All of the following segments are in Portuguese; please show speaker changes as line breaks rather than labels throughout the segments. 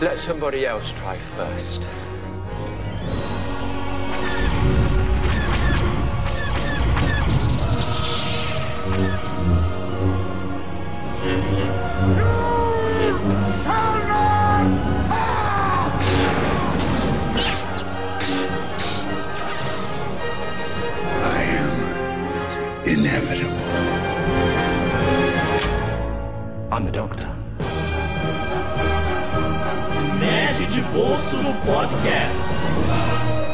Let somebody else try first.
I am inevitable.
I'm the doctor.
Nerd de Bolso no Podcast.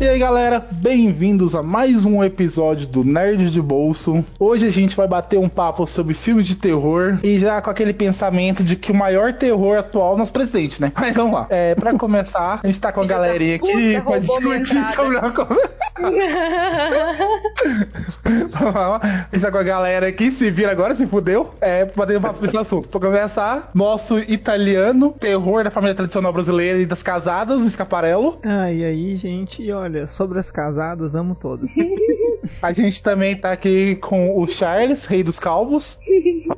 E aí galera, bem-vindos a mais um episódio do Nerd de Bolso. Hoje a gente vai bater um papo sobre filmes de terror e já com aquele pensamento de que o maior terror atual é o nosso presidente, né? Mas vamos lá. É, pra começar, a gente tá com a
Filho da
galerinha aqui
puta,
pra
roubou minha
discutir
entrada.
sobre uma coisa. a gente tá com a galera aqui, se vira agora, se fudeu. É, pra bater um papo sobre esse assunto. Pra começar, nosso italiano, terror da família tradicional brasileira e das casadas, o escaparelo.
Ai, aí, gente, e olha, sobre as casadas, amo todas.
A gente também tá aqui com o Charles, rei dos calvos.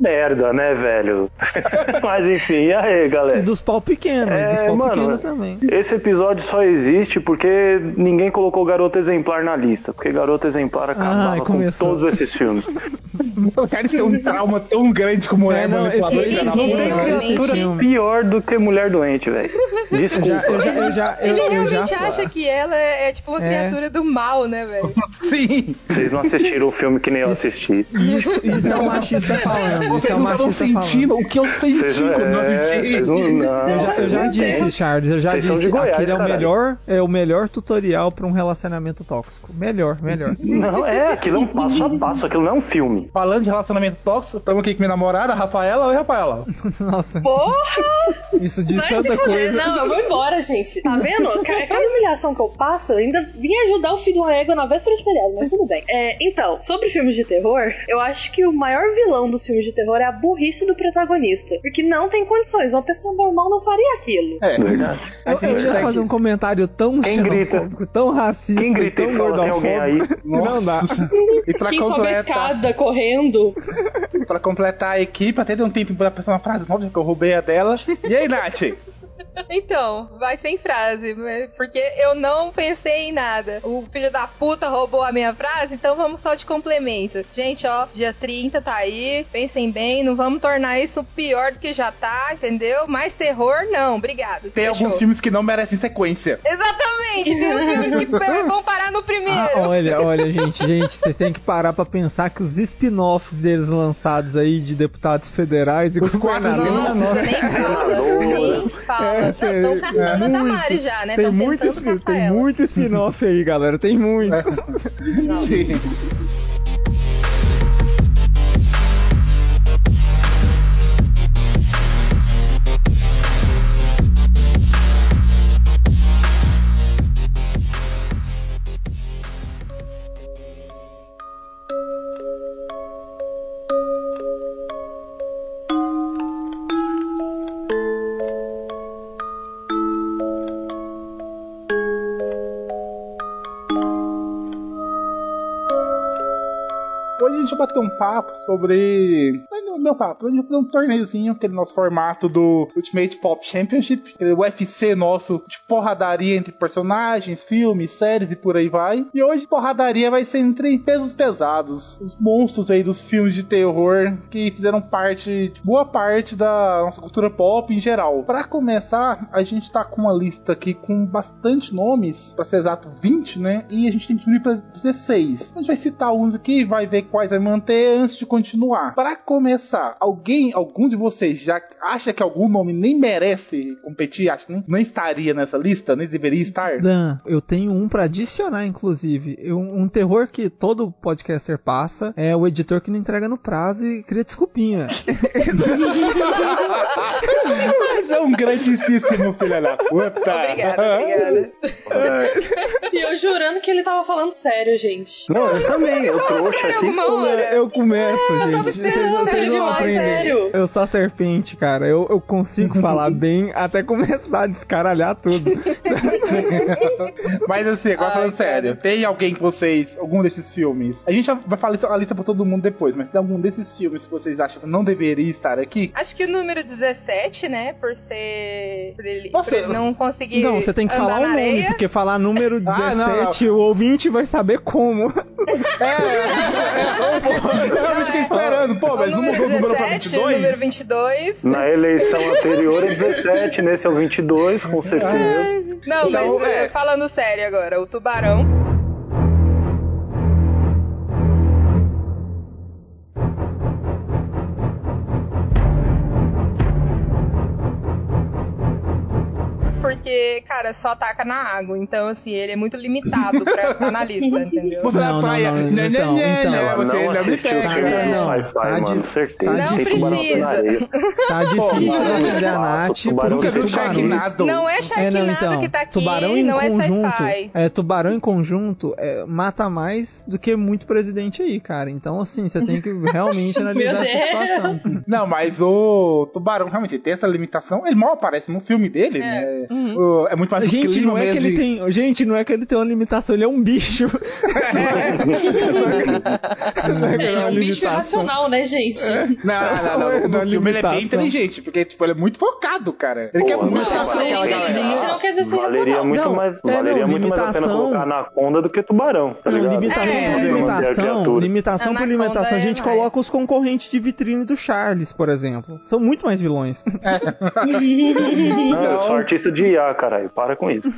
Merda, né, velho? Mas enfim, e aí,
E
galera?
dos pau pequeno, e dos
É,
pau
mano,
pequeno também.
Esse episódio só existe porque ninguém colocou Garota Exemplar na lista. Porque Garota Exemplar acabava com
começou.
todos esses filmes.
O Charles tem um trauma tão grande com mulher
É, não, esse,
manipuladora.
esse,
cara.
Ninguém
filme,
lembra
esse
disso.
filme.
Pior do que Mulher Doente, velho. Desculpa.
Já, eu já, eu já, eu,
Ele
eu
realmente
já,
acha que ela é, é tipo uma
É.
criatura do mal, né, velho?
Sim,
Vocês não assistiram o filme que nem eu assisti.
Isso, isso é o machista falando. Isso
vocês
é o
não estavam
machista
sentindo
falando.
o que eu senti
Vocês
quando eu
é,
assisti.
vocês não, não,
Eu já, eu
vocês
já
não
disse,
entendem.
Charles, eu já
né, Vocês são
disse.
de Goiás,
aquele é o
caralho.
melhor, é o melhor tutorial pra um relacionamento tóxico. Melhor, melhor.
Não, é, aquilo é um passo a passo, aquilo não é um filme.
Falando de relacionamento tóxico, estamos aqui com minha namorada, a Rafaela. Oi, Rafaela.
Nossa,
Porra,
isso diz
vai se
é
tanta
fuder.
coisa.
Não, eu vou embora, gente. Tá vendo? Ca- Cada humilhação que eu passo, eu ainda vim ajudar o filho de uma égua na véspera de feriado, mas tudo bem. É, então, sobre filmes de terror, eu acho que o maior vilão dos filmes de terror é a burrice do protagonista. Porque não tem condições. Uma pessoa normal não faria aquilo.
É,
Verdade.
a
Eu, eu
gente
ia
tá
fazer
aqui.
um comentário tão
Quem grita?
xenofóbico, tão racista,
Quem grita
e tão
e fala, tem alguém é aí?
gordofóbico. que Não dá.
Nossa. E pra
Quem sobe a
completar,
escada correndo.
pra completar a equipe, até deu um tempo pra pensar uma frase nova que eu roubei a dela. E aí, Nath?
Então, vai sem frase, né? porque eu não pensei em nada. O filho da puta roubou a minha frase, então vamos só de complemento. Gente, ó, dia 30 tá aí, pensem bem, não vamos tornar isso pior do que já tá, entendeu? Mais terror, não, obrigado.
Tem
Fechou.
alguns filmes que não merecem sequência.
Exatamente, tem uns filmes que p- vão parar no primeiro.
Ah, olha, olha, gente, gente, vocês têm que parar pra pensar que os spin-offs deles lançados aí de deputados federais e
Os quatro
governadores-
não,
Nossa, né? nem fala, nem fala. Estão caçando a Damari já, né?
Tem
Tão
muito,
tentando
spin,
caçar
tem
ela. É.
muito spin-off aí, galera. Tem muito.
Sim. Hoje a gente vai bater um papo sobre. Mas não é Meu papo, hoje a gente vai fazer um torneiozinho, aquele nosso formato do Ultimate Pop Championship, aquele UFC nosso de porradaria entre personagens, filmes, séries e por aí vai. E hoje porradaria vai ser entre pesos pesados, os monstros aí dos filmes de terror que fizeram parte, boa parte da nossa cultura pop em geral. Pra começar, a gente tá com uma lista aqui com bastante nomes, pra ser exato 20, né? E a gente tem que subir pra 16. A gente vai citar alguns aqui, vai ver quais vai manter antes de continuar. Pra começar, alguém, algum de vocês já acha que algum nome nem merece competir? Acha que nem, não estaria nessa lista, nem deveria estar?
Dan, eu tenho um pra adicionar, inclusive. Eu- um terror que todo podcaster passa é o editor que não entrega no prazo e cria desculpinha.
Mas é um grandíssimo filho da puta.
Obrigada, obrigada.
E eu jurando que ele tava falando sério, gente.
Não, eu também, eu trouxa
Sério,
assim.
alguma hora?
Eu começo, gente.
Ah, esperando ele demais, sério.
Eu sou a serpente, cara. Eu, eu consigo falar bem até começar a descaralhar tudo.
Mas assim, agora
Ai,
falando
cara.
sério, tem alguém que vocês, algum desses filmes? A gente já vai falar isso- a lista pra todo mundo depois, mas tem algum desses filmes que vocês acham que não deveria estar aqui?
Acho que o número 17, né? Por ser. Por ele,
Nossa,
por ele não conseguir.
Não, você tem que
andar
falar o
na
nome,
areia.
porque falar número
Ah, não,
17, o ouvinte vai saber como.
Eu realmente fiquei esperando, pô, mas
É o
não mudou
número
o número pra
17, o número
22?
22.
Na eleição anterior é 17, nesse é o 22, com certeza.
Não,
Então,
mas
é.
eh, falando sério agora, o tubarão. Porque, cara, só ataca na água. Então, assim, ele é muito limitado pra estar na lista, entendeu?
Você
Não,
na
não,
praia,
não,
né, né,
então,
né,
então.
né,
Ela
você
não
não me
assistiu os
pega.
filmes
né?
do
Não,
sci-fi,
tá
mano,
de-
certeza.
tá
Tem tubarão
difícil.
na areia.
Tá difícil
mano,
não fazer a
espaço,
Nath,
tubarão
porque
Nunca
sem
viu
tubarões.
tubarões...
Sharknado?
Não é
É,
Sharknado
não, então,
que tá aqui,
tubarão em
não é
conjunto,
sci-fi.
é, tubarão em conjunto é, mata mais do que muito presidente aí, cara. Então, assim, você tem que realmente analisar essa
Deus.
situação.
Não, mas o Tubarão realmente tem essa limitação. Ele mal aparece no filme
É.
dele, né?
Uhum.
O- É muito mais um
Gente,
clima
não é que
mesmo
ele
de-
tem, gente, não é que ele tem uma limitação, ele é um bicho. Não é que
Ele é
uma
um bicho
limitação.
irracional, né, gente?
É.
Não, não, não, não.
Não,
no filme ele é
limitação.
bem inteligente, porque tipo, ele é muito focado, cara. Ele
Pô,
quer muito
mas
falar
Não,
com
ser
aquela galera.
inteligente não quer dizer ser
Valeria
racional.
muito,
Não,
mais,
é, não,
valeria muito mais a pena
limitação-
colocar anaconda do que tubarão, tá
Não,
ligado?
limitação
É.
por
Sim,
limitação, limitação por
Anaconda
limitação. A
é
gente
mais.
coloca os concorrentes de vitrine do Charles, por exemplo. São muito mais vilões.
Não, eu sou artista de IA, caralho. Para com isso.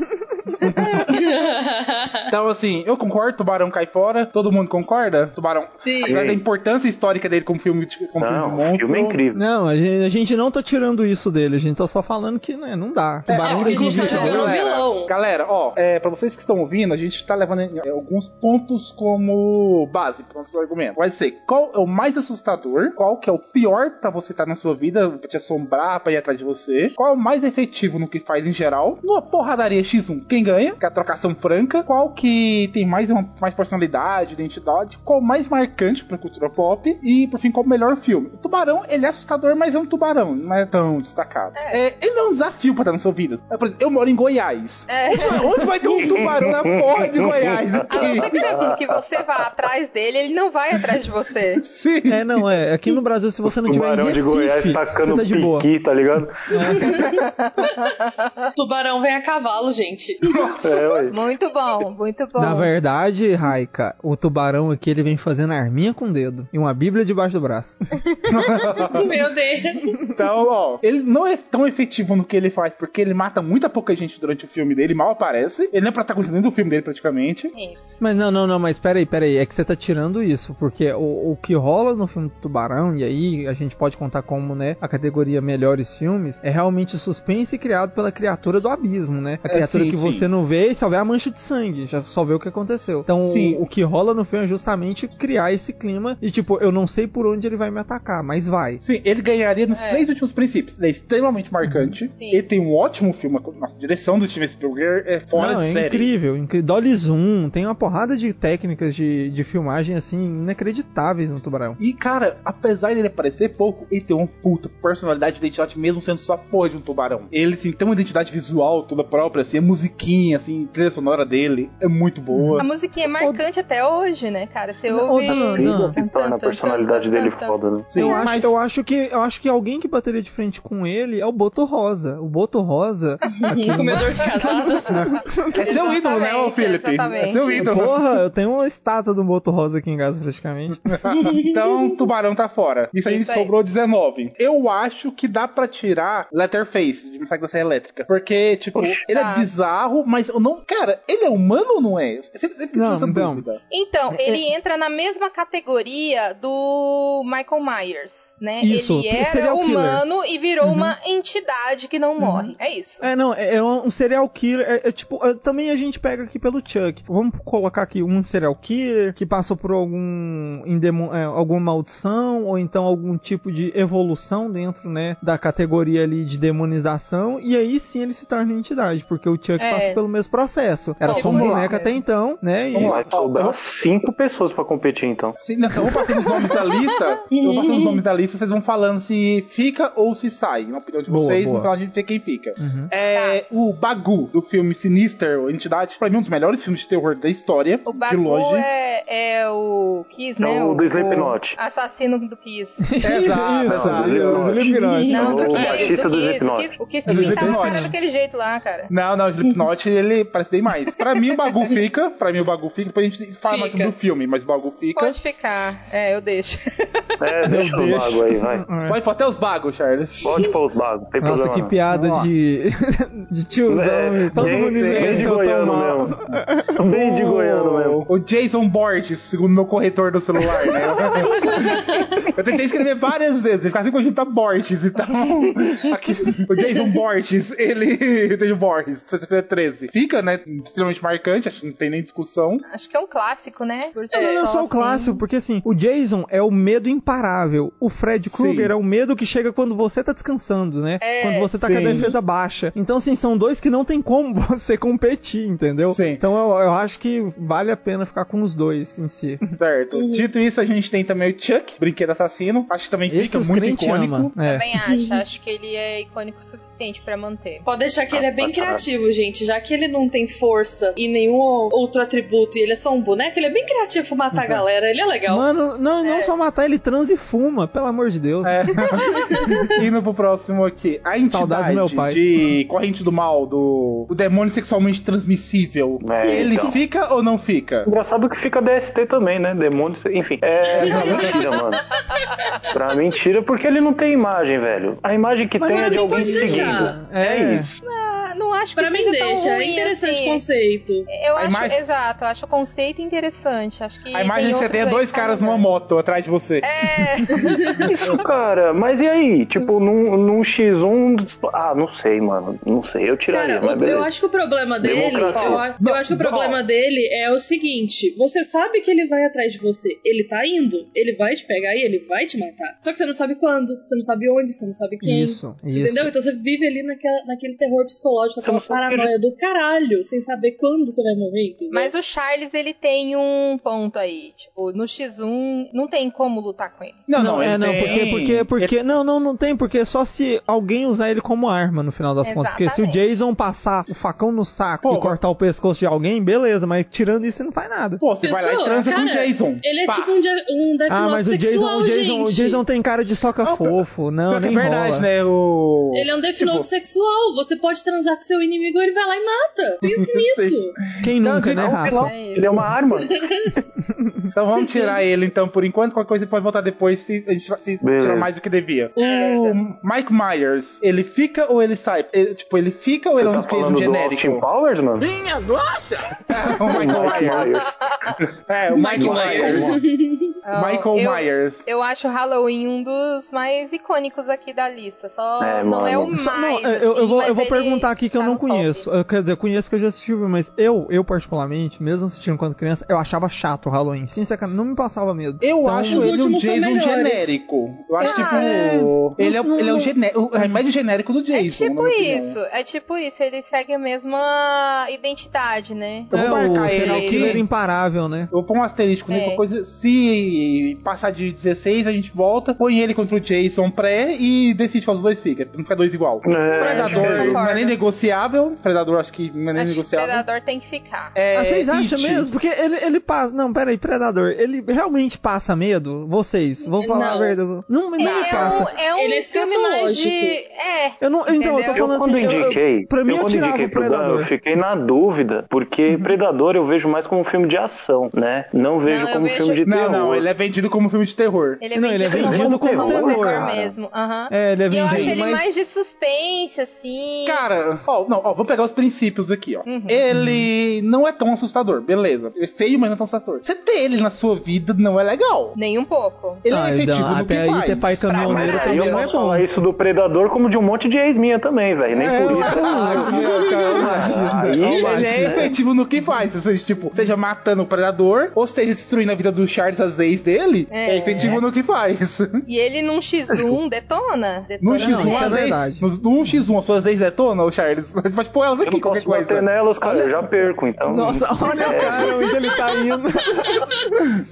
Então, assim, eu concordo, Tubarão cai fora. Todo mundo concorda? Tubarão.
Sim.
Apesar da importância histórica dele como filme de, como filme de
Não, o
monstro.
filme é incrível.
Não, a gente, a gente não tá tirando isso dele, a gente tá só falando que né, não dá. Tubarão
é,
do
porque a gente tá
inclusive.
jogando um
é-
vilão.
Galera, ó, é, pra vocês que estão ouvindo, a gente tá levando em- alguns pontos como base para o nosso argumento. Vai ser qual é o mais assustador, qual que é o pior pra você estar na sua vida, pra te assombrar, pra ir atrás de você, qual é o mais efetivo no que faz em geral, numa porradaria X1, quem ganha, que é a trocação franca, qual que tem mais, uma, mais personalidade, identidade, qual o mais marcante pra cultura pop e, por fim, qual o melhor filme. O tubarão, ele é assustador, mas é um tubarão, não é tão destacado. É, ele é um desafio pra estar na sua vida. Eu, por exemplo, eu moro em Goiás.
É.
Onde vai ter um tubarão na porra de Goiás?
A não ser
Aqui.
que você- que você vá atrás dele, ele não vai atrás de você.
Sim.
É, não, é. Aqui no Brasil, se você não tiver em
Tubarão de
Recife,
Goiás
você
tacando
tá de boa.
piqui, tá ligado?
Tubarão vem a cavalo, gente.
É, ué.
Muito bom, muito bom.
Na verdade, Raika, o tubarão aqui ele vem fazendo arminha com o dedo e uma bíblia debaixo do braço.
Meu Deus.
Então, ó, ele não é tão efetivo no que ele faz, porque ele mata muita pouca gente durante o filme dele, mal aparece. Ele não é protagonista nem do filme dele, praticamente.
Isso.
Mas não, não, não, mas peraí, peraí, é que você tá tirando isso, porque o, o que rola no filme do Tubarão, e aí a gente pode contar como, né, a categoria melhores filmes, é realmente o suspense criado pela criatura do abismo, né? A
É,
criatura
sim,
que
sim.
você não vê e só vê a mancha de sangue, já só vê o que aconteceu. Então,
Sim.
o, o que rola no filme é justamente criar esse clima e tipo, eu não sei por onde ele vai me atacar, mas vai.
Sim, ele ganharia nos
É. Uhum.
três últimos princípios. Ele é extremamente marcante.
Sim.
Ele tem um ótimo filme. Nossa, a direção do Steven Spielberg é fora
Não,
de
é
série.
incrível, incrível. Dolly Zoom, tem uma porrada de técnicas de, de filmagem, assim, inacreditáveis no Tubarão.
E, cara, apesar dele aparecer pouco, ele tem uma puta personalidade e identidade, mesmo sendo só a porra de um tubarão. Ele, assim, tem uma identidade visual toda própria, assim, a musiquinha, assim, a trilha sonora dele é muito boa.
A musiquinha é marcante até hoje, né, cara? Você
Não,
ouve.
não, não.
que torna a personalidade dele foda, né?
Sim,
eu, acho,
mas-
eu, acho que, eu acho que alguém que bateria de frente com ele é o Boto Rosa. O Boto Rosa.
Um comedor de casados.
É seu ídolo, né, ô
Exatamente,
Felipe? É
exatamente.
seu ídolo.
porra, eu tenho uma estátua do Boto Rosa aqui em casa, praticamente.
então, tubarão tá fora. Isso aí
Isso aí.
sobrou 19. Eu acho que dá pra tirar Letterface de Massacre da Serra Elétrica. Porque, tipo,
Oxe.
ele
Ah.
é bizarro, mas eu não. Cara, ele é humano ou não é? Eu Sempre, sempre tive
Não,
essa
não.
dúvida.
Então, ele entra na mesma categoria do Michael Myers, né?
Isso,
ele era
serial killer.
humano e virou uma entidade que não morre. É isso.
É, não, é, é um serial killer. É, é tipo, é, também a gente pega aqui pelo Chuck. Vamos colocar aqui um serial killer que passou por algum endemo- é, alguma maldição ou então algum tipo de evolução dentro, né, da categoria ali de demonização. E aí sim ele se torna entidade, porque o Chuck
É.
passa pelo mesmo processo. Era
Vamos
só um
lá.
boneco até então, né? E...
Vamos lá.
Vai sobrar cinco pessoas pra competir, então.
Sim, não, eu vou passando os nomes da lista. Eu vou passando os nomes da lista, vocês vão falando se fica ou se sai. Na opinião de
Boa, Uhum.
vocês,
Tá.
boa.
no final a gente vê quem fica. É o Bagu, do filme Sinister, ou Entidade, pra mim um dos melhores filmes de terror da história.
O
de longe.
Babu é, é o Kiss, né?
É o do Slipknot.
assassino do Kiss.
Exato,
Isso,
exato.
Slipknot.
Slipknot.
Não, do
É o
Kiss,
baixista
do
do
Kiss. O
Slipknot.
Kiss, o Kiss
É do
ele tava
Slipknot.
fazendo daquele jeito lá, cara.
Não, não, o Slipknot ele parece bem mais. Pra mim o Bagu fica, pra mim o Bagu fica, depois a gente fala mais
Fica.
sobre o filme, mas o Bagu fica.
Pode ficar. É, eu deixo.
É, deixa os
deixo.
bagos aí, vai.
É.
Pode pôr até os bagos, Charles.
Pode pôr os bagos, tem
Nossa,
problema
que
não.
piada de, de tiozão.
É,
Todo
bem,
mundo
bem de
envelheceu tão
goiano
mal.
mesmo. Bem de goiano mesmo.
O Jason Borges, segundo meu corretor do celular, né? Eu tentei escrever várias vezes, ele quase conjunta Borges, então. Aqui, o Jason Borges, ele. O Jason Borges, sexta-feira 13. Fica, né? Extremamente marcante, acho que não tem nem discussão.
Acho que é um clássico, né? Por
Não,
um
não é só o
assim.
clássico, porque assim, o Jason é o medo imparável. O Fred Krueger
Sim.
é o medo que chega quando você tá descansando, né?
É,
quando você tá com a
sim.
defesa baixa. Então, assim, são dois que não tem como você competir, entendeu?
Sim.
Então eu, eu acho que vale a pena ficar com os dois em si.
Certo.
Uhum.
Dito isso, a gente tem também o Chuck, brinquedo assassino. Acho que também
Esse
fica
os
muito
crentes
icônico.
amam. É.
Também acho. Acho que ele é icônico o suficiente pra manter.
Pode deixar que ele é bem
pra caralho.
criativo, gente. Já que ele não tem força e nenhum outro atributo e ele é só um boneco, ele é bem criativo pra matar a galera. Ele é legal.
Uhum. Mano, não, não só matar, ele transa e fuma, pelo amor de Deus.
É. Indo pro próximo aqui. A entidade
Saudades do meu pai.
de Corrente do Mal, do o demônio sexualmente transmissível.
É,
ele
então.
fica ou não fica?
Engraçado que fica DST também, né? Demônio, enfim. É pra mentira, mano. Pra mentira, porque ele não tem imagem, velho. A imagem que
Mas
tem é
pra
um
de
mim
alguém te
pode
seguindo.
deixar.
É,
É.
isso.
Ah, não acho que
Pra mim
seja
deixa.
tão
É
ruim,
interessante o
assim.
conceito.
Eu
A
acho,
imagem-
exato, eu acho o conceito interessante. Acho que
A imagem é que você tem é dois caras É. numa moto atrás de você.
Isso, cara. Mas e aí? Tipo, num, num X1. Ah, não sei, mano. Não sei. Eu tiraria,
Cara,
mas
o- eu
beleza.
acho que o problema dele.
Democracia.
ó, eu acho que o problema dele é o seguinte: você sabe que ele vai atrás de você, ele tá indo, ele vai te pegar e ele vai te matar. Só que você não sabe quando, você não sabe onde, você não sabe quem.
Isso, isso.
Entendeu? Então você vive ali naquela, naquele terror psicológico,
Você não
aquela
sabe que
paranoia do caralho, sem saber quando você vai morrer, entendeu?
Mas o Charles, ele tem um ponto aí. Tipo, no X1, não tem como lutar com ele.
Não, não,
é,
ele
não,
tem-
porque, porque, porque, não, não, não tem, porque só se alguém usar ele como arma no final das contas. Porque se o
Exatamente.
Jason passar o facão no saco e
Porra.
cortar o pescoço de alguém, beleza, mas tirando isso, você não faz nada.
Pô, você vai lá e transa com o
cara,
Jason.
Ele é
Pá.
tipo um, de- um Death
Ah,
Note
mas o Jason,
sexual,
o Jason, o
gente.
Jason tem cara de soca
Não,
fofo, não,
Pior que é
nem
verdade,
rola.
né? O...
Ele é um Death
Tipo,
Note sexual. Você pode transar com seu inimigo, ele vai lá e mata. Pense nisso.
Quem
Não,
nunca,
ele
né,
é um
Rafa?
É
Ele é
isso.
uma arma.
Então vamos tirar ele, então, por enquanto. Qualquer coisa pode voltar depois se a gente se
Beleza.
tirar mais do que devia. O
Beleza.
Mike Myers, ele fica ou ele sai? Ele- tipo, ele fica ou
Você
ele é um
tá
Jason
falando do
genérico?
Austin Powers, mano?
o Michael
Mike
Myers.
Myers.
É, o Michael
Myers.
Myers.
Ah,
Michael
eu-
Myers.
Eu acho o Halloween um dos mais icônicos aqui da lista. Só
É,
não é o
mano.
mais.
Só- não, eu- eu,
assim,
vou,
mas
eu vou
ele
perguntar aqui que eu
tá
não
no top.
conheço. Eu, quer dizer, eu conheço que eu já assisti o filme, mas eu, eu particularmente, mesmo assistindo quando criança, eu achava chato o Halloween. Sinceramente, não me passava medo.
Eu
Então,
acho
os
ele um
últimos são
Jason
melhores.
genérico. Eu acho,
Ah,
tipo.
é.
Ele é,
Mas não-
ele é o, gené- o remédio genérico do
É
Jason. na
tipo
minha opinião.
isso, é tipo isso, ele segue a mesma identidade, né?
Eu
é
vou
o
marcar ele
serial
aqui.
killer imparável, né?
Eu vou pôr um asterisco
É.
nele, qualquer coisa. Se passar de 16, a gente volta, põe ele contra o Jason pré e decide qual dos dois fica. pra Não ficar dois igual.
acho
É,
que eu
Predador não é
concordo.
nem negociável. Predador acho que não é nem
Acho que o
negociável.
predador tem que ficar.
É,
Ah, vocês acham
It.
mesmo? Porque ele, ele passa. Não, peraí, Predador. Ele realmente passa medo? Vocês, vou falar a
Não.
verdade. Não, não me
é
passa.
Um, é um
Ele é
filme mais de.
escatológico.
É.
Eu não, então, eu tô
Entendeu?
Eu
falando
quando
assim. eu- eu-
indiquei,
pra mim,
eu
eu,
quando
tirava
indiquei
o
pro Dan, eu
Predador.
fiquei na dúvida, porque Predador eu vejo mais como um filme de ação, né? Não vejo
eu
como um
vejo-
filme de
Não,
terror.
não, ele é vendido como filme de terror.
Ele é
Não, ele é
vendido,
vendido
como,
como
terror,
terror, cara.
mesmo. aham.
É, ele é
e eu acho
vendido,
ele
mas-
mais de suspense, assim.
Cara, ó, não, ó, vamos pegar os princípios aqui, ó. Ele não é tão assustador, beleza. Ele é feio, mas não é tão assustador. Você ter ele na sua vida não é legal.
Nem um pouco.
Ele
Ah,
é efetivo
Dan,
no
até
que
aí
faz.
ter pai
Mas
caminhoneiro
aí
Mas aí
também
eu
não é
posso
bom.
falar isso do Predador como de um monte de ex minha também, velho. Nem por isso.
eu- ah, cara, o machista,
Aí
ó, o
É.
ele
Ele
machista.
é seletivo no que faz. Seja, tipo, seja matando o predador, ou seja, destruindo a vida do Charles às vezes dele,
É.
é, efetivo no que faz.
E ele num X1 detona?
No
detona
X1,
isso é
às vezes.
verdade.
No, no X1, as suas vezes detonam, ô Charles. Mas pô, elas
Eu não
aqui, qualquer
posso
coisa.
bater nelas, cara. Eu já perco, então.
Nossa, olha o
É.
cara onde ele tá indo.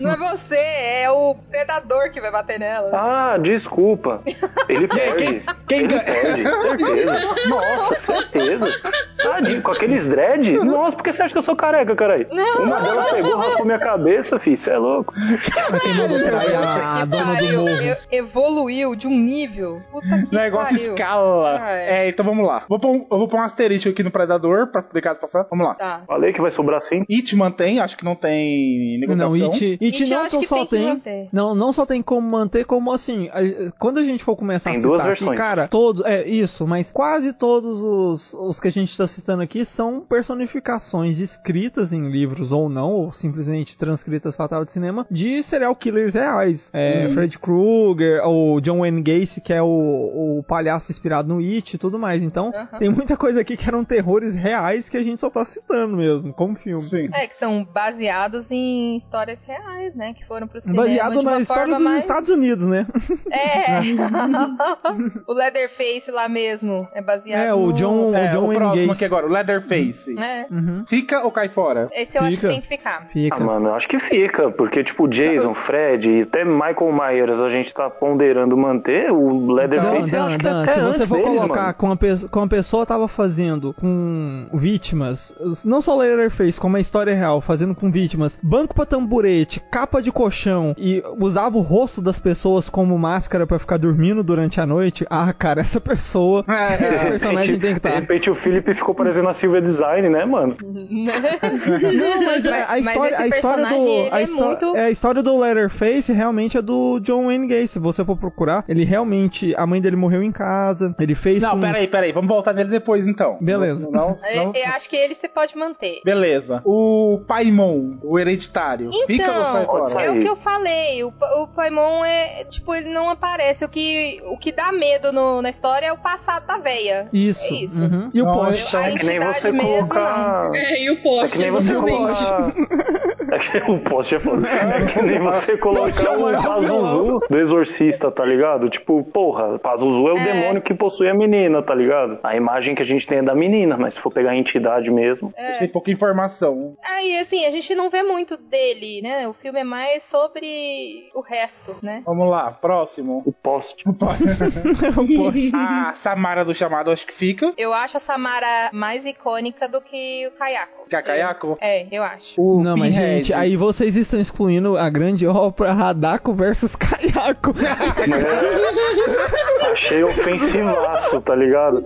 Não é você, é o predador que vai bater nela.
Ah, desculpa. Ele perde.
quem
Ele
ganha?
perde, certeza. Nossa, certeza. Tadinho, com aqueles dread? Nossa, por que você acha que eu sou careca, caralho? Uma delas pegou, raspou minha cabeça, filho. Você é louco.
Aí
Puta
a,
que
Ah, dona do
pariu.
morro.
Eu- evoluiu de um nível. Puta que
Negócio
pariu.
escala.
Ah, é.
é. então vamos lá. Vou pôr um, eu vou pôr um asterisco aqui no Predador, pra poder caso passar. Vamos lá.
Tá.
Falei que vai sobrar sim.
It mantém, acho que não tem negociação.
Não, It,
It
It
eu
não
acho
só
que tem que
tem.
manter.
não, não só tem como manter, como assim. a- quando a gente for começar
Tem
a citar
duas
aqui,
versões.
cara, todos. É, isso, mas quase todos os, os que a gente tá citando aqui são personificações escritas em livros ou não, ou simplesmente transcritas para a tela de cinema, de serial killers reais. É,
Uhum.
Fred Krueger, ou John Wayne Gacy, que é o, o palhaço inspirado no It e tudo mais. Então,
Aham.
tem muita coisa aqui que eram terrores reais que a gente só tá citando mesmo, como filme.
Sim.
É, que são baseados em histórias reais, né? Que foram pro cinema
É Baseado
de uma
na história
forma
dos
mais-
Estados Unidos, né?
É. o Leatherface lá mesmo é baseado
É, o
no-
John,
É,
o John
o
Wayne
próximo
Gacy.
aqui agora, o Leatherface.
É.
Uhum.
Fica ou cai fora?
Esse eu acho que
Fica.
tem que ficar.
Fica.
Ah, mano, eu acho que fica, porque tipo Jason, Fred e até Michael Myers a gente tá ponderando manter o Leatherface. Ah, eu
Dan, Dan,
acho que
Dan,
até
se você
antes
for
deles,
colocar
mano.
com a, pe com a pessoa tava fazendo com vítimas, não só Leatherface, como a história real, fazendo com vítimas, banco pra tamborete, capa de colchão e usava o rosto das pessoas como máscara pra ficar dormindo durante a noite, ah, cara, essa pessoa,
É,
esse personagem tem que tá.
De
estar.
repente o Felipe ficou parecendo a Silvia Design, né, mano?
Não, mas,
É, a história,
esse
a história
personagem
do,
ele
a
é
histó-
muito.
é, a história do Leatherface realmente é do John Wayne Gacy. Se você for procurar, ele realmente a mãe dele morreu em casa. Ele fez
Não,
com-
peraí, peraí. Vamos voltar nele depois, então.
Beleza.
Não,
Eu- eu acho que ele você pode manter.
Beleza. O Paimon, o hereditário. fica ou sai
Então,
Pode
fora?
sair.
é o que eu falei. O, Pa- o Paimon é. Tipo, ele não aparece. O que, o que dá medo no- na história é o passado da véia.
Isso.
É isso.
uhum. E o
Não,
poste.
eu- a
É que nem
entidade
você
mesmo,
colocar.
É, e o
É
poste,
que nem você
exatamente.
colocar. É que o poste é foda. É que nem você colocar o Pazuzu do exorcista, tá ligado? Tipo, porra, Pazuzu é o
É.
demônio que possui a menina, tá ligado? A imagem que a gente tem é da menina, mas se for pegar a entidade mesmo.
A gente tem pouca informação.
Aí, assim, a gente não vê muito dele, né? O filme é mais sobre o resto, né?
Vamos lá, próximo.
O poste.
um
Uhum.
A Samara do chamado, acho que fica.
Eu acho a Samara mais icônica do que o Kayako.
Que é a Kayako.
É, eu acho.
O
Não, mas
Pinhead.
gente, aí vocês estão excluindo a grande obra Radako versus Kayako.
é- Achei ofensivaço, tá ligado?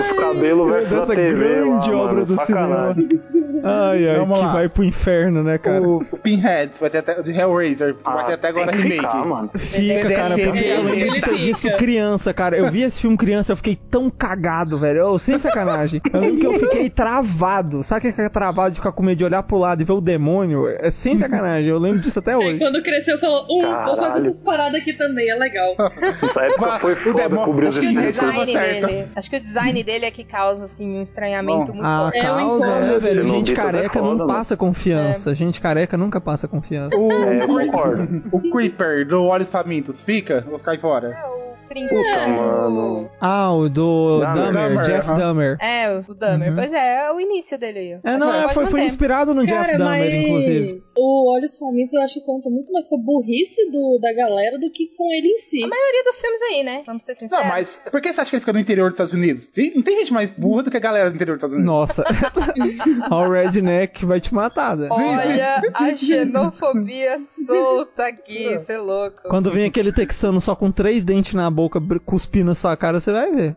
Os cabelos versus a
Essa
TV. lá,
grande obra
mano,
do cinema.
sacanagem.
Ai, ai,
Vamos
que
lá.
vai pro inferno, né, cara?
O, o Pinhead, vai ter até, de Hellraiser, vai ter até
Ah, tem
agora
que
remake.
Ficar, mano.
Fica, cara,
PDSM,
porque eu lembro de ter
ele
visto
fica.
criança, cara. Eu vi esse filme criança, eu fiquei tão cagado, velho. Eu, sem sacanagem. Eu lembro que eu fiquei travado. Sabe o que é travado de ficar com medo de olhar pro lado e ver o demônio? É sem sacanagem. Eu lembro disso até
Aí
hoje.
quando cresceu, falou: Hum, vou
Caralho.
fazer essas paradas aqui também, é legal.
Essa época
Mas
foi
o
foda
demônio-
cobrir os
acho que o
espíritos.
design
design
certa.
dele. Acho que o design dele é que causa, assim, um estranhamento
Bom,
muito
A
forte.
É um
causa,
incômodo.
né, velho?
Cenobitas
Gente
é
careca
foda,
não
mano.
passa confiança. Gente careca nunca passa confiança.
O,
É, eu concordo.
o Creeper do Olhos Famintos, fica ou cai fora?
É, o
Puta,
príncipe.
mano.
Ah, o do
Dahmer.
Dahmer,
Dahmer,
Jeff
aham.
Dahmer.
É, o Dahmer.
Uhum.
Pois é, é o início dele aí.
É, não,
Você
é,
pode
foi, foi
manter.
inspirado no Jeff Dahmer, inclusive.
o Olhos Famintos eu acho que conta muito mais com a burrice do, da galera do que com ele em si.
A maioria dos filmes aí, né? Vamos ser
Não,
sinceros.
Ah, mas por que você acha que ele fica no interior dos Estados Unidos? Tem- Não tem gente mais burra do que a galera do interior dos Estados Unidos.
Nossa. Ó, o Redneck vai te matar, né?
Olha a xenofobia solta aqui, você é louco.
Quando vem aquele texano só com três dentes na boca, br- cuspindo na sua cara, você vai ver.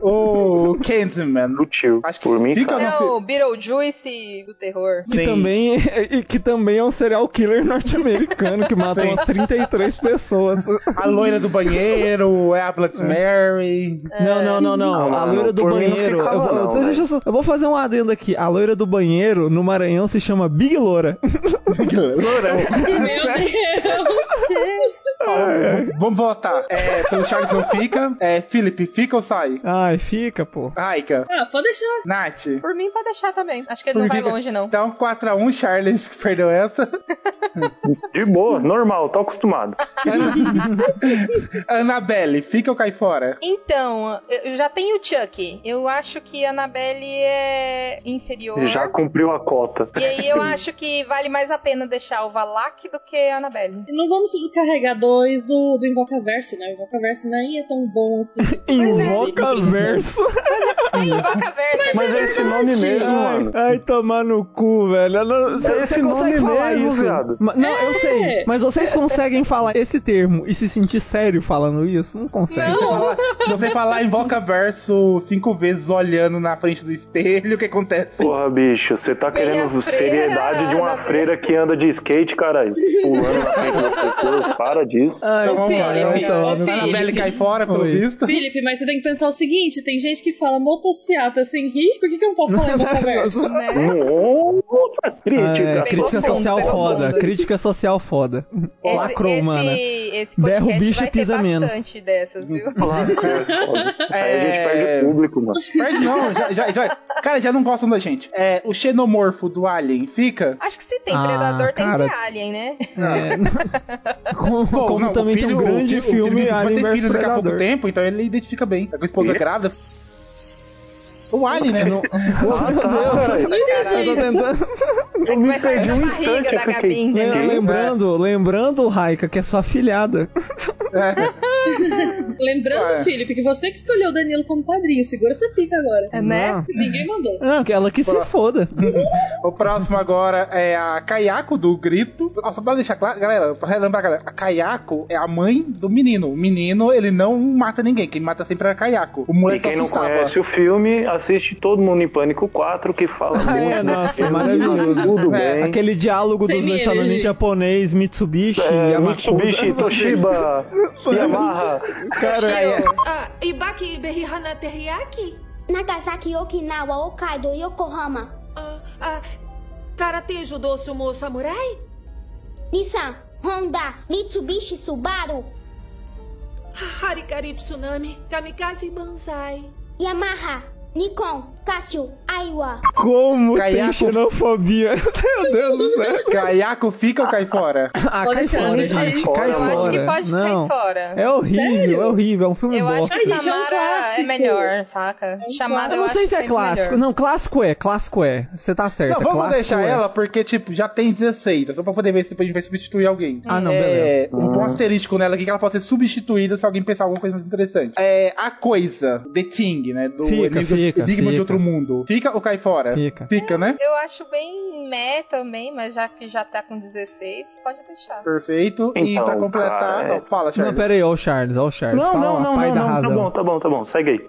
O Candyman.
Do tio.
Acho que
Por mim,
fica
sabe?
É o Beetlejuice do terror.
Que também, e que também é um serial killer norte-americano que mata
Sim.
umas 33 pessoas.
A loira do banheiro, é a Blood Mary.
Não, não, não, não.
Não,
a
mano,
loira do
por mim não
banheiro.
ficava
eu, vou-
não,
deixa eu
velho.
só- eu vou fazer um adendo aqui. A loira do banheiro no Maranhão se chama Big Loura.
Loura.
Meu Deus!
Ó, Vamos votar. É, pelo Charles não fica. É, Felipe, fica ou sai?
Ai, fica, pô.
Aika,
Ah, pode deixar.
Nath.
Por mim, pode deixar também. Acho que ele não vai
fica-
longe, não.
Então, 4x1, Charles que perdeu essa.
De boa, normal, tô acostumado.
Annabelle, fica ou cai fora?
Então, eu eu já tenho o Chuck. Eu acho que a Annabelle é inferior.
Já cumpriu a cota.
E aí eu acho que vale mais a pena deixar o Valak do que a Annabelle.
E não vamos subcarregar dois do, do Invocaverso, né? O Invocaverso nem é tão bom assim.
Invoca verso.
Tem Invoca Versa.
Mas é esse nome mesmo,
Ai, tá
mano.
ai, tomar no cu, velho. Eu não- Você
esse
você consegue
nome
falar
mesmo,
é isso?
viado.
Ma- Não, eu sei.
É.
Mas vocês conseguem falar esse termo e se sentir sério falando isso? Não consegue.
Se você falar- Se você falar invoca verso cinco vezes olhando na frente do espelho, o que acontece?
assim.
Porra, bicho, você tá
Vem a
querendo
freira,
seriedade de uma
Ana
freira que anda de skate, caralho. Pulando na frente das pessoas, para disso.
Ai,
Ô,
Então vamos lá,
Felipe,
vai tomar
ô,
no cu.
Felipe.
Annabelle cai fora, pelo
Oi.
visto.
Felipe, mas você tem que pensar o seguinte: tem gente que fala motociata sem rir, por que, que eu não posso falar Invocaverso?
Né?
Nossa,
É,
crítica.
Pegou
crítica
fundo,
social
pegou
foda.
fundo.
Crítica social foda. Lacrou, mana.
É, esse, esse
Berra o
podcast
bicho
vai
e pisa
ter
menos.
bastante dessas, viu?
Lacrou, é foda. Aí a gente
É.
perde o público, mano.
Mas não, já, já, já- Cara, já não gostam da gente. É, o xenomorfo do Alien fica?
Acho que se tem
Ah,
Predador, tem
cara.
que ter Alien, né?
É. Como,
Bom,
como
não,
também
o filho-
tem um grande
o filho- o
filme
filho vai
Alien
ter
vs
filho daqui a pouco
Predador.
tempo, então ele identifica bem. Tá com a esposa grávida. O Alien, né? Não-
Ah, tá, caralho.
Não entendi.
Eu tô tentando...
Eu
me perdi um
barriga
instante,
da
eu
Gabi,
fiquei-
entendeu?
Lem- Lembrando, lembrando, Raika, que é sua filhada.
é.
Lembrando,
É.
Ué.
Felipe, que você que escolheu o Danilo como padrinho, segura essa pica agora.
É, né?
Ninguém mandou.
Não, Ah, que ela que se foda.
O próximo agora é a Kayako do Grito. Ó, Só pra deixar claro, galera, pra relembrar, galera, a Kayako é a mãe do menino. O menino, ele não mata ninguém, quem mata sempre é a Kayako. O
E
moleque só
quem não
assustava.
conhece o filme, assiste Todo Mundo em Pânico 4, que fala
Ah,
muito.
é,
desse
nossa,
filme.
maravilhoso.
Tudo
É,
bem.
Aquele diálogo
Sem
dos
minha
lançamentos
energia.
japonês, Mitsubishi,
É,
Yamaha.
Mitsubishi, Toshiba, Yamaha.
Cara,
Ah, Ibaki Berihana Teriyaki?
Nagasaki, Okinawa, Hokkaido, Yokohama.
Ah, ah, karate, judô, sumo, samurai?
Nissan, Honda, Mitsubishi, Subaru,
Harikari Tsunami, kamikaze banzai.
Yamaha, Nikon, Casio, Aiwa.
como tem
Caiaco.
xenofobia? Meu Deus do céu.
Kayako fica ou cai fora?
Ah,
Pode
cai
tirar,
fora,
me
gente.
tira.
Cai
Eu
fora.
acho que pode
Não.
cair fora.
É horrível,
Sério?
é horrível. É um filme
Eu acho
bosta.
que
Ai, gente, é um
Samara é,
clássico. É um
melhor, saca? Chamada
Eu
eu
não
acho
sei se é
sempre
clássico.
melhor.
Não, clássico é, clássico é. Você tá certa.
Não, vamos
clássico
deixar
é.
ela, porque, tipo, já tem 16. É só pra poder ver se depois a gente vai substituir alguém.
Ah, não,
É,
beleza.
um, um asterisco nela aqui que ela pode ser substituída se alguém pensar alguma coisa mais interessante. É a coisa, The Thing, né? Do
Fica,
enigma,
fica,
enigma de
fica.
outro mundo. Fica ou cai fora?
Fica.
Fica, né?
Eu acho bem meh também, mas já que já tá com 16, pode deixar.
Perfeito. e
Então,
pra completar.
cara, é-
Não, fala,
Não,
Charles.
pera aí, ó o Charles, ó o Charles.
Não,
Fala
não,
lá,
não,
pai
não,
da
não, tá
razão.
bom, tá bom, tá bom, segue aí.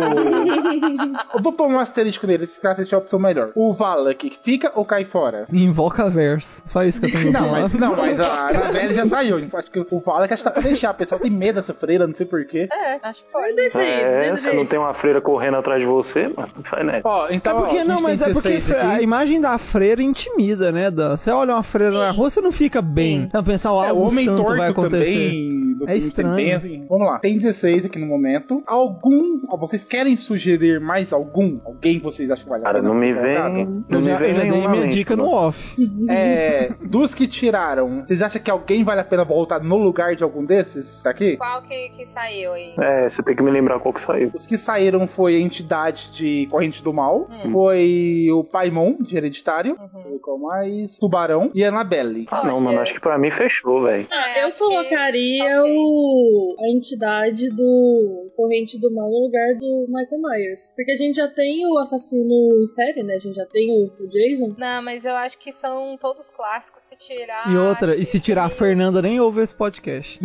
O- Eu vou pôr um asterisco nele, se cara assistir a opção melhor. O Valak fica ou cai fora?
Invoca verso. Só isso que eu tenho que
Não,
falar.
mas, não, mas a Anabelle já saiu. Acho que o Valak acho que tá pra deixar. O pessoal tem medo dessa freira, não sei porquê.
É, acho que pode.
Deixa aí,
É,
deixa
você não tem uma freira correndo atrás de você, mano. Não faz nada.
Ó, então.
É porque
ó,
não,
a gente
mas
tem
é porque
16
a
aqui.
imagem da freira intimida, né, Dan? Você olha uma freira na
Sim.
rua, você não fica bem. Então pensar, ó,
É, o
algo
homem
santo
torto
vai acontecer.
também. do
É
que você
estranho.
pensa, hein? Vamos lá. Tem 16 aqui no momento. Algum. ó, Vocês querem sugerir mais algum? Alguém que vocês acham que vale a
Cara,
pena
não
ser
me
colocado?
vem. Não
Eu
me
já,
vem
eu já dei
nenhuma
minha
lente,
dica no
mano.
off.
É. Dos que tiraram, vocês acham que alguém vale a pena voltar no lugar de algum desses aqui?
Qual que, que saiu aí?
É, você tem que me lembrar qual que saiu.
Os que saíram foi a entidade de Corrente do Mal,
Hum.
foi o Paimon, de Hereditário,
Uhum.
colocou mais Tubarão e Annabelle.
Ah, não,
Olha.
mano, acho que pra mim fechou, velho.
Ah,
É,
eu
acho
colocaria
ok.
o, a entidade do Corrente do Mal no lugar do Michael Myers. Porque a gente já tem o assassino em série, né? A gente já tem o, o Jason.
Não, mas eu acho que são todos clássicos. Se tirar.
E outra, e
acho
se tirar a
que- é
Fernanda nem ouve esse podcast.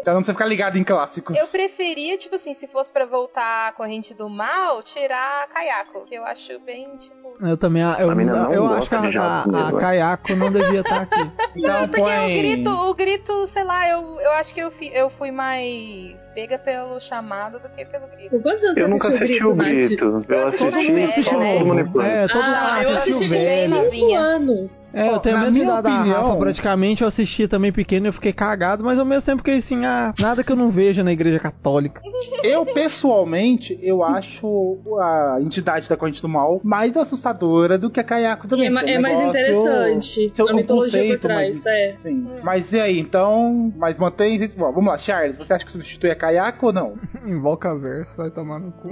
Então não precisa ficar ligado em clássicos.
Eu preferia, tipo assim, se fosse pra voltar a corrente do mal, tirar caiaco. Que eu acho bem, tipo.
Eu também, a- eu,
A mina não
eu
gosta
acho que a,
de jabos
a, a
negros, né?
Kayako não devia estar tá aqui.
Então
Porque o
põe.
grito, o grito, sei lá, eu eu, eu acho que eu, fi, eu fui mais pega pelo chamado do que pelo grito.
Por quantos anos
Eu nunca
você
assisti
assistiu
o grito.
Eu
Eu
assisti mais
assisti
velha,
só
né?
os manipulantes.
É, todo
Ah,
mundo
eu
assistiu
assisti
velho.
bem
Cinco
novinha.
anos.
É, eu tenho a
na
mesma
minha
idade da
opinião-
Rafa, praticamente. Eu assisti também pequeno e eu fiquei cagado, mas ao mesmo tempo que assim, ah, nada que eu não veja na igreja católica.
Eu, pessoalmente, eu acho a entidade da corrente do mal mais assustadora do que a Kayako também.
É, ma-
porque
é
o
mais
negócio-
interessante.
seu-
a
o
mitologia
conceito,
por trás,
mas-
é.
Sim. Mas e aí, então? Mas mantém. Bom, vamos lá, Charles. Você acha que substitui a Kayako ou não?
Invoca verso, vai tomar no cu.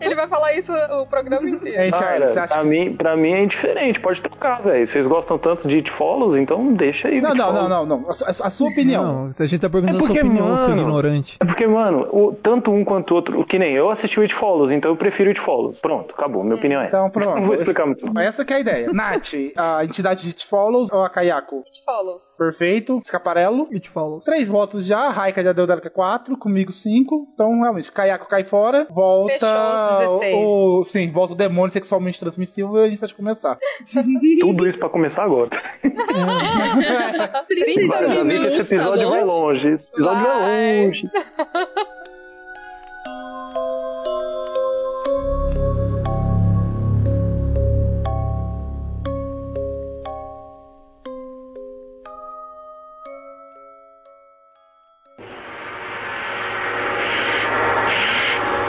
Ele vai falar isso o programa inteiro.
É, Charles, você
Cara,
acha
pra,
que-
mim, pra mim é indiferente, pode trocar, velho. Vocês gostam tanto de It Follows, então deixa aí. o
Não,
It
não,
Follows.
não, não, não. A, su- a sua opinião.
Não, a gente tá perguntando
É
a sua
porque,
opinião, seu
mano,
ignorante.
É porque, mano, o- tanto um quanto o outro, que nem eu assisti o It Follows, então eu prefiro It Follows. Pronto, acabou, minha opinião é essa.
Então, pronto.
Não vou explicar muito. não.
Essa que é a ideia. Nath, a entidade de It Follows ou a Kayako?
It follows.
Perfeito. Escaparello.
It follows.
Três votos já, Raika já deu dela que é quatro, comigo cinco. Então, realmente, Kayako cai fora, volta.
Fechou os 16.
O, sim, volta o demônio sexualmente transmissível e a gente pode começar.
Tudo isso pra começar agora.
É,
Vai
35
dar ver que esse
minutos, tá
episódio vai
bom?
longe. Esse episódio vai,
né? Vai.
longe.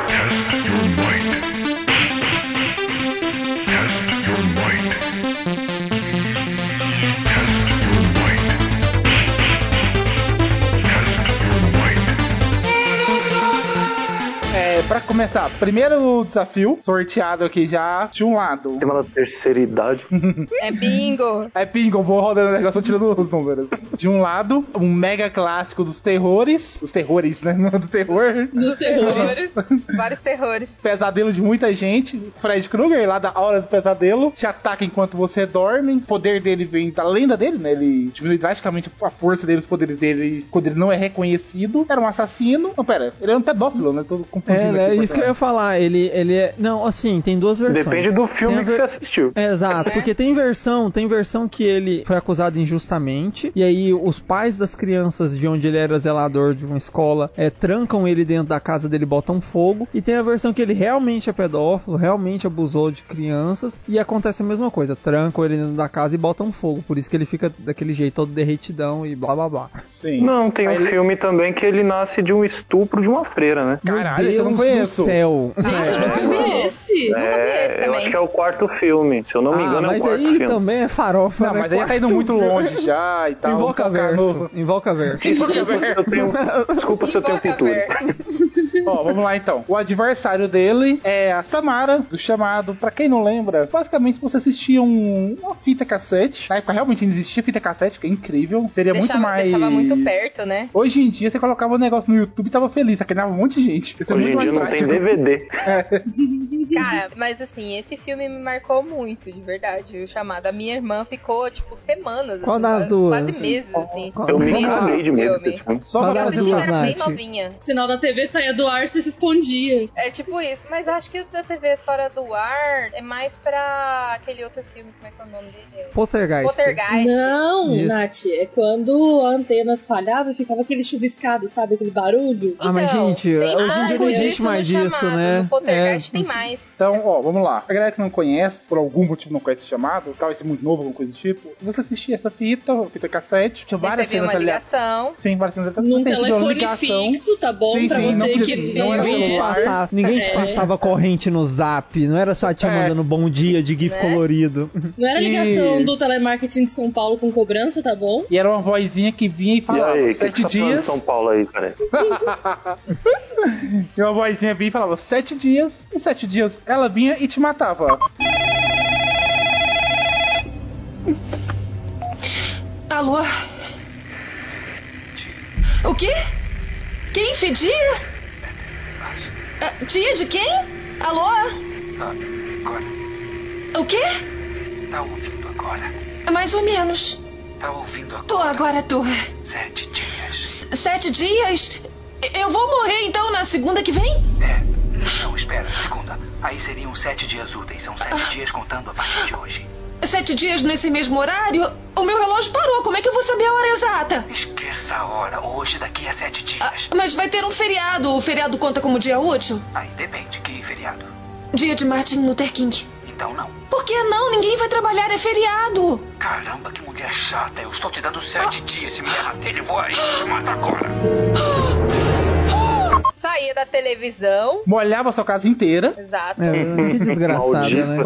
Test your might. Test your might. Test your might. Test your might.
É, pra começar, primeiro desafio, sorteado aqui já, de um lado.
Tema da terceira idade.
É bingo.
É pingo, vou rodando o negócio tirando os números. De um lado, um mega clássico dos terrores. Os terrores, né? Não Do terror.
Nos terrores.
Terrores. Vários terrores.
Pesadelo de muita gente. Fred Krueger, lá da Hora do Pesadelo, te ataca enquanto você dorme. O poder dele vem da lenda dele, né? Ele diminui drasticamente a força dele, os poderes dele quando ele não é reconhecido. Era um assassino. Não, pera, ele era um pedófilo, né? Tô
É,
confundindo.
né,
aqui o
isso que eu ia falar. Ele, ele é. Não, assim, tem duas versões.
Depende do filme
Tem a
que
ver- É.
você assistiu.
Exato,
Né?
porque tem versão, tem versão que ele foi acusado injustamente, e aí os pais das crianças de onde ele era zelador de uma escola é, trancam ele dentro da casa dele, botam fogo, e tem a versão que ele realmente é pedófilo, realmente abusou de crianças, e acontece a mesma coisa, trancam ele dentro da casa e botam fogo, por isso que ele fica daquele jeito todo derretidão e blá blá blá.
Sim.
Não, tem
Aí
um
ele-
filme também que ele nasce de um estupro de uma freira, né?
Caralho,
Meu
esse eu não
Deus
conheço.
Do céu.
Gente, eu nunca
É.
vi esse.
Nunca vi esse
É, eu
também.
acho que é o quarto filme. Se eu não me
Ah,
engano, é o
mas
quarto
aí
filme.
também é farofa,
Não,
né?
mas aí tá indo
Quarto
muito
filme.
longe já e tal.
Invoca
Vamos focar
verso,
no-
invoca verso.
Desculpa se eu tenho, desculpa se eu tenho
Invoca
cultura.
verso.
Ó, vamos lá então. O adversário dele é a Samara, do chamado. Pra quem não lembra, basicamente você assistia um, uma fita cassete. Na época realmente não existia fita cassete, que é incrível. Seria
Deixava,
muito mais.
deixava muito perto, né?
Hoje em dia você colocava um negócio no YouTube e tava feliz, sacaneava um monte de gente. Isso é
Hoje em
muito
dia não
mais
tem
prático.
DVD.
Cara, mas assim, esse filme me marcou muito, de verdade, o chamado. A minha irmã ficou, tipo, semanas.
Qual
assim,
das
quase,
duas?
Quase meses, assim.
Qual-
Eu me
Medo
caguei
desse
de tipo, medo
filme.
desse filme.
Só
Qual
Eu
pra
das
assisti, eu
duas,
era bem
Nath?
novinha.
O sinal da TV saía do ar, você se escondia.
É tipo isso, mas acho que o da TV Fora do Ar é mais pra aquele outro filme, como é que é o nome dele?
Poltergeist.
Poltergeist.
Não,
Isso.
Nath, é quando a antena falhava e ficava aquele chuviscado, sabe? Aquele barulho.
Ah, mas
Então,
gente,
tem
hoje em dia não
mais
existe
no
mais isso,
chamado,
né?
No Poltergeist tem mais.
Então, ó, vamos lá. A galera que não conhece, por algum motivo não conhece esse chamado, talvez seja muito novo, alguma coisa do tipo, você assistia essa fita, fita cassete, tinha várias
Recebeu
cenas
uma
aliás.
ligação.
Sim, várias cenas Então,
Num
Você recebia uma
telefone
ligação.
fixo, tá bom?
Sim,
pra
sim,
você
não
que
podia-
vê.
não é era
Ninguém te,
celular.
passava, ninguém te
É.
passava corrente no zap, não era só a tia
É.
mandando bom dia de gif
Né?
colorido.
Não era ligação
E-
do telemarketing de São Paulo com cobrança, tá bom?
E era uma vozinha que vinha e
Ah,
E
falava
aí, o que, que
sete
tá falando de
dias.
São Paulo aí, cara?
E uma vozinha vinha e falava sete dias. Em sete dias ela vinha e te matava.
Alô? O quê? Quem fedia? Ah, Tia de quem? Alô? O quê? É
Tá ouvindo agora?
Mais ou menos.
Tá ouvindo agora?
Tô, agora tô.
Sete dias.
S- Sete dias? Eu vou morrer então na segunda que vem?
É. Não, espera, segunda. Aí seriam sete dias úteis. São sete dias contando a partir de hoje.
sete dias nesse mesmo horário, o meu relógio parou. Como é que eu vou saber a hora exata?
Esqueça a hora. Hoje, daqui a sete dias.
Mas vai ter um feriado. O feriado conta como dia útil?
Aí depende. Que feriado?
Dia de Martin Luther King.
Então não.
Por que não? Ninguém vai trabalhar, é feriado.
Caramba, que mulher chata. Eu estou te dando sete dias. Se me arrater, eu vou aí e te mato agora.
Saía da televisão.
Molhava sua casa inteira.
Exato.
É, que desgraçada, né?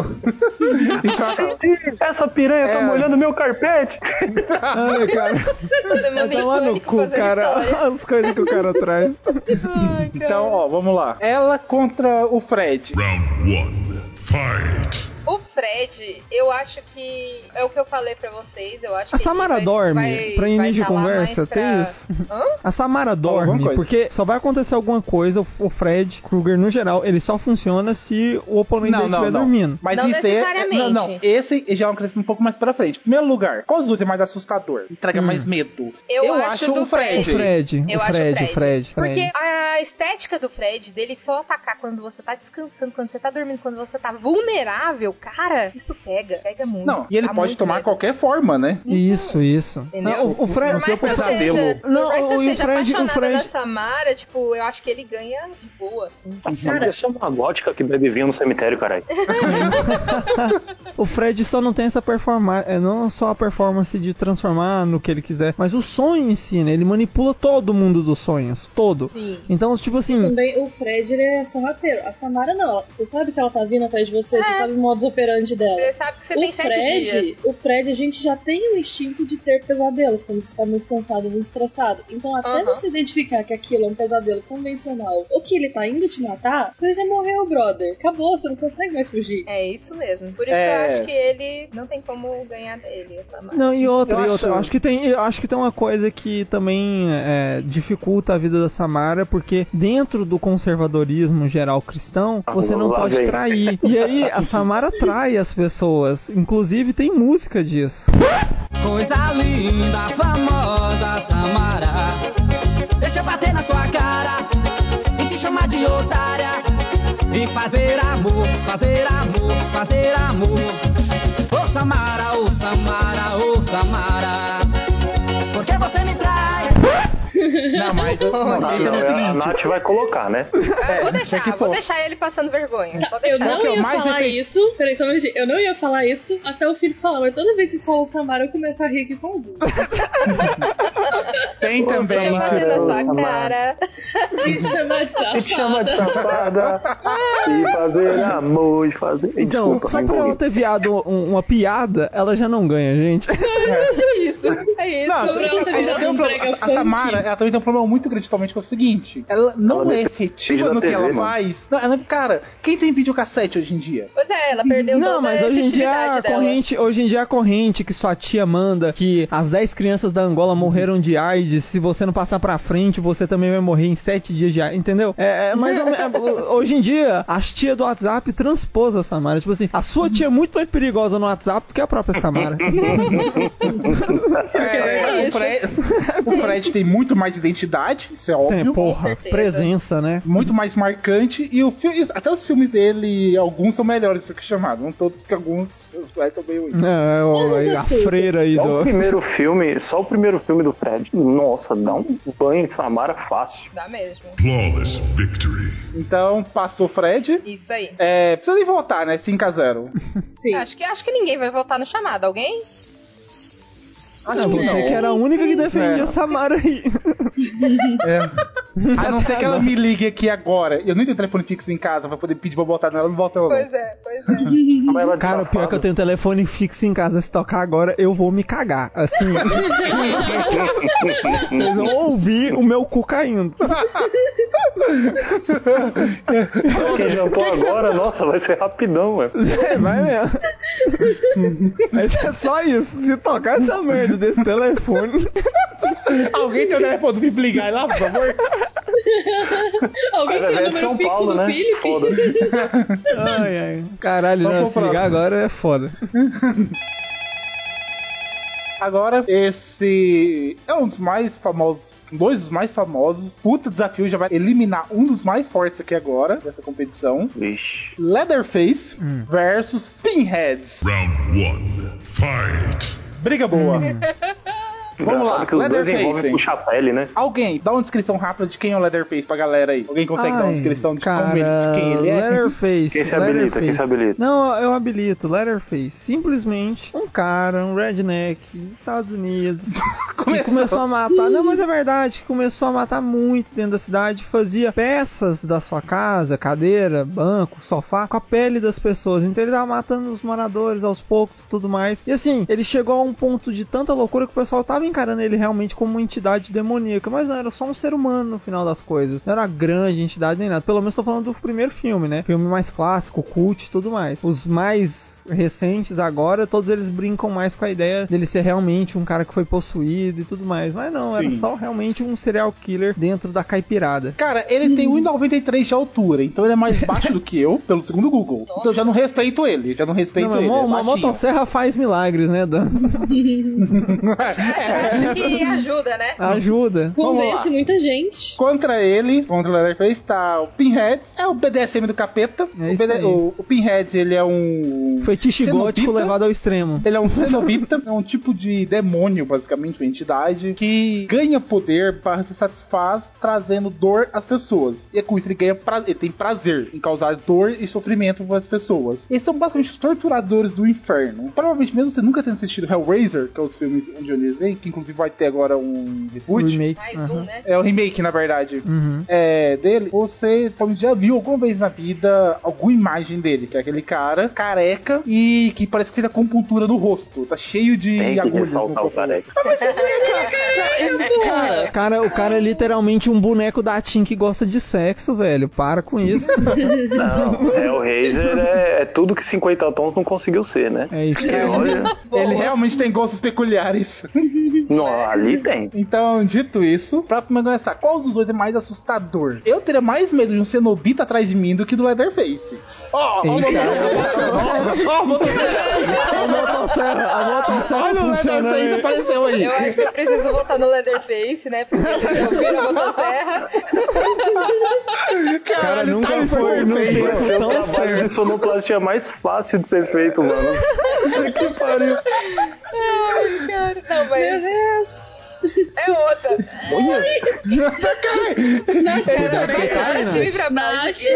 Essa piranha
É.
tá molhando meu carpete.
Ai, cara.
Todo mundo
Tá
em
lá no
pânico
cu,
fazendo história.
cara. As coisas que o cara traz.
Ai, cara.
Então, ó, vamos lá. Ela contra o Fred.
Round one. Fight.
O Fred, eu acho que é o que eu falei pra vocês. Eu acho que
A Samara
ele vai-
dorme
vai-
pra
vai
início de
tá lá
conversa,
mais pra-
tem isso?
Hã?
A Samara
Alguma
dorme,
coisa.
porque só vai acontecer alguma coisa, o- o Fred, Krueger no geral, ele só funciona se o oponente dele estiver dormindo.
Mas
Não
isso aí é-
necessariamente.
não, não. Esse já é um crescimento um pouco mais pra frente. Primeiro lugar, qual dos dois é mais assustador? Entrega
Hum.
mais medo.
Eu acho do
o Fred.
O Fred,
Eu
o
acho
Fred, o Fred, Fred.
Porque a estética do Fred, dele só atacar quando você tá descansando, quando você tá dormindo, quando você tá vulnerável, cara, isso pega. Pega muito.
Não, e ele
Dá
pode
muito
tomar
medo.
qualquer forma, né?
Isso, isso.
Entendeu?
Não, o, o Fred,
Não
Por mais que eu
pesadelo.
seja, por
Não,
mais que eu
e o
seja
Fred- o
apaixonada
Fred-
da Samara, tipo, eu acho que ele ganha de boa, assim.
Essa mulher é uma gótica que bebe vinho no cemitério, caralho.
O Fred só não tem essa performance, não só a performance de transformar no que ele quiser, mas o sonho em si, né? Ele manipula todo mundo dos sonhos, todo.
Sim.
Então, tipo assim,
Também o Fred ele é sorrateiro. A Samara não. ela- Você sabe que ela tá vindo atrás de você, você sabe o modus operandi dela.
Você sabe que você
o
tem sete
Fred,
dias.
o Fred, a gente já tem o instinto de ter pesadelos quando você tá muito cansado, muito estressado. Então, até
Aham.
você identificar que aquilo é um pesadelo convencional ou que ele tá indo te matar, você já morreu, brother. Acabou, você não consegue mais fugir.
É isso mesmo. Por isso
É.
que eu acho que ele não tem como ganhar dele, essa
né?
marca.
Não, e outra,
Eu
e outra.
acho-
Eu acho que tem, eu acho que tem uma coisa que também é, dificulta a vida da Samara, porque dentro do conservadorismo geral cristão,
Ah,
você não
lá
pode
vem.
trair. E aí a Samara trai as pessoas. Inclusive tem música disso.
Coisa linda, famosa Samara. Deixa eu bater na sua cara e te chamar de otária. E fazer amor, fazer amor, fazer amor. Ô Samara, ô Samara, ô Samara. Por que você me trai?
Não, mas eu, não,
Ah,
então
não,
é o
a
seguinte.
Nath vai colocar, né?
É,
Ah, vou deixar,
que
vou
for.
deixar ele passando vergonha. Pode
Eu
deixar.
não
que é o
ia
mais
falar
efe-
isso. Peraí, só um minutinho. Eu não ia falar isso até o Felipe falar, mas toda vez que vocês falam Samara, eu começo a rir aqui sozinho.
Tem
Deixa
também.
eu bater na
Ô,
sua
Samara.
cara.
Me chamar de
E
safada.
te chama de safada. E fazer amor, e fazer. Ih,
Então,
Desculpa,
só
me
por ela
envolvi.
ter viado um- uma piada, ela já não ganha, gente.
É isso, é isso.
Não,
Sobre ela ter
ainda
virado
tem um
um
problema-
brega
a
funk.
Samara, ela também tem um problema muito grande atualmente, que é o seguinte: ela não
Ela
é
deixa vídeo
efetiva
na
no que
TV,
ela
mano.
faz. Não, ela- cara, quem tem videocassete hoje em dia?
Pois é, ela perdeu
Não,
toda
mas
a
hoje em dia
efetividade
a
dela.
corrente, hoje em dia a corrente que sua tia manda que as 10 crianças da Angola morreram de AIDS, se você não passar pra frente, você também vai morrer em 7 dias de AIDS, entendeu? É, é mais ou menos, hoje em dia as tias do WhatsApp transpôs a Samara, tipo assim, a sua tia é muito mais perigosa no WhatsApp do que a própria Samara.
É, o, Fred, o Fred tem muito mais identidade, isso é óbvio.
Tem, porra,
certeza.
presença, né?
muito mais marcante e o filme, até os filmes dele, alguns são melhores do que chamado, não todos, porque alguns é, são meio ruins.
Não, é,
Olha
o- a
esse suco.
freira aí
Só o
do...
primeiro filme, só o primeiro filme do Fred. Nossa, dá um banho de Samara fácil.
Dá mesmo.
Flawless victory.
Então, passou o Fred.
Isso aí.
É, precisa nem voltar, né? 5x0.
Sim.
Acho que, acho que ninguém vai voltar no chamado. Alguém?
Não, você que era a única que
É.
defendia a Samara aí.
A não ser que ela me ligue aqui agora. Eu nem tenho telefone fixo em casa pra poder pedir pra botar nela, não volta eu não.
Pois é, pois é.
Chama ela de
Cara, o pior é que eu
safada.
tenho telefone fixo em casa. Se tocar agora, eu vou me cagar. Assim, vocês vão ouvir o meu cu caindo.
Quem jantou agora, nossa, vai ser rapidão, velho.
É, vai mesmo. Mas é só isso. Se tocar essa merda desse telefone.
Alguém tem o telefone né? do Felipe ligar lá, por favor?
Alguém
Cara,
tem o
velho é de
número
São
fixo
Paulo,
do
né?
Felipe?
Foda-se.
Ai, ai. Caralho, não,
Vamos
se
pro
ligar
próximo.
agora é foda.
Agora, esse é um dos mais famosos, dois dos mais famosos. Puta desafio, já vai eliminar um dos mais fortes aqui agora, dessa competição.
Vixe.
Hum. Leatherface versus Pinheads.
Round one. Fight.
Briga boa. Vamos lá,
Engraçado que os dois
Leatherface.
envolvem puxar a pele, né?
Alguém, dá uma descrição rápida de quem é o Leatherface pra galera aí. Alguém consegue dar uma
Ai,
descrição de,
cara,
como ele, de quem ele é?
Leatherface.
Quem se habilita?
Leatherface.
Quem se habilita?
Não, eu habilito. Leatherface. Simplesmente um cara, um redneck dos Estados Unidos. que começou a matar. Não, mas é verdade. Que começou a matar muito dentro da cidade. Fazia peças da sua casa, cadeira, banco, sofá, com a pele das pessoas. Então ele tava matando os moradores aos poucos e tudo mais. E assim, ele chegou a um ponto de tanta loucura que o pessoal tava encarando ele realmente como uma entidade demoníaca. Mas não, era só um ser humano no final das coisas. Não era uma grande entidade nem nada. Pelo menos tô falando do primeiro filme, né? Filme mais clássico, cult e tudo mais. Os mais recentes agora, todos eles brincam mais com a ideia dele ser realmente um cara que foi possuído e tudo mais. Mas não, era
Sim.
só realmente um serial killer dentro da caipirada.
Cara, ele tem 1,93 de altura, então ele é mais baixo do que eu, pelo segundo Google. Então eu já não respeito ele, já não respeito
Não, mas
ele.
uma,
é
uma
baixinho.
motosserra faz milagres, né, Dan?
Acho que ajuda, né?
Ajuda.
Convence muita gente.
Contra ele, contra o Leatherface, tá o Pinheads, é o BDSM do capeta.
É
o,
isso aí.
o, o Pinheads, ele é um.
Fetiche gótico
cenobita.
levado ao extremo.
Ele é um cenobita, é um tipo de demônio, basicamente, uma entidade, que ganha poder para se satisfaz trazendo dor às pessoas. E é com isso ele ganha pra... ele tem prazer em causar dor e sofrimento para as pessoas. Eles são basicamente os torturadores do inferno. Provavelmente, mesmo você nunca tendo assistido Hellraiser, que é os filmes onde eles vêm, que inclusive vai ter agora um reboot.
Remake.
um,
aham.
né?
É o remake, na verdade.
Uhum.
É, dele, você provavelmente já viu alguma vez na vida alguma imagem dele, que é aquele cara careca e que parece que fica com puntura no rosto, tá cheio de
Tem que
agulhas no
ressaltar o
corpo.
careca.
Cara, cara, o cara é literalmente um boneco da Tim que gosta de sexo, velho. Para com isso.
Não, Hellraiser é, é tudo que 50 tons não conseguiu ser, né?
É né? isso
Você
aí.
olha.
Ele realmente tem gostos peculiares.
Não, ali tem.
Então, dito isso, pra começar, qual dos dois é mais assustador? Eu teria mais medo de um cenobita atrás de mim do que do Leatherface. Então, Ó, ó, o
Eita.
motosserra. Ó, o motosserra.
A motosserra, a motosserra
Olha o
funciona.
Leatherface
aí.
apareceu aí.
Eu acho que eu preciso voltar no Leatherface, né? Porque vocês ouviram a motosserra.
Cara,
Caralho,
nunca
tá
foi, não
perfeito.
Vai ser
deu tão
o trabalho de
Então é certo.
sonoplastia mais fácil de ser feito, mano. Puta que pariu.
Ai, cara. Não, mas... É outra. Cara, time pra baixo.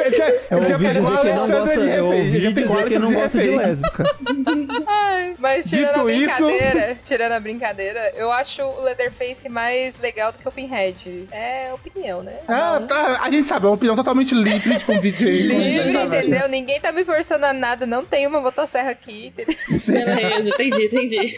Eu ouvi dizer que não gosta, eu ouvi dizer que não gosta de lésbica.
Ai, Mas tirando a
Dito isso-
brincadeira, tirando a brincadeira, eu acho o Leatherface mais legal do que o Pinhead. É opinião, né?
Ah, tá. A gente sabe, é uma opinião totalmente livre de um convite aí.
Livre,
Tá, velho.
entendeu? Ninguém tá me forçando a nada, não tem uma motosserra aqui, entendeu?
Beleza, é entendi, entendi.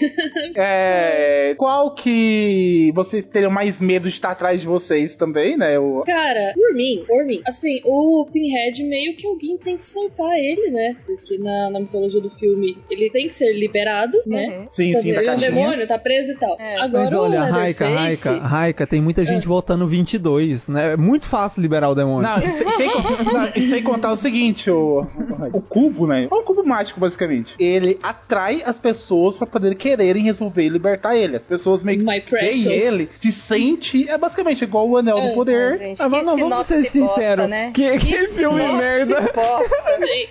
É, qual que vocês teriam mais medo de estar atrás de vocês também, né? O-
Cara, por mim, por mim, assim, o Pinhead meio que alguém tem que soltar ele, né? Porque na, na mitologia do filme ele tem que ser liberado, né?
Uhum. Sim,
Tá-
sim, da
ele é um
caixinha. É,
demônio, tá preso e tal. Agora
Mas olha,
o
Raika,
Leatherface-
Raika, Raika, tem muita gente votando 22, né? É muito fácil liberar o demônio.
Não, e sem, sem con- não, e sem contar o seguinte, o, o cubo, né? É um cubo mágico, basicamente. Ele atrai as pessoas pra poder quererem resolver e libertar ele. As pessoas meio que
My precious.
veem ele, se sente. É basicamente igual o Anel do Poder.
Gente,
Ah, mas
que
não,
esse
vamos
nó
ser
se bosta,
sinceros.
né?
Que- que filme
nó se
merda.
bosta.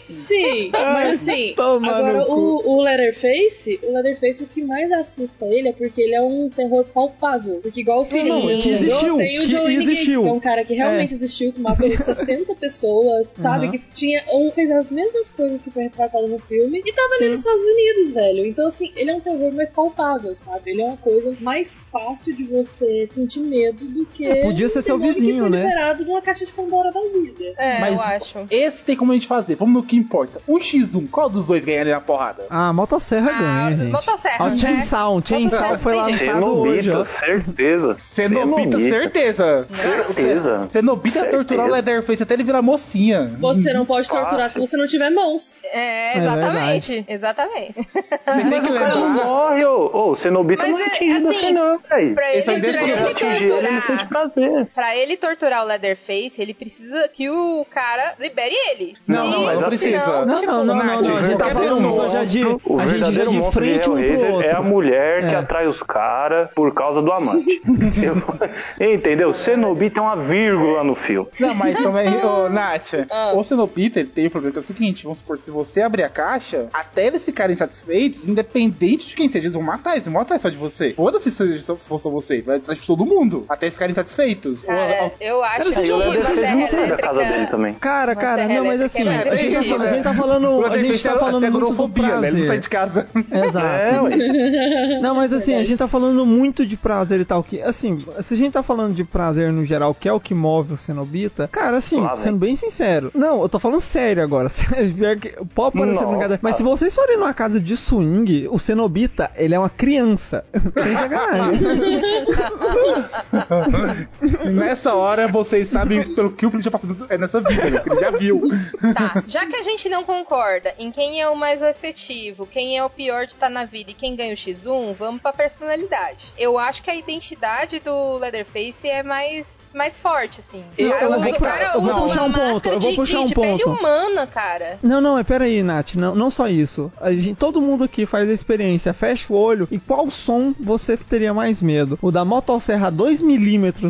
Sim, sim, mas assim,
toma
agora
no cu.
o, o Leatherface, o Leatherface o que mais assusta ele é porque ele é um terror palpável, porque igual o filme,
não,
que
entendeu?
existiu,
tem o
que
Johnny Gacy, que é
existiu. É.
um cara que realmente existiu, que matou 60 pessoas, sabe,
Uhum.
que tinha um, fez as mesmas coisas que foi retratado no filme, e tava ali
Sim.
nos Estados Unidos, velho, então assim, ele é um terror mais palpável, sabe, ele é uma coisa mais fácil de você sentir medo do que
É, podia ser
um
seu
demônio
vizinho,
que foi
né?
liberado numa caixa de Pandora da vida.
É,
Mas-
eu acho.
Esse tem como a gente fazer. Vamos no que importa. 1x1, qual dos dois ganha ali na porrada?
Ah, a motosserra
Ah,
ganha, gente.
motosserra,
Ó,
né?
Chainsaw, um Chainsaw
Motosserra
foi
tem
lançado
é
hoje, ó.
Cenobita, certeza.
Cenobita, certeza.
Certeza.
Cenobita
Certeza.
torturar o Leatherface até ele virar mocinha.
Você não pode
Fácil.
torturar se você não tiver mãos.
É, exatamente. exatamente.
Você tem que
O cara não
lembrar.
morre, ô. Ô, o Cenobita
Mas
não é
é-
atingido
assim-
assim, não, velho.
pra ele,
Esse aí
pra
desde
ele
que você atingir ele, ele sente
torturar.
prazer.
Pra ele torturar o Leatherface, ele precisa que o cara libere ele.
Não, não, mas
não
a-
Não, não, não, não, não, a gente tá
Qualquer
falando
pessoa.
já de,
um O
a gente já
verdadeiro
de
monstro
frente um
de
pro
Hellraiser
outro.
é a mulher que atrai os caras por causa do amante. Eu- Entendeu? Cenobi tem uma vírgula no filme.
Não, mas também, ô, Nath, o Cenopita ele tem um problema que é o seguinte: vamos supor, se você abrir a caixa, até eles ficarem satisfeitos, independente de quem seja, eles vão matar, eles não vão atrás só de você. Foda-se se, se for só você, vai atrás de todo mundo, até eles ficarem satisfeitos.
É.
Ou- ou-
Cara, eu acho que
E o Leatherface
você
não sai da
elétrica-
casa dele também.
Cara,
Uma
cara,
serra
não, mas assim,
elétrica é
a gente, tá, falando- a gente tá falando, a gente
é
tá falando muito do prazer.
né? Ele não sai de casa.
É,
Exato.
ué.
Não, mas assim, a gente tá falando muito de prazer e tal. Que, assim, se a gente tá falando de prazer no geral, que é o que move o Cenobita, cara, assim,
Lá vem.
sendo bem sincero. Não, eu tô falando sério agora. pior que- Pode parecer
Não,
brincadeira. Mas se
cara.
vocês forem numa casa de swing, o Cenobita, ele é uma criança. Tem sacanagem.
Nessa hora, vocês sabem pelo que o Felipe já passou é nessa vida, né? Que ele já viu.
Tá, já que a gente não concorda em quem é o mais efetivo, quem é o pior de estar na vida e quem ganha o X1, vamos pra personalidade. Eu acho que a identidade do Leatherface é mais, mais forte, assim.
Eu-
Cara,
eu
usa-
vou
o
pra-
cara
eu vou
usa
puxar
uma
um ponto,
máscara
eu vou
de,
puxar
de-
um
de pele
ponto.
humana, cara.
Não, não, é peraí, Nath. Não, não só isso. A gente, todo mundo aqui faz a experiência. Fecha o olho e qual som você teria mais medo? O da motosserra 2mm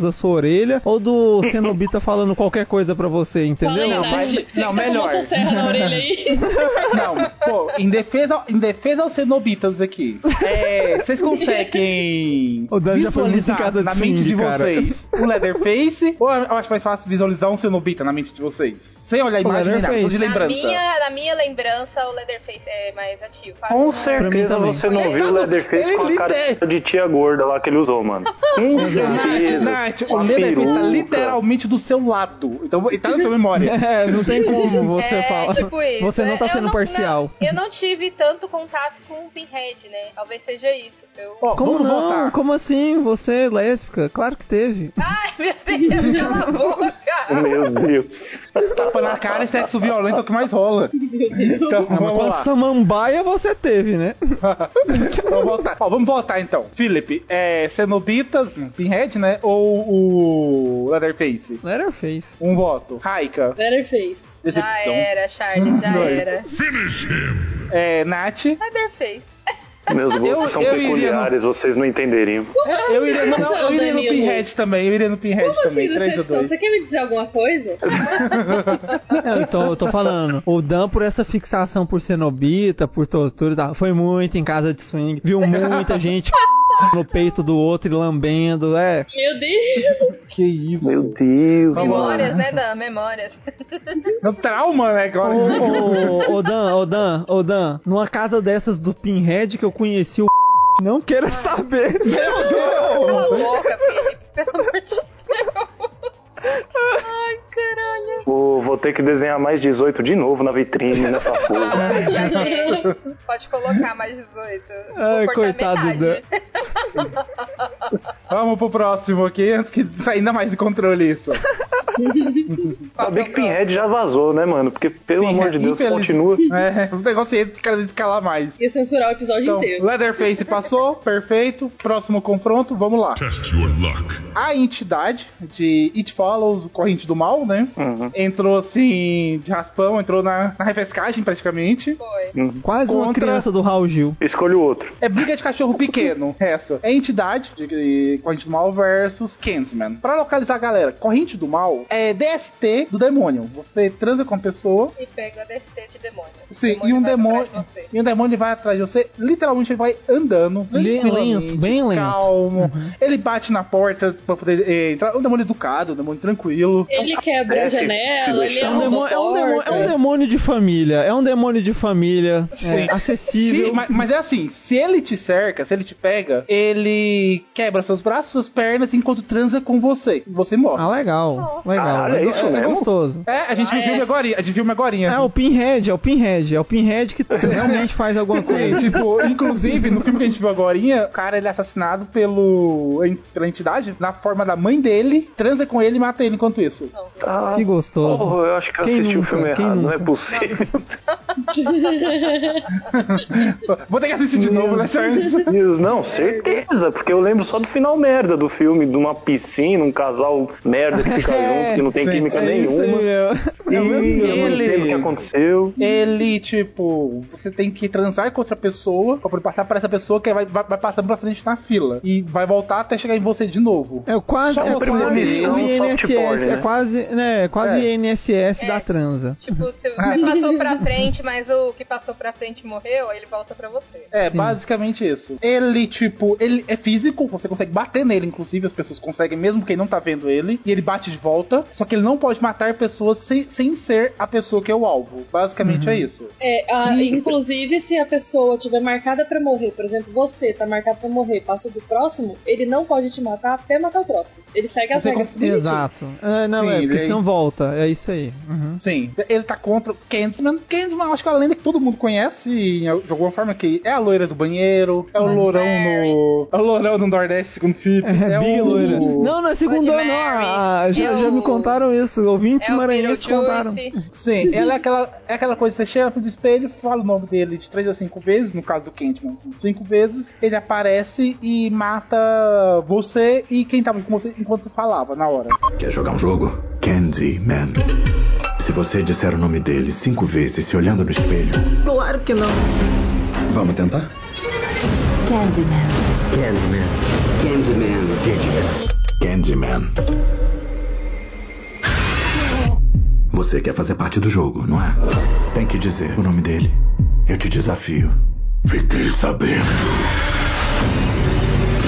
da sua orelha ou do Cenobita falando qualquer coisa pra você, entendeu?
Fala,
Não,
Nath,
mas-
você que
não,
tá com a
melhor.
motosserra na orelha aí.
Não, pô, em defesa, em defesa aos cenobitas aqui. É, vocês conseguem
O Dan já foi muito em
visualizar
casa de
na mente
swing,
de
cara.
vocês o Leatherface? Ou eu acho mais fácil visualizar um cenobita na mente de vocês? Sem olhar a imagem nem nada, só de
Leatherface.
lembrança.
Na minha, na minha lembrança, o Leatherface é mais ativo. Fácil.
Com
Pra mim
certeza
também.
você não viu o Leatherface com a
Ele
cara de tia gorda lá que ele usou, mano. Com certeza.
Nath,
Com
o
a
Leatherface tá
peruca.
literalmente do seu lado. Então, ele tá na sua memória.
É, não tem como você
é,
falar.
tipo isso.
Você não tá
Eu
sendo parcial.
não- eu não tive tanto contato com o Pinhead, né? Talvez seja isso. Eu...
Ó,
Como
vamos
não?
voltar.
Como assim? Você é lésbica? Claro que teve.
Ai, meu Deus, cala a boca!
Meu Deus.
Tapa na cara e sexo violento é o que mais rola. Então,
Ah, mas
vamos
com a
lá.
samambaia você teve, né?
vamos voltar. Ó, vamos voltar então. Felipe, é Cenobitas, hum, Pinhead, né? Ou o Leatherface?
Leatherface.
Um voto. Raika.
Leatherface.
Já
Decepção.
era, Charles, já
Dois.
era.
Finish him.
É, Nath.
Leatherface.
Meus gostos
Eu-
são
eu iria
peculiares, vocês não entenderiam.
Eu iria, não, não, eu iria no
Danilo?
Pinhead também. Eu iria no Pinhead
Como
também. Três
assim,
ou
decepção?
dois.
Você quer me dizer alguma coisa?
Não, então eu tô falando. O Dan, por essa fixação por cenobita, por tortura e tal, foi muito em casa de swing. Viu muita gente no peito do outro e lambendo. É,
Meu Deus!
Que isso?
Meu Deus, mano.
Memórias, né, Dan? Memórias.
É um trauma, né? Agora.
assim?
Ô, ô, ô, Dan, ô Dan, ô Dan, numa casa dessas do Pinhead que eu conheci o não
Ah.
quero saber.
Cala a boca, Felipe. Pelo amor de Deus. Ai, caralho.
Vou, vou ter que desenhar mais 18 de novo na vitrine nessa porra.
Ah, já tem. Pode colocar mais 18. Vou
Ai,
cortar
coitado
metade.
Vamos pro próximo aqui, antes que saia ainda mais de controle isso.
Qual
Ainda
que é
bem
o
que Pinhead já vazou, né, mano? Porque, pelo amor de Deus,
Infeliz-
continua.
É, o negócio é cada vez escalar mais.
Ia censurar o episódio
Então,
inteiro.
Leatherface passou, perfeito. Próximo confronto, vamos lá.
Test your luck.
A entidade de It Follows, o Corrente do Mal, né?
Uhum.
Entrou assim, de raspão, entrou na, na refrescagem praticamente.
Foi.
Quase uma
Contra-
criança do Raul Gil.
Escolha o outro.
É briga de cachorro pequeno, essa. É entidade de Corrente do Mal versus Kingsman. Pra localizar a galera, Corrente do Mal é DST do demônio. Você transa com a pessoa
E pega a DST de demônio.
Sim,
Demônio
e um
vai
demônio.
atrás de você.
E um demônio vai atrás de você, literalmente ele vai andando.
Bem
tranquilamente,
lento, bem lento. Uhum.
Calmo. Ele bate na porta pra poder eh, entrar. Um demônio educado, um demônio tranquilo.
Ele quebra a
Desce, se
janela,
deixar.
ele
É um,
arromba
demônio, é um demônio-
porta.
é um demônio de família. É um demônio de família.
Sim.
É, acessível.
Se- mas, mas é assim, se ele te cerca, se ele te pega, ele quebra seus braços, suas pernas enquanto transa com você. E você morre.
Ah, legal.
Nossa.
Legal.
Caralho, é isso mesmo?
gostoso.
É, a gente viu
Ah,
o filme
é.
agora, a gente viu agorinha.
É o Pinhead, é o Pinhead. É o Pinhead que realmente faz alguma
Sim,
coisa.
tipo, inclusive, no filme que a gente viu agora, o cara ele é assassinado pelo, en- pela entidade na forma da mãe dele, transa com ele e mata ele enquanto isso.
Tá.
Que gostoso.
Porra, eu acho que eu
Quem
assisti
nunca?
o filme
Quem
errado, não é
nunca?
possível.
Vou ter que assistir de novo, né, Charles?
News, não, certeza, porque eu lembro só do final merda do filme, de uma piscina, um casal merda que fica junto, que não tem
Sim,
química
é isso
nenhuma.
aí, É
E eu não entendo o que
Ele-
aconteceu.
Ele, tipo, você tem que transar com outra pessoa pra poder passar pra essa pessoa que vai, vai, vai passando pra frente na fila. E vai voltar até chegar em você de novo.
É quase,
Só
é
você
quase
mesmo.
o INSS,
Soft porn,
é
né?
quase, né, é quase
É.
o INSS da transa.
Tipo, se você passou pra frente, mas o que passou pra frente morreu, aí ele volta pra você.
É, basicamente isso. Ele, tipo, ele é físico, você consegue bater nele, inclusive, as pessoas conseguem, mesmo quem não tá vendo ele, e ele bate de volta, só que ele não pode matar pessoas sem, sem ser a pessoa que é o alvo. Basicamente é isso.
É, a- inclusive, se a pessoa tiver marcada pra morrer, por exemplo, você tá marcado pra morrer, passou do próximo, ele não pode te matar até matar o próximo. Ele segue as
Você
regras.
consegue-
bonitinho.
Exato. É, não,
Sim,
é, porque
ele-
senão volta. É isso aí. Uhum.
Sim, ele tá contra o Candyman. Candyman, eu acho que é uma lenda que todo mundo conhece e, de alguma forma, que é a loira do banheiro, é o lourão no. É o lourão do Nordeste, segundo filho. É,
Big
o.
loira. Não, na segunda não. ah, já, já
É
me contaram isso.
É
Ouvintes maranhenses contaram.
Sim, ela é aquela, é aquela coisa, você chega na frente do espelho, fala o nome dele de 3 a 5 vezes, no caso do Kentman, 5 vezes, ele aparece e mata você e quem tava com você enquanto você falava na hora.
Quer jogar um jogo? Candyman. Se você disser o nome dele cinco vezes se olhando no espelho.
Claro que não.
Vamos tentar?
Candyman. Candyman. Candyman.
Candyman. Você quer fazer parte do jogo, não é? Tem que dizer o nome dele. Eu te desafio.
Fiquei sabendo.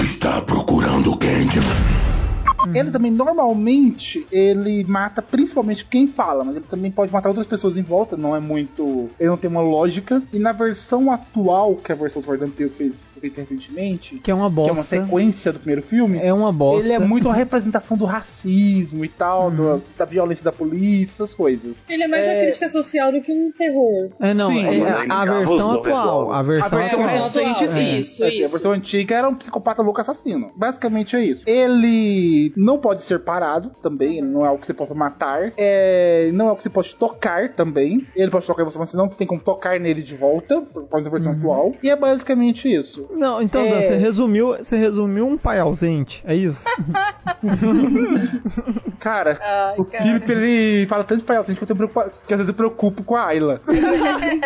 Está procurando Candyman.
Ele também, normalmente, ele mata principalmente quem fala, mas ele também pode matar outras pessoas em volta, não é muito. Ele não tem uma lógica. E na versão atual, que é a versão que o Jordan Peele fez feita recentemente,
Que é
que
uma
é uma
bosta.
sequência do primeiro filme,
é uma bosta.
Ele é muito uma representação do racismo e tal, do- da violência da polícia, essas coisas.
Ele é mais uma crítica social do que um terror.
É, não,
Sim.
é,
Mas
a, a
aí,
versão
Carlos, não
atual.
resolve.
A versão,
A versão
atual.
recente,
É.
sim.
É.
Assim, A versão antiga era um psicopata louco assassino. Basicamente é isso. Ele não pode ser parado também, ele não é algo que você possa matar. É, não é algo que você pode tocar também. Ele pode tocar em você, mas você não tem como tocar nele de volta, por causa da versão atual. E é basicamente isso.
Não, então, Dan,
É.
você resumiu, você resumiu um pai ausente, é isso?
Cara, o
cara.
Felipe ele fala tanto de pai ausente que, eu tenho preocupa- que às vezes eu preocupo com a Ayla.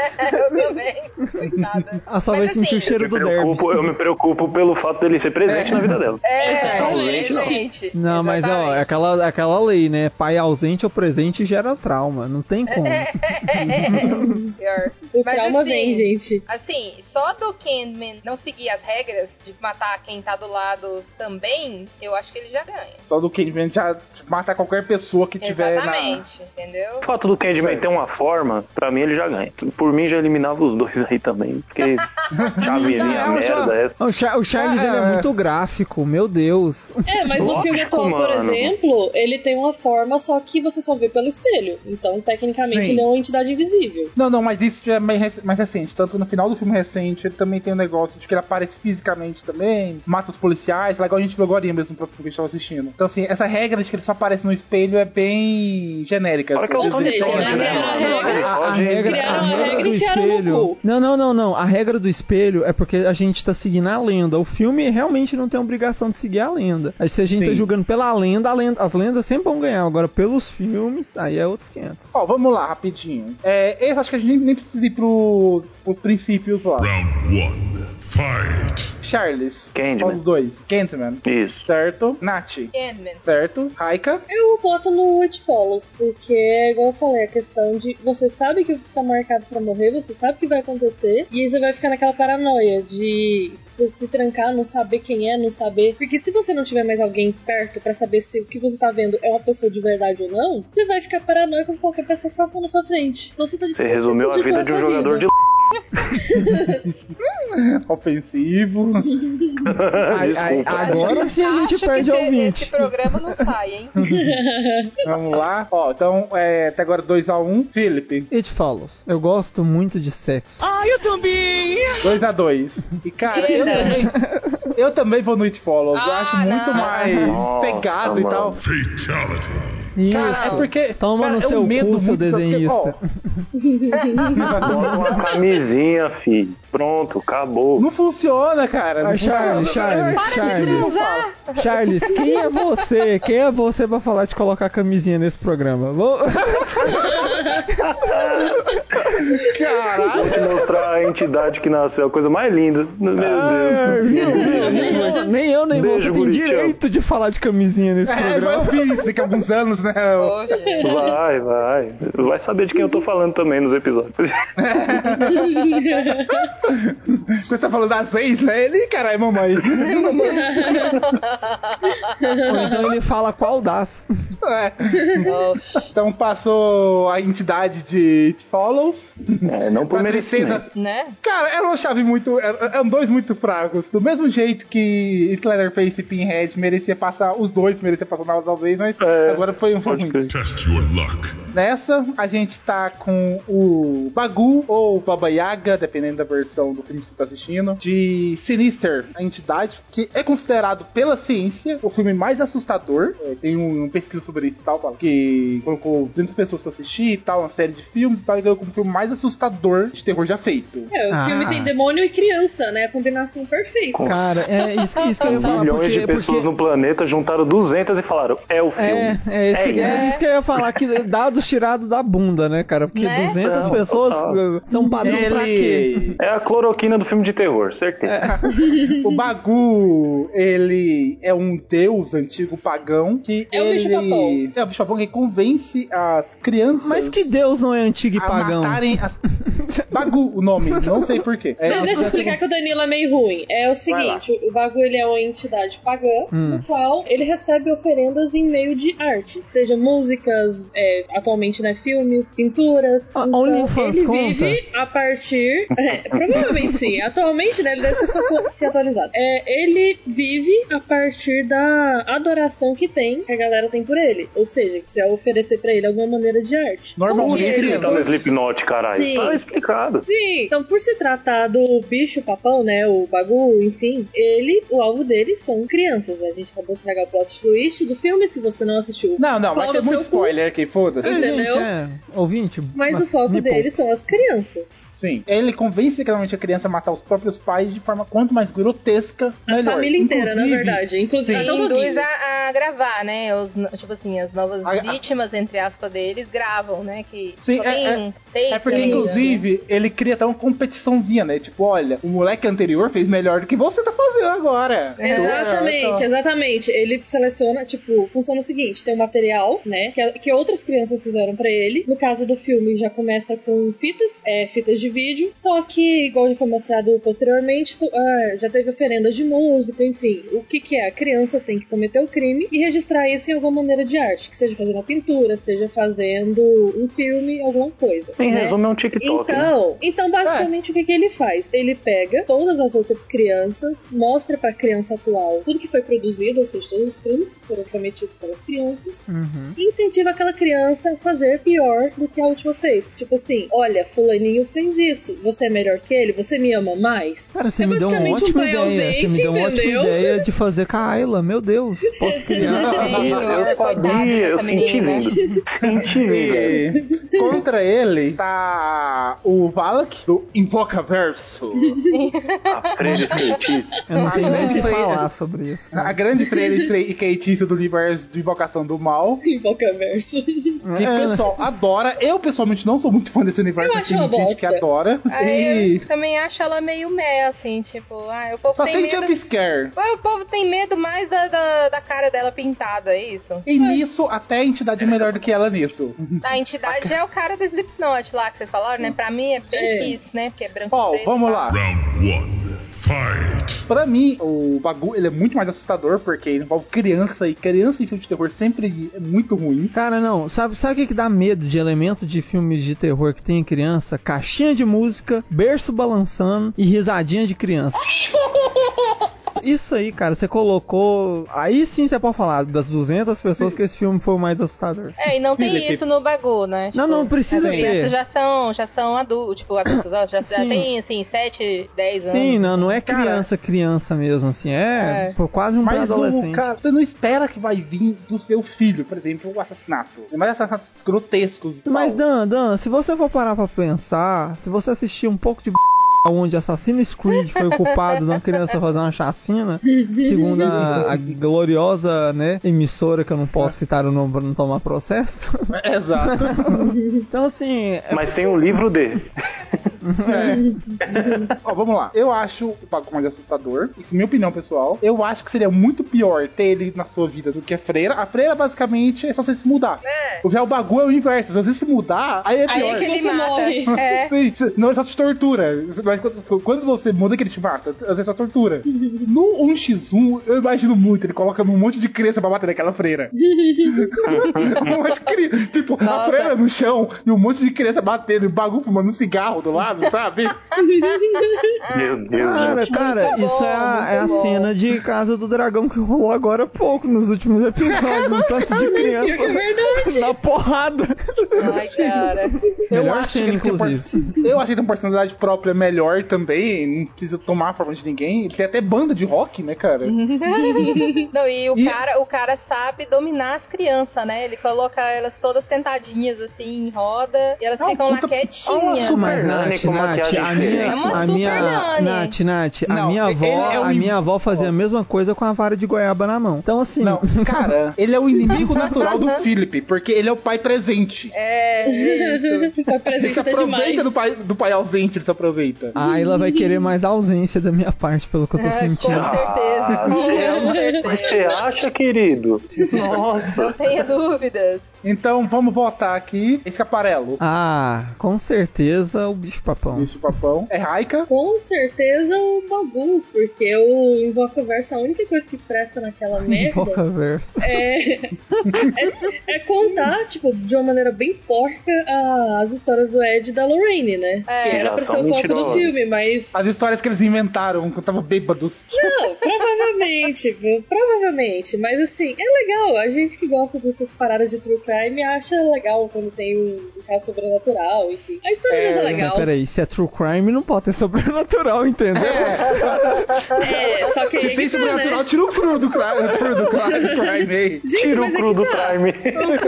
Também.
Ah, só vai sentir o cheiro do derby.
Preocupo- eu me preocupo pelo fato dele ser presente na vida dela.
É,
Ausente, não.
gente.
Não, mas ó, é aquela, é aquela lei, né? Pai ausente ou presente gera trauma, não tem como.
É, Pior.
O trauma vem, gente.
Assim, só do Candyman não seguir as regras de matar quem tá do lado também, eu acho que ele já ganha.
Só do Candyman já mata qualquer pessoa que tiver na...
Exatamente, entendeu?
O fato do Candyman ter uma forma, pra mim ele já ganha. Por mim já eliminava os dois aí também. Porque chavezinha
Não, já-
merda essa.
O, Cha- o Charles ele é muito gráfico, meu Deus.
É, mas no filme
Lógico,
atual, por
mano.
exemplo, ele tem uma forma só que você só vê pelo espelho. Então, tecnicamente,
Sim.
ele é uma entidade invisível.
Não, não, mas isso já é mais, rec- mais recente. Tanto que no final do filme recente, ele também tem um negócio de que ele aparece fisicamente também, mata os policiais, lá igual a gente viu agora mesmo pra porque a gente tava assistindo. Então, assim, essa regra de que ele só aparece no espelho é bem genérica.
Olha que eu tô
assim.
nesse ódio, né, mano?
A, a
Pode-
regra, é a regra do espelho. Não, não, não, não. A regra do espelho é porque a gente tá seguindo a lenda. O filme realmente não tem obrigação de seguir a lenda. Aí se a gente
Sim.
tá julgando pela lenda, a lenda- as lendas sempre vão ganhar. Agora, pelos filmes, aí é outros 500.
Ó, vamos lá, rapidinho. É, eu acho que a gente nem, nem precisa ir pros, pros princípios lá.
Round 1. Fight.
Charles.
Candyman.
qual Os dois. Candyman.
Isso.
Certo. Nath.
Candyman.
Certo. Raika.
Eu boto no It Follows, porque, é igual eu falei, a questão de você sabe que tá marcado pra morrer, você sabe que vai acontecer, e aí você vai ficar naquela paranoia de se- se trancar, não saber quem é, não saber. Porque se você não tiver mais alguém perto pra saber se o que você tá vendo é uma pessoa de verdade ou não, você vai ficar paranoico com qualquer pessoa que passar na sua frente. Então você tá de
Você resumiu a vida de um jogador de
Ofensivo. Ai, ai,
Desculpa.
Agora sim a gente
Acho que
perde
esse,
o ouvinte.
esse programa não sai, hein?
Vamos lá. Ó, então, é, até agora 2x1. Felipe.
It follows. Eu gosto muito de sexo.
Ah, eu também! 2x2. E cara, eu
Tira.
também. Eu também vou no It Follows. eu acho muito
não.
mais
Nossa,
pegado e tal.
mano.
Fatality.
Isso.
Cara, é porque-
Toma
cara,
no
eu
seu
medo
cu, seu
muito dessa-
desenhista.
Bota uma camisinha, filho. Pronto, acabou.
Não funciona, cara.
Ah, Charles, Charles, Charles. Charles, quem é você? Quem é você pra falar de colocar camisinha nesse programa? Vou-
Vou te mostrar a entidade que nasceu, a coisa mais linda. Meu
Ai,
Deus.
meu Deus. Nem eu, nem
Beijo,
você tem
bonitinho.
direito de falar de camisinha nesse
É, vai
programa.
ouvir isso daqui a alguns anos, né?
Vai, vai. Vai saber de quem eu tô falando também nos episódios.
Você tá falando das ex, né? Ele, caralho, mamãe.
Ou então ele fala qual das.
É. Então passou a entidade de It Follows.
É, não por
Uma
merecimento.
Né?
Cara, era uma chave muito. era- Eram dois muito fracos. Do mesmo jeito que Hitler Face e Pinhead merecia passar, os dois mereciam passar na outra vez, mas agora foi um ruim.
Test your luck.
Nessa, a gente tá com o Bagu, ou Baba Yaga, dependendo da versão do filme que você tá assistindo, de Sinister, a entidade, que é considerado pela ciência o filme mais assustador. É, tem um, um pesquisa sobre isso e tal, fala que colocou 200 pessoas pra assistir e tal, uma série de filmes e tal, e ganhou como o filme mais assustador de terror já feito.
É, o filme tem demônio e criança, né? A combinação perfeita.
Cara, é isso, isso que eu ia falar.
Milhões
porque, é
de pessoas
porque-
no planeta juntaram 200 e falaram: é o filme.
É, é, esse,
É
é isso que eu ia falar, que dados tirados da bunda, né, cara? Porque
Né?
200
Não,
pessoas
total.
uh, são padrão pra quê?
É a cloroquina do filme de terror, certeza.
É.
O Bagu, ele é um deus antigo pagão que
É o
ele
bicho-papão.
é o bicho papão que convence as crianças
Mas que Deus não é antigo e
a
pagão?
matarem as... Bagu, o nome, não sei porquê. É,
Não, deixa eu explicar que o Danilo é meio ruim. É o seguinte, o Bagu ele é uma entidade pagã,
Hum.
no qual ele recebe oferendas em meio de arte, seja músicas, é, atualmente né, filmes, pinturas. Então,
A- OnlyFans
ele
conta?
vive a partir, é, provavelmente sim. Atualmente, né, ele deve ter se atu- se atualizado. É, ele vive a partir da adoração que tem, que a galera tem por ele. Ou seja, que você oferecer pra ele alguma maneira de arte. Só
Por
Normalmente
que
isso
ele
que tá no Slipknot, caralho.
Sim.
Tá explicado.
Sim. Então, por se tratar do bicho papão, né? O Bagu, enfim, ele, o alvo dele são crianças. A gente acabou de estragar o plot twist do filme, se você não assistiu.
Não, não, mas
Pau
tem
no seu
muito spoiler aqui,
É,
foda-se.
Entendeu?
Gente, é, ouvinte.
Mas o foco
me poupe.
dele são as crianças.
Sim. Ele convence claramente a criança a matar os próprios pais de forma quanto mais grotesca,
A
melhor.
família inteira, na
Inclusive,
verdade. Inclusive,
sim.
até o
Induz
doguinho.
a, a gravar, né? Os, no- tipo assim, as novas
A- a-
vítimas, entre aspas, deles gravam, né? Que
Sim,
só
é-
tem seis,
É
se eu
porque,
não me engano.
inclusive, ele cria até uma competiçãozinha, né? Tipo, olha, o moleque anterior fez melhor do que você tá fazendo agora.
É, Exatamente, exatamente. Ele seleciona, tipo, funciona o seguinte: tem um material, né, que, que outras crianças fizeram pra ele. No caso do filme, já começa com fitas, é, fitas de vídeo. Só que, igual já foi mostrado posteriormente, tipo, ah, já teve oferendas de música, enfim. O que que é? A criança tem que cometer o crime e registrar isso em alguma maneira de arte, que seja fazendo uma pintura, seja fazendo um filme, alguma coisa.
Em
né?
resumo, é um TikTok. né?
Então, então
É.
basicamente o que, que ele faz? Ele pega todas as outras crianças, mostra pra criança atual tudo que foi produzido, ou seja, todos os crimes que foram cometidos pelas crianças,
Uhum.
e incentiva aquela criança a fazer pior do que a última fez. Tipo assim, olha, fulaninho fez isso, você é melhor que ele, você me ama mais.
Cara, você
É
me deu uma
basicamente um
ótima
pai
ideia.
ausente,
você me deu uma
entendeu?
ótima ideia de fazer com a Ayla. Meu Deus, posso criar.
Eu
Senhor, coitada
sabia, eu
Então, dessa
senti
menina.
vindo. Senti vindo.
E contra ele tá o Valak do Invoca Verso.
A freira skatista.
Eu não sei nem o que
Foi-
falar sobre isso. cara.
A grande freira estre- e skatista do universo de Invocação do Mal.
Em qualquer verso.
Que
É,
o
né?
pessoal adora. Eu, pessoalmente, não sou muito fã desse universo.
Eu
mas
acho uma
tem gente
bosta.
que adora.
Aí
E
eu também acho ela meio meh, assim, tipo, ah, o povo
só
tem,
tem
medo.
jumpscare.
Ué, O povo tem medo mais da, da, da cara dela pintada, é isso?
E nisso, até a entidade é melhor do que ela nisso.
A entidade é o cara do Slipknot lá que vocês falaram, né? Pra mim é PX, né? Porque é branco e
Ó,
preto.
vamos lá.
Round one. Fight.
Pra mim, o Bagu, ele é muito mais assustador, porque ele envolve criança, e criança em filme de terror sempre é muito ruim.
Cara, não, sabe, sabe o que, que dá medo de elemento de filmes de terror que tem em criança? Caixinha de música, berço balançando e risadinha de criança. Isso aí, cara, você colocou. Aí sim você pode falar das 200 pessoas que esse filme foi o mais assustador.
É, e não tem
Felipe.
isso no Bagu, né?
Não, não, precisa
As crianças
ter.
já são, já são adultos, tipo, adultos, ó, já, já
Sim.
tem, assim, 7, 10 anos.
Sim, não, não é criança, criança mesmo, assim. É,
É.
pô, quase um
Mas o
pré-adolescente.
cara, você não espera que vai vir do seu filho, por exemplo, o assassinato. Mas assassinatos grotescos. e
Mas,
tal.
Dan, Dan, se você for parar pra pensar, se você assistir um pouco de b... onde Assassin's Creed foi o culpado de uma criança fazer uma chacina, segundo a, a gloriosa, né, emissora que eu não posso citar o nome pra não tomar processo.
Exato.
então, assim...
Mas tem um livro de.
É. Ó, vamos lá. Eu acho o Paco mais assustador. Isso é minha opinião, pessoal. Eu acho que seria muito pior ter ele na sua vida do que a freira. A freira, basicamente, é só você se mudar. O real Bagu é o inverso. Se você se mudar, aí é
Aí
pior.
é que ele Você mata. morre. É.
Sim, não, ele só te tortura. Mas quando, quando você muda, que ele te mata. Você só tortura. No 1x1, eu imagino muito. Ele coloca um monte de criança pra bater naquela freira. um monte de criança. Tipo, a
Nossa.
freira no chão e um monte de criança batendo. E o Bagu fumando um cigarro do lado, sabe?
Meu Deus.
Cara, cara,
Muito
isso é a,
bom,
é a
muito bom.
cena de Casa do Dragão que rolou agora há pouco, nos últimos episódios. Um tanto de criança
É
na porrada.
Ai, cara.
Melhor
eu acho
cena,
que ele tem por- Eu acho que ele tem uma personalidade própria melhor também. Não precisa tomar a forma de ninguém. Ele tem até banda de rock, né, cara?
Não, e o,
E-
Cara, o cara sabe dominar as crianças, né? Ele coloca elas todas sentadinhas assim em roda e elas
É um
ficam lá
puta-
quietinhas.
Nossa,
Mas,
Super
Nath,
Nani com
Nath,
maquiagem
a minha,
É uma
a
Super
minha,
Nani.
Nath, Nath, a
Não,
minha
ele
avó,
é um
a
im-
minha avó fazia a mesma coisa com a vara de goiaba na mão. Então assim,
Não, cara, ele é o inimigo natural do Philip, porque ele é o pai presente.
É, isso.
Tá
Ele se aproveita do pai, do pai ausente, ele se aproveita.
a Ayla vai querer mais ausência da minha parte, pelo
É,
que eu tô sentindo.
certeza.
você-
Com certeza.
Mas você acha, querido? Nossa.
Não tenha dúvidas.
Então vamos votar aqui. Escaparelo.
Ah, com certeza o bicho papão.
Bicho papão. É Raika?
Com certeza o Babu, porque o Invocaverse, a única coisa que presta naquela merda
Invocaverse.
é, é, é contar, tipo, de uma maneira bem porca a- as histórias do Ed e da Lorraine, né?
É.
que era
Já
pra ser
são
o foco do
mentirosas.
filme, mas
As histórias que eles inventaram quando estavam bêbados.
Não, provavelmente, viu? Provavelmente. Mas assim, é legal. A gente que gosta dessas paradas de true crime acha legal quando tem um caso sobrenatural, enfim. A história deles é legal.
Mas peraí, se é true crime, não pode ter sobrenatural, entendeu?
É, só que. aí
Se
que
tem
tá,
sobrenatural,
né?
tira o cru do crime. Cru do crime, crime aí.
Gente,
Tira o
mas é
cru
que
do
tá.
Prime.
O Mas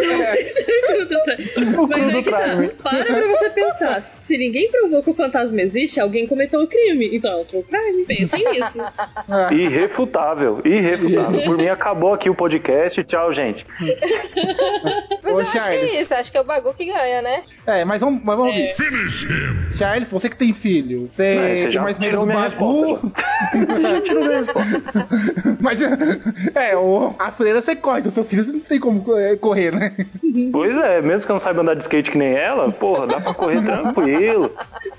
cru
é
do
que tá.
crime.
Para pra você pensar. Se ninguém provou que o fantasma existe, alguém cometeu o crime. Então é um true crime. Pensem nisso.
Irrefutável, irrefutável. Por mim, acabou aqui o podcast. Tchau, gente.
Mas
Ô,
eu acho que
Charles.
é isso, acho que é o Bagu que ganha, né?
É, mas vamos, mas vamos ver.
Finish him.
Charles, você que tem filho, você
É, você
tem
já
mais medo
tirou
do
minha
Bagu. Mas é, o, a freira você corre, do seu filho você não tem como é, correr, né?
Pois é, mesmo que eu não saiba andar de skate que nem ela, porra, dá pra correr tranquilo.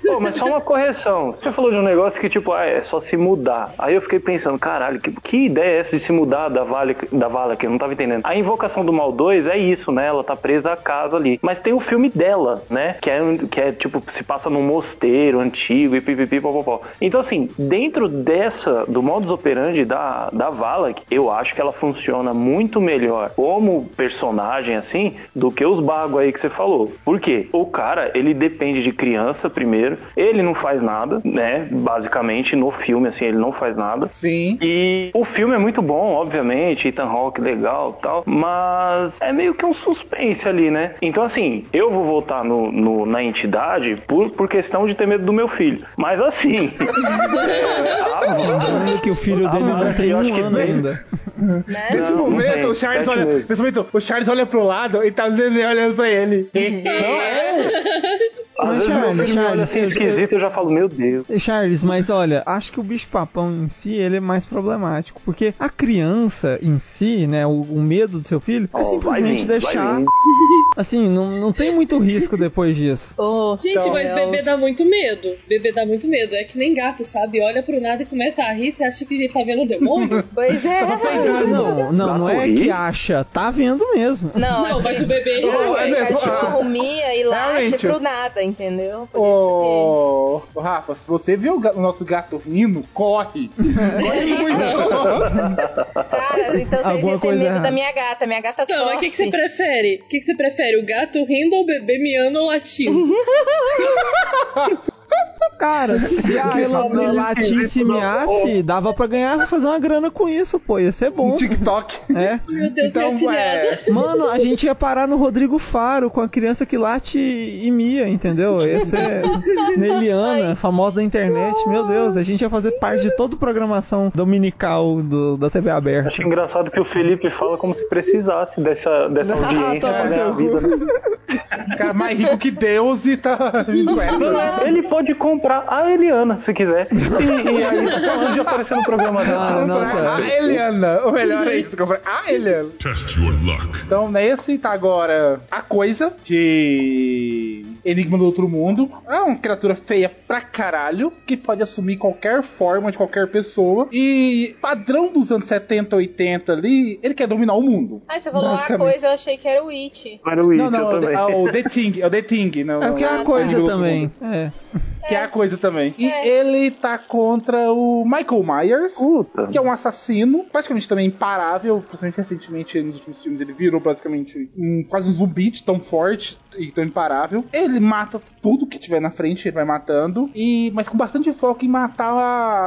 Pô, mas só uma correção. Você falou de um negócio que, tipo, ah, é só se mudar. Aí eu fiquei pensando, caralho, que, que ideia é essa de se mudar da vala, da vala que eu não tava entendendo. A Invocação do Mal 2 é isso, né? Ela tá presa à casa ali. Mas tem o filme dela, né? Que é, um- que é tipo, se passa num mosteiro antigo e pipipi, popopó. Então, assim, dentro dessa, do modus operandi da, da Valak, eu acho que ela funciona muito melhor como personagem, assim, do que os bagos aí que você falou. Por quê? O cara, ele depende de criança primeiro, ele não faz nada, né? Basicamente, no filme, assim, ele não faz nada.
Sim.
E o filme é muito bom, obviamente, Ethan Hawke legal e tal, mas é meio que um suspense ali, né? Então, assim, eu vou voltar no, no- na entidade por, por questão de ter medo do meu filho. Mas assim, é, a Vala-
Lembrando que o filho dele
Ah,
não tem
eu acho
um
que
ano
bem-
ainda.
né?
Nesse
Não, não
momento,
tem,
o Charles
sete
olha.
meses.
Nesse momento, o Charles olha pro lado e tá o Zezé olhando pra ele. Então, é.
às
Mas, Charles,
vezes meu filho me olha
Charles,
assim
eu-
esquisito, eu já falo, meu Deus.
E, Charles, mas olha, acho que o bicho papão em si ele é mais problemático, porque a criança em si, né, o, o medo do seu filho é
Ó,
simplesmente
Oh, vai vir,
deixar,
vai vir.
assim, não, não tem muito risco depois disso.
Oh,
Gente, mas
Deus.
bebê dá muito medo. Bebê dá muito medo. É que nem gato, sabe? Olha pro nada e começa a rir, você acha que ele tá vendo o demônio?
Pois é.
Ah, não, não, não é que acha, tá vendo mesmo.
Não, é
mas
que-
o bebê
Não, é
é
que
mesmo.
a cachorro mia e late
Realmente.
pro nada, entendeu? Por
É, Ô, ô, Rafa, se você vê o, ga- o nosso gato rindo, corre! corre muito!
Caras, então vocês
Alguma
iam ter
coisa
medo da
errada.
minha gata. Minha gata
Não, Então, mas o que, que você
tosse.
prefere? O que, que você prefere? O gato rindo ou o bebê miando ou latindo?
Cara, se a Elana latisse e measse, dava pra ganhar, fazer uma grana com isso, pô, ia ser bom.
Um TikTok.
É.
Meu Deus,
Então,
minha filhada.
é.
Mano, a gente ia parar no Rodrigo Faro com a criança que late e mia, entendeu? Ia ser Neliana, famosa da internet. Meu Deus, a gente ia fazer parte de toda a programação dominical do- da TV aberta.
Acho engraçado que o Felipe fala como se precisasse dessa, dessa
Ah,
audiência
toma
pra ganhar
seu
a vida. Né?
Cara, mais rico que Deus e tá. com essa.
Ele pode comprar a Eliana, se quiser. E, e aí tá todo dia aparecendo no programa dela.
Cara, nossa.
A Eliana, ou melhor é isso, compra a Eliana.
Test your luck.
Então, nesse tá agora a coisa de Enigma do Outro Mundo. É uma criatura feia pra caralho, que pode assumir qualquer forma de qualquer pessoa. E padrão dos anos 70, 80 ali, ele quer dominar o mundo.
Ah, você falou a
Basicamente.
coisa, eu achei que era o It.
Para o It,
não, não,
eu
é o The-
também.
é o The Thing, é o The Thing. Não,
É
não,
porque é
não,
a coisa
Enigma do Outro
também.
Mundo,
É.
Que é a coisa também. E ele tá contra o Michael Myers.
Puta.
que é um assassino, praticamente também imparável, principalmente recentemente nos últimos filmes ele virou basicamente um, quase um zumbi de tão forte e tão imparável. Ele mata tudo que tiver na frente, ele vai matando, e mas com bastante foco em matar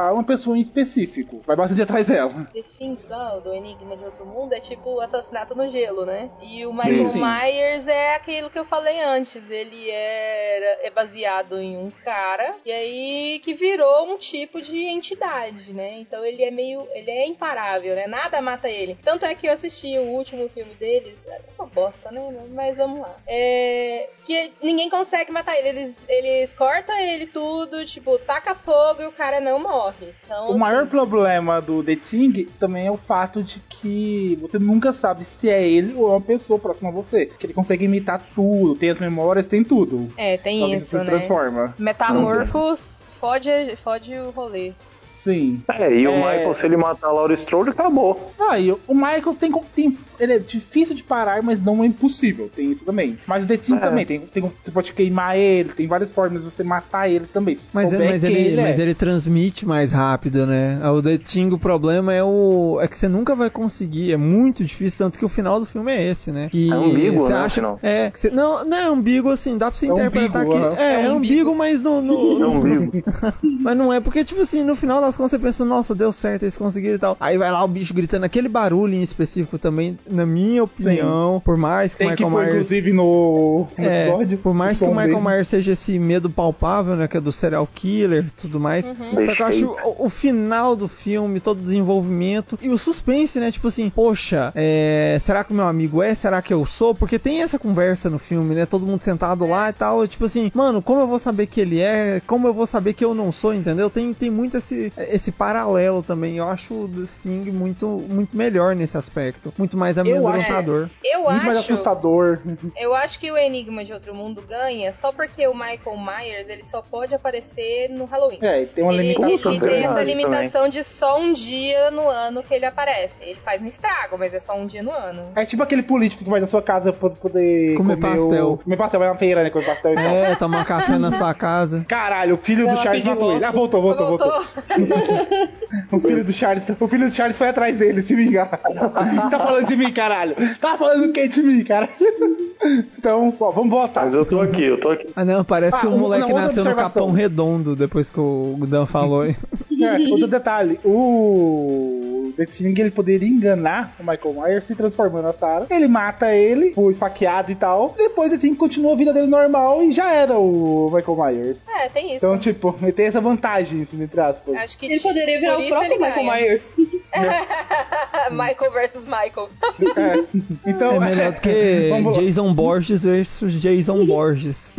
a- uma pessoa em específico. Vai bastante atrás dela.
The Things lá, do Enigma de Outro Mundo, é tipo assassinato no gelo, né? E o
Sim,
Michael
sim.
Myers é aquilo que eu falei antes. Ele era, é baseado em um cara, e aí que virou um tipo de entidade, né? Então ele é meio. ele é imparável, né? Nada mata ele. Tanto é que eu assisti o último filme deles. É uma bosta, né? Mas vamos lá. É, que ninguém consegue matar ele. Eles, eles cortam ele tudo, tipo, taca fogo e o cara não morre. Então,
O maior
assim,
problema do The Thing também é o fato de que você nunca sabe se é ele ou é uma pessoa próxima a você. Que ele consegue imitar tudo, tem as memórias, tem tudo.
É,
Só
tem
que
isso,
se
né?
transforma.
Metamorfos fode, fode o rolê.
Sim.
É, e o
É.
Michael, se ele matar a Laura Strode, acabou.
Aí, o Michael tem, como- tem. Ele é difícil de parar, mas não é impossível. Tem isso também. Mas o The Team
É.
também. Tem, tem- você pode queimar ele, tem várias formas de você matar ele também. Se
Mas,
souber
mas,
quem
ele,
é.
mas ele transmite mais rápido, né? O The Thing, o problema é o. É que você nunca vai conseguir, é muito difícil, tanto que o final do filme é esse, né? Que
É ambíguo,
você
né, o
acha.
final.
É, que você- não, não é ambíguo assim, dá pra você
É
interpretar
ambíguo,
que. É, é, ambíguo, mas no. no-
É um vivo.
mas não é, porque, tipo assim, no final das contas você pensa, nossa, deu certo, eles conseguiram e tal. Aí vai lá o bicho gritando aquele barulho em específico também, na minha opinião, por mais que
Tem que
Michael
pôr,
Myers.
inclusive, no, no
É,
episódio.
por mais
o
que o
som
Michael
dele.
Myers seja esse medo palpável, né, que é do serial killer e tudo mais, só que eu acho o, o final do filme, todo o desenvolvimento e o suspense, né, tipo assim, poxa, é, será que o meu amigo é? Será que eu sou? Porque tem essa conversa no filme, né, todo mundo sentado lá e tal, e tipo assim, mano, como eu vou saber que ele é? Como eu vou saber que eu não sou, entendeu? Tem, tem muito esse, esse paralelo também, eu acho o The Thing muito, muito melhor nesse aspecto, muito mais
acho-
amedrontador.
Eu
Muito mais
acho.
assustador.
Eu acho que o Enigma de Outro Mundo ganha só porque o Michael Myers ele só pode aparecer no Halloween.
É, e tem uma
ele,
limitação.
ele
também.
tem essa
Verdade,
limitação de só um dia no ano que ele aparece. Ele faz um estrago, mas é só um dia no ano.
É tipo aquele político que vai na sua casa pra poder comer
Comer pastel.
O, comer pastel, vai na feira, né? Comer pastel e tal.
É, tomar café na sua casa.
Caralho, o filho do
Ela
Charles
pediu
matou ele. Ah, voltou, voltou, voltou. O filho do Charles, o filho do Charles foi atrás dele, se vingar. tá falando de mim, caralho. Tá falando o que de mim, caralho? Então, ó, vamos votar.
Mas eu tô aqui, eu tô aqui.
Ah, não, parece
Ah,
que o
uma-
moleque
não, outra
nasceu no
observação.
Capão Redondo depois que o Dan falou. hein?
É, outro detalhe, o The Thing, ele poderia enganar o Michael Myers se transformando na Sarah. Ele mata ele, o esfaqueado e tal. Depois The Thing continua a vida dele normal e já era o Michael Myers.
É, tem isso.
Então, tipo, ele tem essa vantagem, assim, entre aspas.
acho que
Ele poderia virar
por
o
isso
próprio
ele
Michael
ganha.
Myers.
Michael versus Michael.
É. Então,
É melhor do que
Vamos lá.
Jason Borges versus Jason Borges.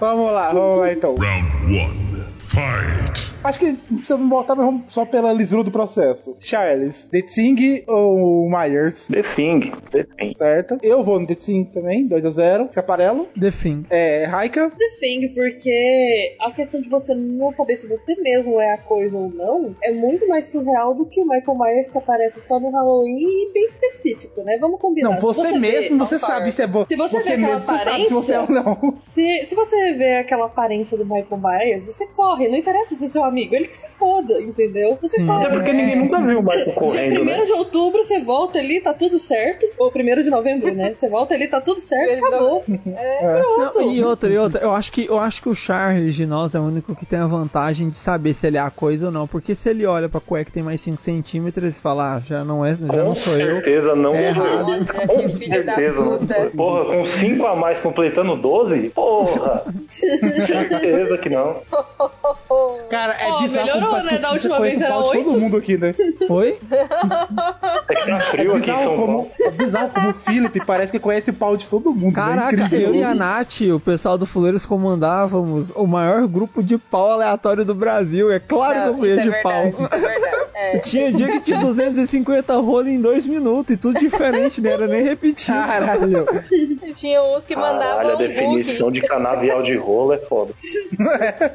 Vamos lá, vamos lá então.
Round one. Fight.
Acho que não precisamos voltar, mas vamos só pela lisura do processo. Charles, The Thing ou Myers?
The Thing, The Thing.
Certo. Eu vou no The Thing também, 2x0. Escaparelo?
The Thing.
É, Raika?
The Thing, porque a questão de você não saber se você mesmo é a coisa ou não é muito mais surreal do que o Michael Myers que aparece só no Halloween e bem específico, né? Vamos combinar.
Não,
Se
você,
vê-
mesmo, você
Não,
sabe se é bo...
Se você, vê aquela
mesmo, você sabe se você é ou
aparência-
não.
Se, se você vê aquela aparência do Michael Myers, você corre. Não interessa se é seu amigo, ele que se foda, entendeu? Você corre.
Até É porque ninguém nunca viu o Michael
Dia
correndo,
1
né?
de outubro, você volta ali, tá tudo certo. Ou 1 de novembro, né? Você volta ali, tá tudo certo, acabou.
É.
pronto.
Não, e outra, e outra. Eu acho, que, eu acho que o Charles de nós é o único que tem a vantagem de saber se ele é a coisa ou não. Porque se ele olha pra cueca que tem mais 5 centímetros e fala, ah, já não, é, já
Com
não sou eu.
certeza não
É
sou eu.
errado.
Ah, Com certeza não sou eu. Porra, com 5 a mais completando 12? Porra! certeza que não.
Cara, é
Ó,
bizarro.
melhorou,
como faz
né?
tempo
Da
que
última
eu
vez
conheço
era
o pau de todo
oito.
mundo aqui, né?
Oi?
É que tá frio
É
aqui em
bizarro
São Paulo.
como, é bizarro como o Felipe parece que conhece o pau de todo mundo. né?
Caraca,
Incrível.
eu e a Nath, o pessoal do Fuleiros, comandávamos o maior grupo de pau aleatório do Brasil. É claro que eu
isso é
conheço de
verdade,
pau.
isso é verdade. É.
Tinha dia que tinha 250 rolos em dois minutos e tudo diferente, não era nem repetido.
Ah, Caralho.
Tinha uns que
Caralho,
mandavam um
a definição de canavial de rolo é foda.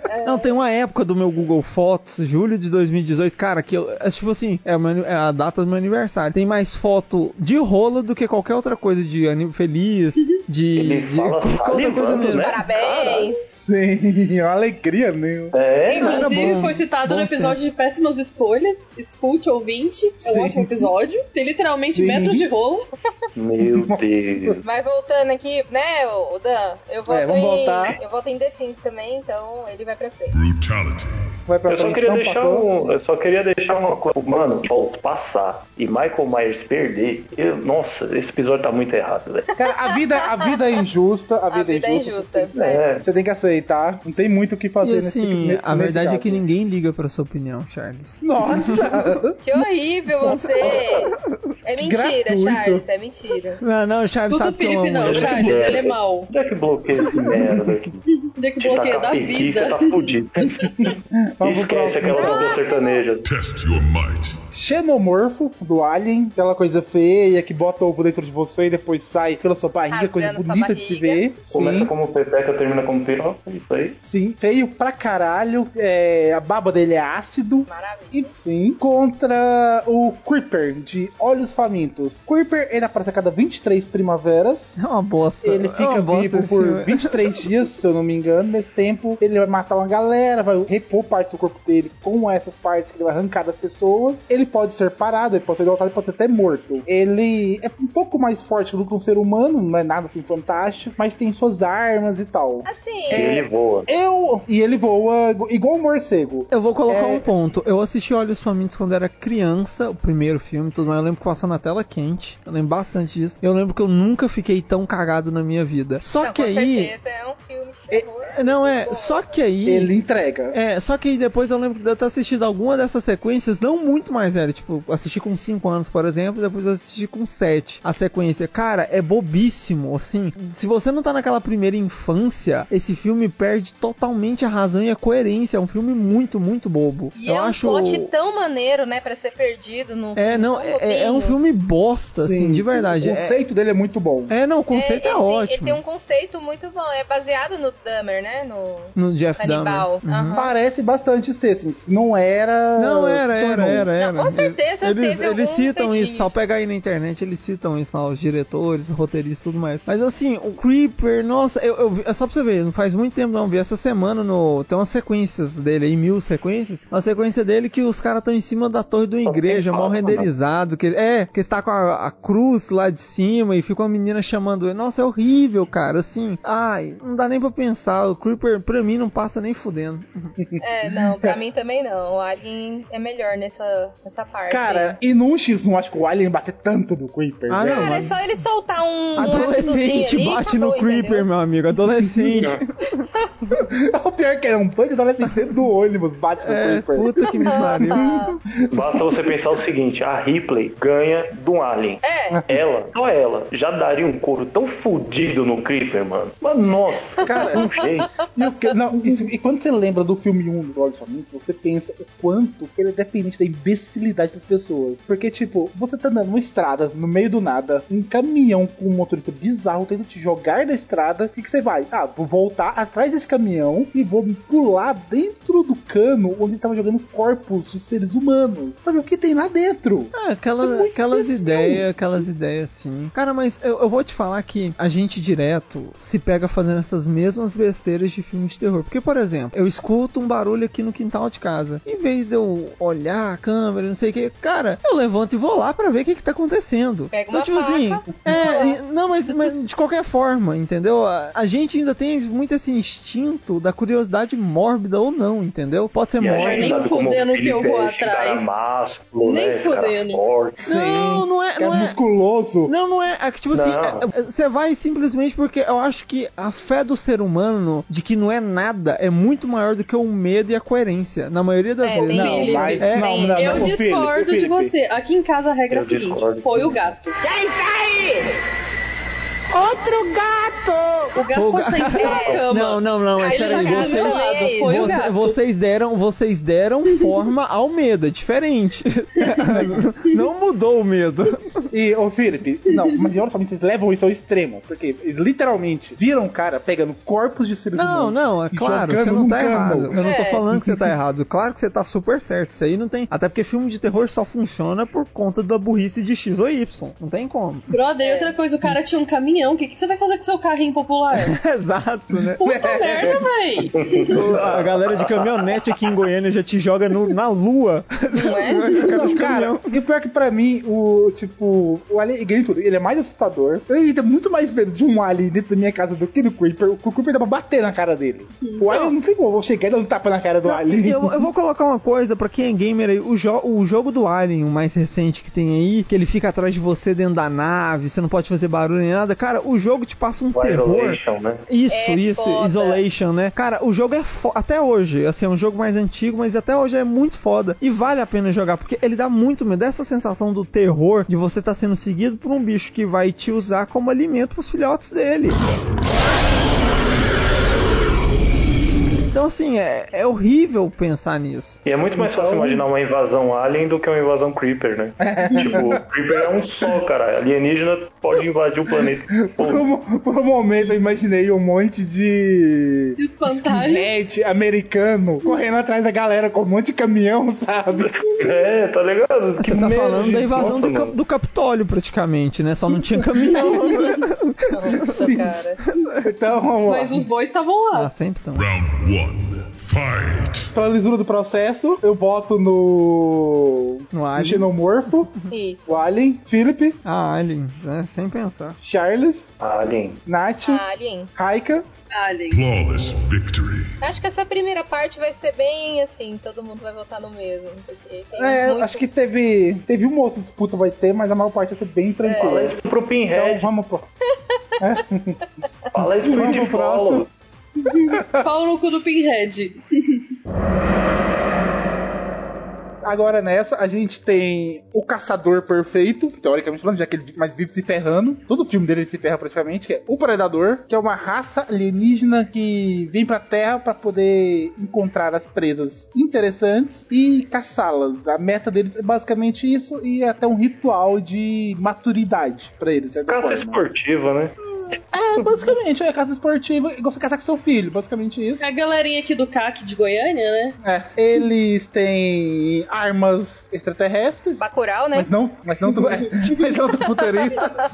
é.
Não, tem uma época do meu Google Fotos, julho de 2018, cara, que eu. É tipo assim, é, o meu ani- é a data do meu aniversário. Tem mais foto de rola do que qualquer outra coisa de anime feliz, de.
Ele
de
fala
qualquer outra coisa
salivando,
mesmo.
né?
Parabéns!
Sim, é uma alegria, né?
É,
Inclusive,
Era bom.
foi citado no
Bons
episódio de Péssimas Escolhas. Escute, ouvinte. É
Sim.
um ótimo episódio. Tem literalmente
Sim.
metros de rolo.
meu
Nossa.
Deus.
Mas voltando aqui, né, ô ô Dan? Eu voto
É, vamos
em.
voltar.
Eu voto em The Sims também, então ele vai pra frente.
Brutality.
Vai pra
Eu só
frente,
queria
não
deixar
passou.
um, eu só queria deixar uma coisa, mano, Pauls passar e Michael Myers perder. eu- nossa, esse episódio tá muito errado, velho.
Cara, a vida, a vida é injusta. A vida,
A vida é injusta. né?
É,
Você tem que aceitar. Não tem muito o que fazer
E
nesse
assim,
nesse
a verdade é
caso.
que ninguém liga pra sua opinião, Charles.
Nossa!
Que horrível você! É mentira,
Gratuito.
Charles, é mentira.
Não, não, Charles
Escuta o
sabe que é um eu
Felipe,
amo.
não,
ele.
Charles. Ele é mau.
onde é que bloqueia esse merda aqui?
Tem que
Te
bloqueia
tacar
da
piqui, Tá você tá
vida.
fudido.
Vamos pro
Esquece
próximo.
aquela banda sertaneja.
Test your might.
Xenomorfo do Alien, aquela coisa feia que bota ovo dentro de você e depois sai pela sua barriga,
Rasgando
coisa
sua
bonita de se ver.
Começa
Sim.
como pepeca, termina como piroca, isso aí.
Sim, feio pra caralho. É, a baba dele é ácido.
Maravilha.
E sim, contra o Creeper de Olhos Famintos. Creeper ele aparece a cada 23 primaveras.
É uma bosta.
Ele
é
fica
uma bosta
vivo
esse
por
filme.
23 dias, se eu não me engano. Nesse tempo, ele vai matar uma galera, vai repor partes do corpo dele com essas partes que ele vai arrancar das pessoas. Ele pode ser parado, ele pode ser derrotado, ele pode ser até morto. Ele é um pouco mais forte do que um ser humano, não é nada assim fantástico, mas tem suas armas e tal.
Assim,
É.
Ele voa.
Eu. E ele voa igual um morcego.
Eu vou colocar
É.
um ponto. Eu assisti Olhos Famintos quando era criança, o primeiro filme, e tudo mais. Eu lembro que passou na tela quente. Eu lembro bastante disso. Eu lembro que eu nunca fiquei tão cagado na minha vida. Só
não,
que
com
aí.
certeza é um filme de terror.
Não, é. Só que aí.
Ele entrega.
É, só que aí depois eu lembro de eu ter assistido alguma dessas sequências, não muito mais velho. Tipo, assisti com 5 anos, por exemplo, depois eu assisti com 7. A sequência, cara, é bobíssimo, assim. Se você não tá naquela primeira infância, esse filme perde totalmente a razão e a coerência. É um filme muito, muito bobo.
E
eu
é um
acho.
plot tão maneiro, né, pra ser perdido num.
É, não,
num
é- é, é um
bobinho.
filme bosta, assim, de verdade.
O
É,
conceito dele é muito bom.
é, não, o conceito é,
ele tem-
ótimo.
Ele tem um conceito muito bom. É baseado no Dahmer, né? No.
No Jeff
Canibal.
Dahmer. Uhum.
Aham.
Parece bastante ser, assim, se não era.
Não, era,
se
era,
tornou.
era, era.
Não, com certeza
Eles,
teve
eles
algum
citam
dedinho.
isso, só pegar aí na internet, eles citam isso lá, os diretores, os roteiristas e tudo mais. Mas assim, o Creeper, nossa, eu, eu vi- é só pra você ver, não faz muito tempo não, vi essa semana no. Tem umas sequências dele aí, mil sequências. Uma sequência dele que os caras estão em cima da torre do igreja, mal renderizado. Que, é, que está com a, a cruz lá de cima e fica uma menina chamando ele. Nossa, é horrível, cara. Assim, ai, não dá nem pra pensar. O Creeper, pra mim, não passa nem fudendo.
É, não, pra mim também não. O Alien é melhor nessa, nessa parte.
Cara, e num X1, acho que o Alien bater tanto do Creeper.
Ah,
né?
não,
Cara, é
mano.
só ele soltar um.
Adolescente
um
bate no Creeper, meu amigo. Adolescente.
O pior é que é um bando de adolescente dentro do ônibus, bate no
é,
Creeper.
puta que me pariu.
Basta você pensar o seguinte, a Ripley ganha do Alien.
É,
Ela, só ela, já daria um couro tão fudido no Creeper, mano. Mas nossa, cara, não jeito.
E, o que- não, isso- e quando você lembra do filme 1, dos olhos famintos, você pensa o quanto ele é dependente da imbecilidade das pessoas. Porque, tipo, você tá andando numa estrada, no meio do nada, um caminhão com um motorista bizarro tenta te jogar da estrada, o que, que você vai? Ah, vou voltar atrás desse caminhão e vou pular dentro do cano onde ele tava jogando corpos dos seres humanos. Sabe o que tem lá dentro?
Ah,
É
aquela,
muito
aquelas
imbecil.
ideias, aquelas ideias assim. Cara, mas eu, eu vou te falar que a gente direto se pega fazendo essas mesmas besteiras de filme de terror. Porque, por exemplo, eu escuto um barulho aqui no quintal de casa. Em vez de eu olhar a câmera, não sei o que, cara, eu levanto e vou lá pra ver o que, que tá acontecendo.
Pega
Então,
uma
tipo assim,
faca.
é, e- não, mas, mas de qualquer forma, entendeu? A, a gente ainda tem muito esse instinto da curiosidade mórbida ou não, entendeu? Pode ser
E a gente
mórbida.
sabe como
fudendo que eu
Felipe
vou
é, esse cara
atrás.
másculo,
Nem
né, esse cara
fudendo.
forte.
Não, não é, não
Cara
é,
musculoso.
Não, não é. é que, tipo assim,
Não.
é- é- você vai simplesmente porque eu acho que a fé do ser humano de que não é nada é muito maior do que o medo e a coerência. Na maioria das
É,
vezes.
tem isso.
mas-
É,
não, não, não,
Eu
ô, Felipe, ô,
discordo de
Felipe.
você. Aqui em casa a regra é a
Eu
seguinte:
discordo
foi o
também.
gato.
Quem sai? Outro gato!
O gato
Pô,
pode estar em cima da
Não,
cama.
não, não, não, mas
Aí ele
peraí,
vai cair do meu
vocês-
lado. Foi o
Você-
gato.
vocês deram, vocês deram forma ao medo, é diferente. não mudou o medo.
E, ô Felipe, não, mas olha só, vocês levam isso ao extremo, porque eles literalmente viram um cara pegando corpos de seres
Não,
humanos.
não, é
e
claro,
jogando um
você não
num
tá
cano.
errado. Eu não tô
É.
falando que você tá errado. Claro que você tá super certo. Isso aí não tem. Até porque filme de terror só funciona por conta da burrice de X ou Y. Não tem como.
Brother, e outra coisa, o cara tinha um caminhão. O que, que você vai fazer com seu carrinho popular?
Exato, né?
Puta merda, véi!
A galera de caminhonete aqui em Goiânia já te joga no- na lua.
Não é?
Não, cara, e pior é que pra mim, o tipo, o Alien Game tudo, ele é mais assustador. Eu tenho muito mais medo de um Alien dentro da minha casa do que do Creeper. O Creeper dá pra bater na cara dele. O Alien, não sei como, eu vou chegar e dar um tapa na cara do
Não,
Alien.
eu, eu vou colocar uma coisa pra quem é gamer aí. O, jo- o jogo do Alien, o mais recente que tem aí, que ele fica atrás de você dentro da nave, você não pode fazer barulho nem nada. Cara, o jogo te passa um
O
terror.
Isolation, né?
Isso,
É
isso,
foda.
Isolation, né? Cara, o jogo é fo até hoje, assim, é um jogo mais antigo, mas até hoje é muito foda e vale a pena jogar porque ele dá muito medo, dessa sensação do terror de você estar sendo seguido por um bicho que vai te usar como alimento pros filhotes dele. Então, assim, é, é horrível pensar nisso.
E é muito mais
Então,
fácil imaginar uma invasão alien do que uma invasão creeper, né? tipo, o creeper é um só, cara. Alienígena pode invadir o planeta. Pô,
Por um, por um momento eu imaginei um monte de.
De espantalho.
Net americano correndo atrás da galera com um monte de caminhão, sabe?
é, tá ligado?
Você tá falando da invasão do, cap- do Capitólio, praticamente, né? Só não tinha caminhão. né?
Nossa, cara.
Então, vamos lá.
Mas os bois estavam lá.
ah, sempre tão.
Round one. Fight.
Pela lisura do processo, eu boto no.
No
no
Alien.
Xenomorfo,
Isso.
o Alien, Felipe,
Ah, Alien, né? Sem pensar.
Charles,
Alien.
Nath,
Alien.
Raika.
Alien.
Flawless victory.
Acho que essa primeira parte vai ser bem assim, todo mundo vai votar no mesmo. Porque tem
É,
muito-
acho que teve. Teve uma outra disputa, vai ter, mas a maior parte vai ser bem
Fala
tranquila.
isso pro
Então
Pinhead.
vamos pro.
Fala isso pro
Vamos pro
Ed Follow.
Pau no cu do Pinhead.
Agora nessa, a gente tem o Caçador Perfeito, teoricamente falando, já que ele mais vive se ferrando. Todo filme dele ele se ferra praticamente, que é o Predador, que é uma raça alienígena que vem pra Terra pra poder encontrar as presas interessantes e caçá-las. A meta deles é basicamente isso e é até um ritual de maturidade pra eles. de certa
Caça
forma.
esportiva, né?
É, basicamente, é caça esportiva e gosta de caçar com seu filho, basicamente isso.
A galerinha aqui do CAC de Goiânia, né?
É, eles têm armas extraterrestres.
Bacurau, né?
Mas não, mas não do, é, mas não do futurista.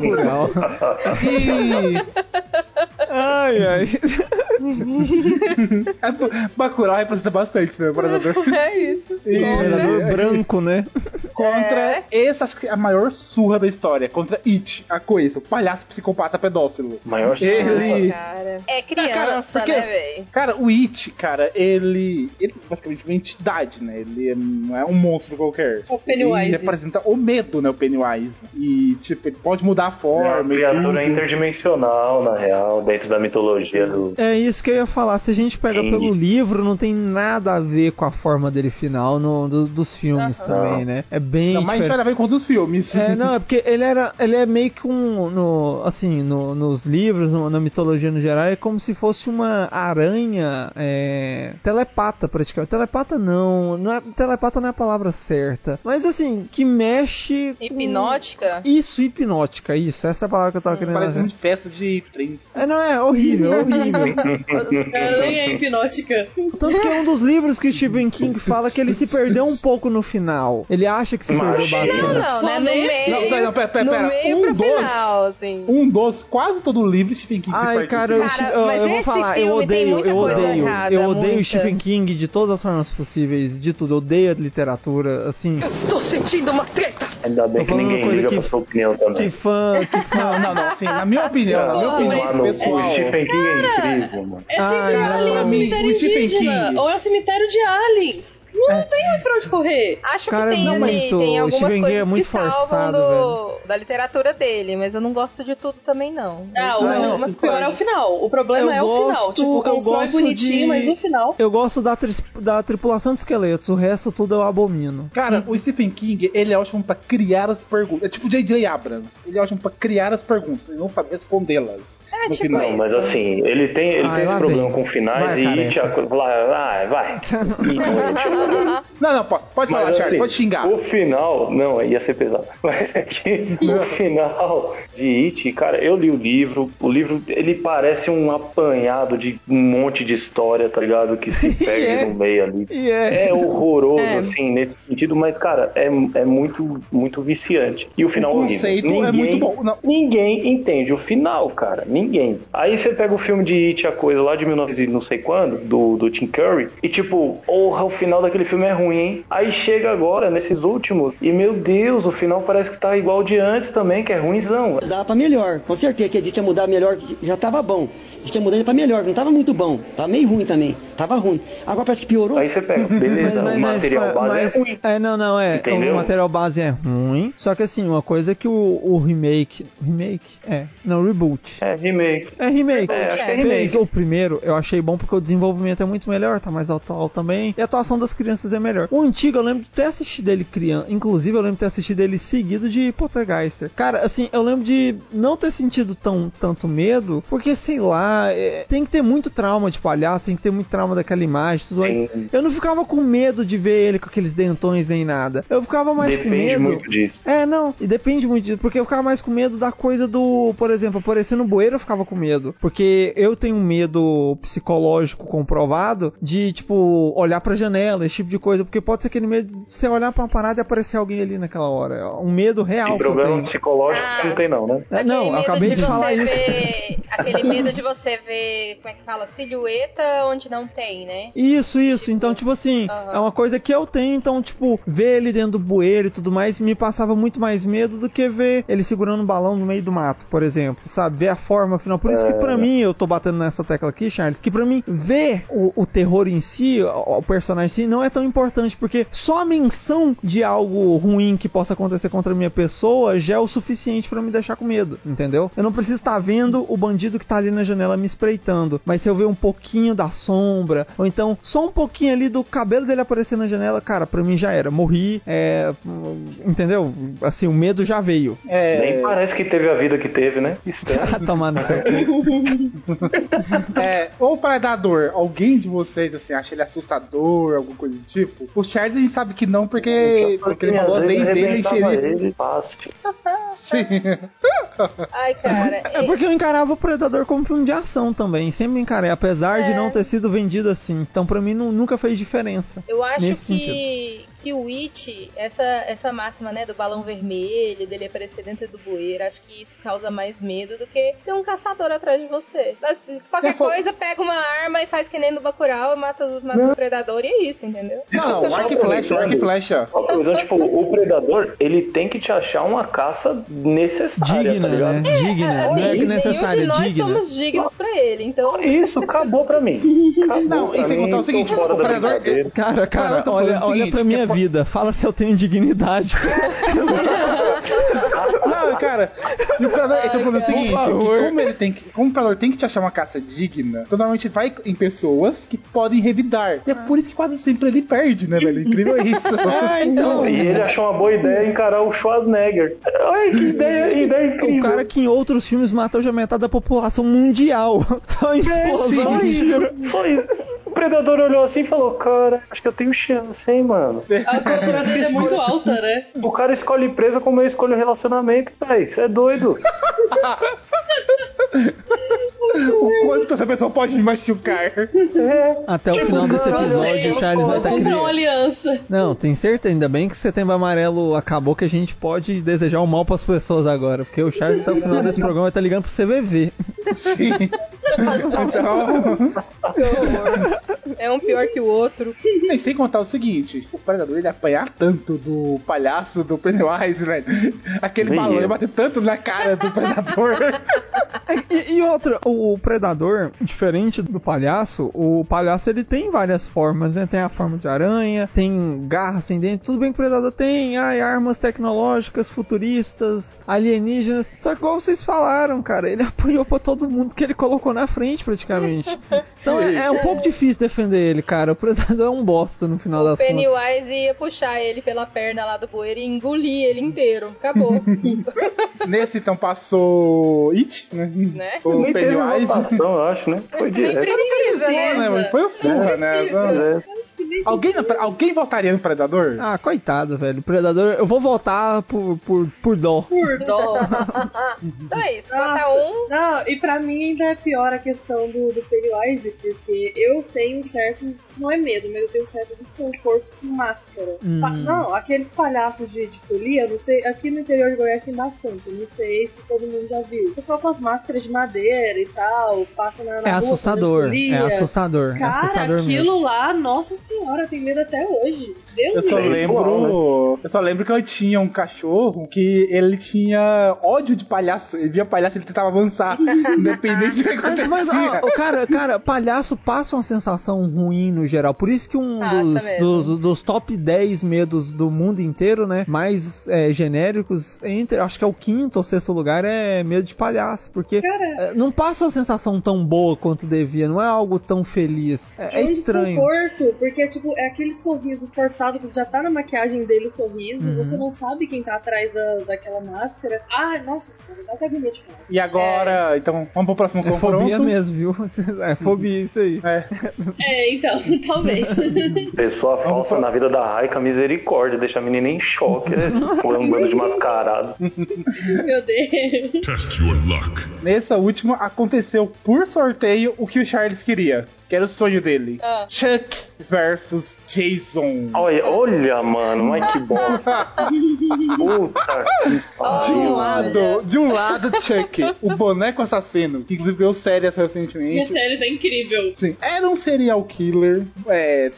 Legal.
E
ai, ai.
é, Bacurau representa bastante, né, o Predador?
É isso.
E-
Predador branco, né?
Contra essa, acho que é a maior surra da história. Contra It, a coisa, o palhaço psicopata pedófilo.
Maior
Ele.
Cara. É
Cara,
criança,
porque-
né, velho?
Cara, o It, cara, ele. Ele é basicamente uma entidade, né? Ele é- não é um monstro qualquer.
O Pennywise.
Ele representa o medo, né? O Pennywise. E, tipo, ele pode mudar a
É uma
forma. e tudo.
criatura interdimensional, na real, dentro da mitologia do.
É isso que eu ia falar. Se a gente pega
Sim.
pelo livro, não tem nada a ver com a forma dele final no- do- dos filmes
Aham.
também, né? É bem.
Não, mas isso era bem com dos filmes.
É, não, é porque ele era. Ele é meio que um. No, assim, no, nos livros, no, na mitologia no geral, é como se fosse uma aranha é, telepata, praticamente. Telepata não. não é, telepata não é a palavra certa. Mas assim, que mexe.
Com... Hipnótica?
Isso, hipnótica, isso. Essa é a palavra que eu tava hum, querendo
Parece muito peça de trens.
É, não, é horrível, horrível.
aranha hipnótica.
Tanto que é um dos livros que Stephen King fala que ele se perdeu um pouco no final. Ele acha que se perdeu bastante.
Não, não, né? No meio. Não, não, pera, pera, pera. No meio um pro dois,
final, assim. Um dos, quase todo livro Stephen King
Ai, se cara, eu, cara, eu, eu vou falar, eu odeio, eu odeio, errada, eu odeio muita. Stephen King de todas as formas possíveis, de tudo, eu odeio a literatura, assim.
Eu estou sentindo uma treta.
Ainda bem que ninguém liga que, pra sua opinião também. Ah,
Que fã, que fã.
Não, não, não, assim, na minha opinião, na minha opinião
mano, pessoal. O Stephen King é incrível, mano.
É sempre ah, ali, o cemitério indígena, ou é o cemitério de aliens. Não é. tem pra onde correr.
Acho Cara, que tem não, ali, muito, tem algumas Stephen coisas é muito que forçado, do, velho. da literatura dele, mas eu não gosto de tudo também, não.
Ah, o, não, mas o pior é o final. O problema eu é o gosto, final. Tipo, o constrói bonitinho, de... mas o final...
Eu gosto da, tri da tripulação de esqueletos, o resto tudo eu abomino.
Cara, o Stephen King, ele é ótimo pra criar as perguntas. É tipo J.J. Abrams. Ele é ótimo pra criar as perguntas, ele não sabe respondê-las.
É, tipo final.
Isso. Mas assim, ele tem, ele ah, tem esse problema vem. com finais vai, e... Te, vai, vai.
Não, não, pode, pode falar, assim, Charlie, pode xingar.
O final, não, ia ser pesado. Mas é que o final de It, cara, eu li o livro. O livro, ele parece um apanhado de um monte de história, tá ligado? Que se perde
É.
yeah. no meio ali.
Yeah.
É horroroso, é. assim, nesse sentido, mas, cara, é, é muito, muito viciante. E o final
o conceito ninguém, é muito bom. Não.
Ninguém entende o final, cara. Ninguém. Aí você pega o filme de It, a coisa lá de 1900 não sei quando, do, do Tim Curry, e tipo, porra, o final daquele filme é ruim, hein? Aí chega agora, nesses últimos, e meu Deus, o final parece que tá igual de antes também, que é ruimzão.
Dá pra melhor, com certeza que a gente ia mudar melhor, já tava bom. Diz que ia mudar pra melhor, não tava muito bom, tava meio ruim também, tava ruim. Agora parece que piorou.
Aí você pega,
é
beleza, mas, mas, o material mas, base é ruim. É,
não, não, é, Entendeu? o material base é ruim, só que assim, uma coisa é que o, o remake, remake? É, não, reboot.
É, remake.
É, remake.
É, acho que é remake.
O primeiro eu achei bom porque o desenvolvimento é muito melhor, tá mais atual também, e a atuação das crianças é melhor. O antigo eu lembro de ter assistido ele criança. Inclusive, eu lembro de ter assistido ele seguido de Poltergeister. Cara, assim, eu lembro de não ter sentido tão, tanto medo, porque sei lá, é, tem que ter muito trauma de palhaço, tem que ter muito trauma daquela imagem, tudo mais. Eu não ficava com medo de ver ele com aqueles dentões nem nada. Eu ficava mais
depende com medo. Muito disso.
É, não, e depende muito disso, porque eu ficava mais com medo da coisa do, por exemplo, aparecendo um bueiro, eu ficava com medo. Porque eu tenho um medo psicológico comprovado de, tipo, olhar pra janela, esse tipo de coisa, porque pode ser aquele medo de você olhar pra uma parada e aparecer alguém ali naquela hora. Um medo real.
E problema psicológico ah, você não tem, não, né?
É, não, acabei de, de falar isso.
Ver, aquele medo de você ver, como é que fala, silhueta onde não tem, né?
Isso, isso. Tipo, então, tipo assim, uh -huh. é uma coisa que eu tenho, então, tipo, ver ele dentro do bueiro e tudo mais me passava muito mais medo do que ver ele segurando um balão no meio do mato, por exemplo, sabe? Ver a forma final. Por isso é... que pra mim, eu tô batendo nessa tecla aqui, Charles, que pra mim, ver o, o terror em si, o, o personagem em si, não é tão importante, porque só a menção de algo ruim que possa acontecer contra a minha pessoa já é o suficiente para me deixar com medo, entendeu? Eu não preciso estar vendo o bandido que tá ali na janela me espreitando, mas se eu ver um pouquinho da sombra, ou então só um pouquinho ali do cabelo dele aparecer na janela, cara, pra mim já era, morri, é, entendeu? Assim, o medo já veio.
É... Nem parece que teve a vida que teve, né?
Estranho. Tomar no seu
é, ou para dar dor, alguém de vocês assim, acha ele assustador, alguma coisa do tipo? O Charles a gente sabe que não, porque, porque ele falou as leis dele e xerife. Sim.
Ai, cara.
É porque eu encarava o Predador como um filme de ação também. Sempre encarei, apesar é. de não ter sido vendido assim. Então, pra mim, não, nunca fez diferença.
Eu acho que, sentido. que o It, essa, essa máxima, né, do balão vermelho, dele aparecer dentro do bueiro, acho que isso causa mais medo do que ter um caçador atrás de você. Assim, qualquer for... coisa, pega uma arma e faz que nem do Bacurau, mata, mata o Predador e é isso, entendeu?
Não, arco e flecha, arco e flecha.
Então, Tipo, o predador, ele tem que te achar uma caça necessária,
digna,
tá ligado?
Né? digna, não é que necessária,
Assim, Nenhum de nós
digna.
somos dignos pra ele, então.
Isso, acabou pra mim.
Não, e
pra
sem
mim,
contar o seguinte,
tô fora
o
da
predador- é
brincadeira.
Cara,
Cara,
cara,
eu tô
olha,
falando o
olha
seguinte,
pra minha vida. Fala se eu tenho dignidade.
Não, cara, e o Pelor, então o problema é o seguinte, que como ele tem que, como o Pelor tem que te achar uma caça digna, então, normalmente vai em pessoas que podem revidar. E é por isso que quase sempre ele perde, né, velho? Incrível isso.
É.
Ah, então.
né?
E ele achou uma boa ideia encarar o Schwarzenegger. Olha que ideia, ideia
O
incrível.
cara que em outros filmes matou já metade da população mundial. Só em
É,
explosão.
só isso, só isso. O predador olhou assim e falou: Cara, acho que eu tenho chance, hein, mano.
A autoestima dele é muito alta, né?
O cara escolhe empresa como eu escolho relacionamento, véi. Isso é doido.
o quanto essa pessoa pode me machucar.
É.
Até o final desse
caralho,
episódio,
eu
o Charles vai estar tá
Comprar uma
criando.
aliança.
Não, tem certeza, ainda bem que Setembro Amarelo acabou, que a gente pode desejar o mal pras pessoas agora. Porque o Charles, até o final desse programa, vai estar ligando pro CVV.
Sim. Então,
É um pior que o outro.
e sem contar o seguinte, o Predador ele ia apanhar tanto do palhaço do Pennywise, velho. Aquele
Nem
balão ia
eu.
bater tanto na cara do Predador.
E, e outra, o predador, diferente do palhaço, o palhaço ele tem várias formas, né? Tem a forma de aranha, tem garra sem dente, tudo bem que o predador tem, ai, armas tecnológicas, futuristas, alienígenas. Só que igual vocês falaram, cara, ele apanhou pra todo mundo que ele colocou na frente praticamente. Então é, é um pouco difícil defender ele, cara. O predador é um bosta no final das contas.
Pennywise ia puxar ele pela perna lá do bueiro e engolir ele inteiro. Acabou.
Nesse então passou It, né?
Né?
O
Nem teve
Pennywise.
votação, eu acho, né? Foi direto.
Precisa, né, mano? Foi o surra, né?
É.
Alguém, no- alguém votaria no Predador?
Ah, coitado, velho. O predador, eu vou voltar por, por, por dó.
Por dó.
então é isso.
Nossa.
Bota um.
Não, e pra mim ainda é pior a questão do, do Pennywise, porque eu tenho um certo. Não é medo, mas eu tenho um certo desconforto com máscara.
Hum.
Pa- Não, aqueles palhaços de, de folia, eu não sei. Aqui no interior de Goiás tem bastante, eu não sei se todo mundo já viu. O pessoal com as máscaras de madeira e tal, passa na, na
É
rua fazendo
assustador, é
folia.
assustador, é
Cara,
assustador
aquilo
mesmo.
lá, nossa senhora, tem medo até hoje. Deus
Eu só
me livre.
lembro.
né?
Eu só lembro que eu tinha um cachorro que ele tinha ódio de palhaço. Ele via palhaço, ele tentava avançar. independente do que
Mas,
acontecia.
mas ó, ó, cara, cara, palhaço passa uma sensação ruim no geral. Por isso que um
Passa
dos,
mesmo.
dos- dos top 10 medos do mundo inteiro, né? Mais é, genéricos, entre, acho que é o quinto ou sexto lugar, é medo de palhaço. Porque
Cara.
é, não passa uma sensação tão boa quanto devia, não é algo tão feliz. É, é
um
estranho.
desconforto, porque tipo, é aquele sorriso forçado que já tá na maquiagem dele o sorriso,
Uhum.
você não sabe quem tá atrás da, daquela máscara. Ah, nossa, senhora, dá até agonia de falar.
E agora, então, vamos pro próximo
É fobia
confronto.
mesmo, viu? É fobia isso aí.
É.
É, então, talvez.
Pessoa falsa na vida da Raika, misericórdia. Deixa a menina em choque. Né? Foi um bando de mascarado.
Meu Deus.
Test your luck.
Nessa última, aconteceu por sorteio o que o Charles queria. Que era o sonho dele.
Ah.
Chuck versus Jason.
Olha, olha, mano, mas que bosta. Puta que
De um
pariu.
lado, de um lado, Chuck, o boneco assassino, que inclusive ganhou série
Minha
recentemente.
série tá incrível.
Sim, era um serial killer. É, totalmente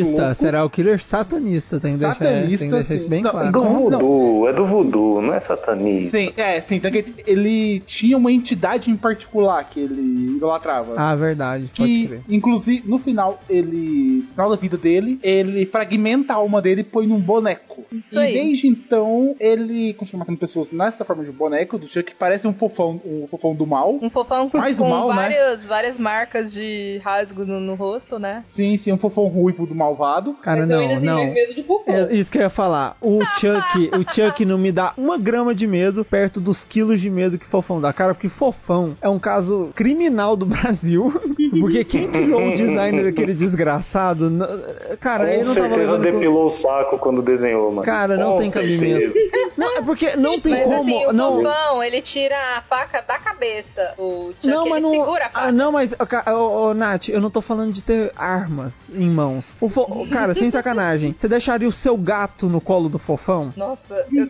Satanista,
louco.
será o killer satanista, tem que deixar, tem que
Satanista,
deixar isso
sim.
bem
Não,
claro.
É do
Não, não.
voodoo, é do voodoo, não é satanista.
Sim, é, sim. Então que ele tinha uma entidade em particular que ele idolatrava.
Ah, verdade, pode
que,
crer.
inclusive, no final, ele. No final da vida dele, ele fragmenta a alma dele e põe num boneco.
Isso
e
aí.
desde então, ele continua matando pessoas nessa forma de boneco, do Chuck, que parece um fofão, um fofão do mal.
Um fofão com,
Mais um
com
mal, né?
várias, várias marcas de rasgo no, no rosto, né?
Sim, sim, um fofão ruivo do malvado.
Cara,
Mas eu ainda
não,
tenho
não.
mais medo do fofão.
É isso que eu ia falar. O Chuck, o Chuck não me dá uma grama de medo perto dos quilos de medo que Fofão dá. Cara, porque Fofão é um caso criminal do Brasil. Porque quem criou o design daquele desgraçado? n- Cara, ele
Com
não tava levando.
certeza
em conta-
depilou o saco quando desenhou, mano.
Cara, não
Com
tem cabimento.
certeza.
Não, é porque não tem
Mas
como. Ah,
assim, o
não,
fofão, ele tira a faca da cabeça. O Chuck,
Não,
ele
mas não.
segura a faca.
ah, não, mas, ó, ca- ó, ó, Nath, eu não tô falando de ter armas em mãos. O fo- ó, Cara, sem sacanagem. Você deixaria o seu gato no colo do fofão?
Nossa, eu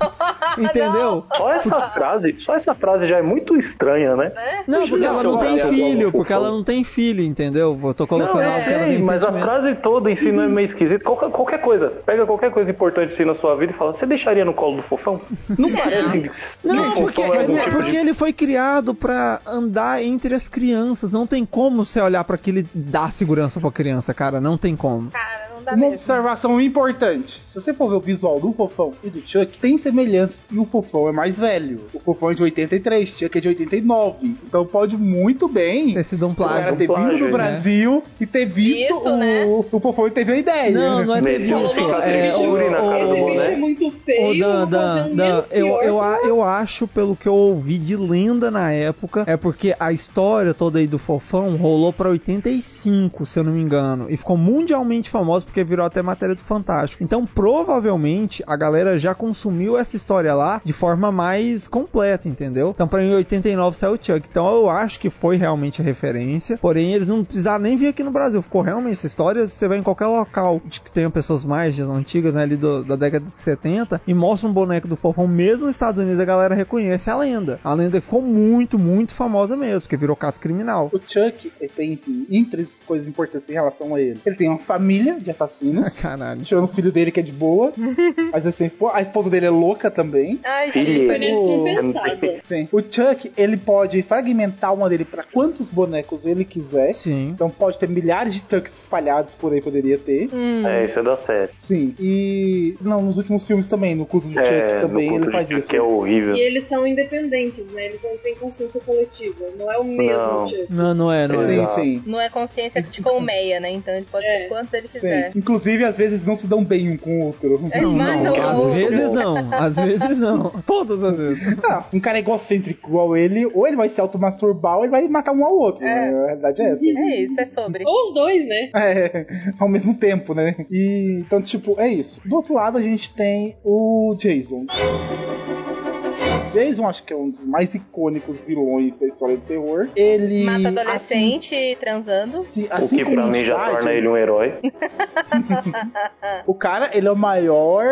Ah, não...
Entendeu?
Só essa frase, só essa frase já é muito estranha, né?
Né?
Não, porque ela não tem filho, porque ela não tem filho, entendeu? Eu tô colocando
Não, eu
algo que ela
sei,
tem
mas a
sentimento.
frase toda em si não é meio esquisita. Qualquer, qualquer coisa, pega qualquer coisa importante assim na sua vida e fala: Você deixaria no colo do fofão? Não parece. que
Não,
o
porque,
fofão é algum
porque-
tipo
porque
de
ele foi criado pra andar entre as crianças. Não tem como você olhar pra aquilo e dar segurança pra criança, cara. Não tem como.
Uma observação importante. Se você for ver o visual do Fofão e do Chuck, tem semelhanças e o Fofão é mais velho. O Fofão é de 83, Chuck é de 89. Então pode muito bem ter
sido um
plágio. ter
Um plágio,
vindo do
né?
Brasil e ter visto o, o Fofão e teve a ideia.
Não, não é ter visto. É, o- o-
Esse bicho é muito feio.
Ô, Dan,
vou
Dan,
fazer um
Dan,
menos
eu,
pior.
eu, a- eu acho, pelo que eu ouvi de lenda na época, é porque a história toda aí do Fofão rolou pra 85, se eu não me engano, e ficou mundialmente famosa porque virou até matéria do Fantástico. Então, provavelmente, a galera já consumiu essa história lá de forma mais completa, entendeu? Então, pra mim, em 89 saiu o Chuck. Então, eu acho que foi realmente a referência, porém, eles não precisaram nem vir aqui no Brasil. Ficou realmente essa história, você vai em qualquer local de que tenha pessoas mais antigas, né, ali do- da década de 70, e mostra um boneco do Fofão, mesmo nos Estados Unidos, a galera reconhece a lenda. A lenda ficou muito, muito famosa mesmo, porque virou caso criminal.
O Chuck ele tem, assim, entre as coisas importantes em relação a ele. Ele tem uma família de assassinos.
Caralho.
Tirando o filho dele que é de boa. mas assim, a esposa- a esposa dele é louca também.
Ai, que diferença compensada.
Sim. O Chuck, ele pode fragmentar uma dele pra quantos bonecos ele quiser.
Sim.
Então pode ter milhares de Chucks espalhados por aí, poderia ter.
Hum.
É, isso é da série.
Sim. E. Não, nos últimos filmes também, no culto do
É,
Chuck também
no
ele
ponto
faz
de
isso.
vista que é horrível.
E eles são independentes, né? Eles não têm consciência coletiva. Não é o mesmo
Não.
tipo.
Não, não é, não
Sim,
é.
sim.
Não é consciência de colmeia, né? Então ele pode ser quantos ele quiser. É.
Sim. Inclusive, às vezes não se dão bem um com o outro.
Eles Não, não, matam
Às vezes não, às vezes não. Todas as vezes.
Ah, um cara egocêntrico igual ele, ou ele vai se automasturbar, ou ele vai matar um ao outro.
É.
né? A realidade é essa.
É isso, é sobre.
Ou os dois, né?
É, ao mesmo tempo, né? E, então, tipo, é isso. Do outro lado, a gente tem o Jason. Jason, acho que é um dos mais icônicos vilões da história do terror. Ele.
assim
Mata adolescente transando.
O
assim
que pra mim já torna ele um herói.
O cara, ele é o maior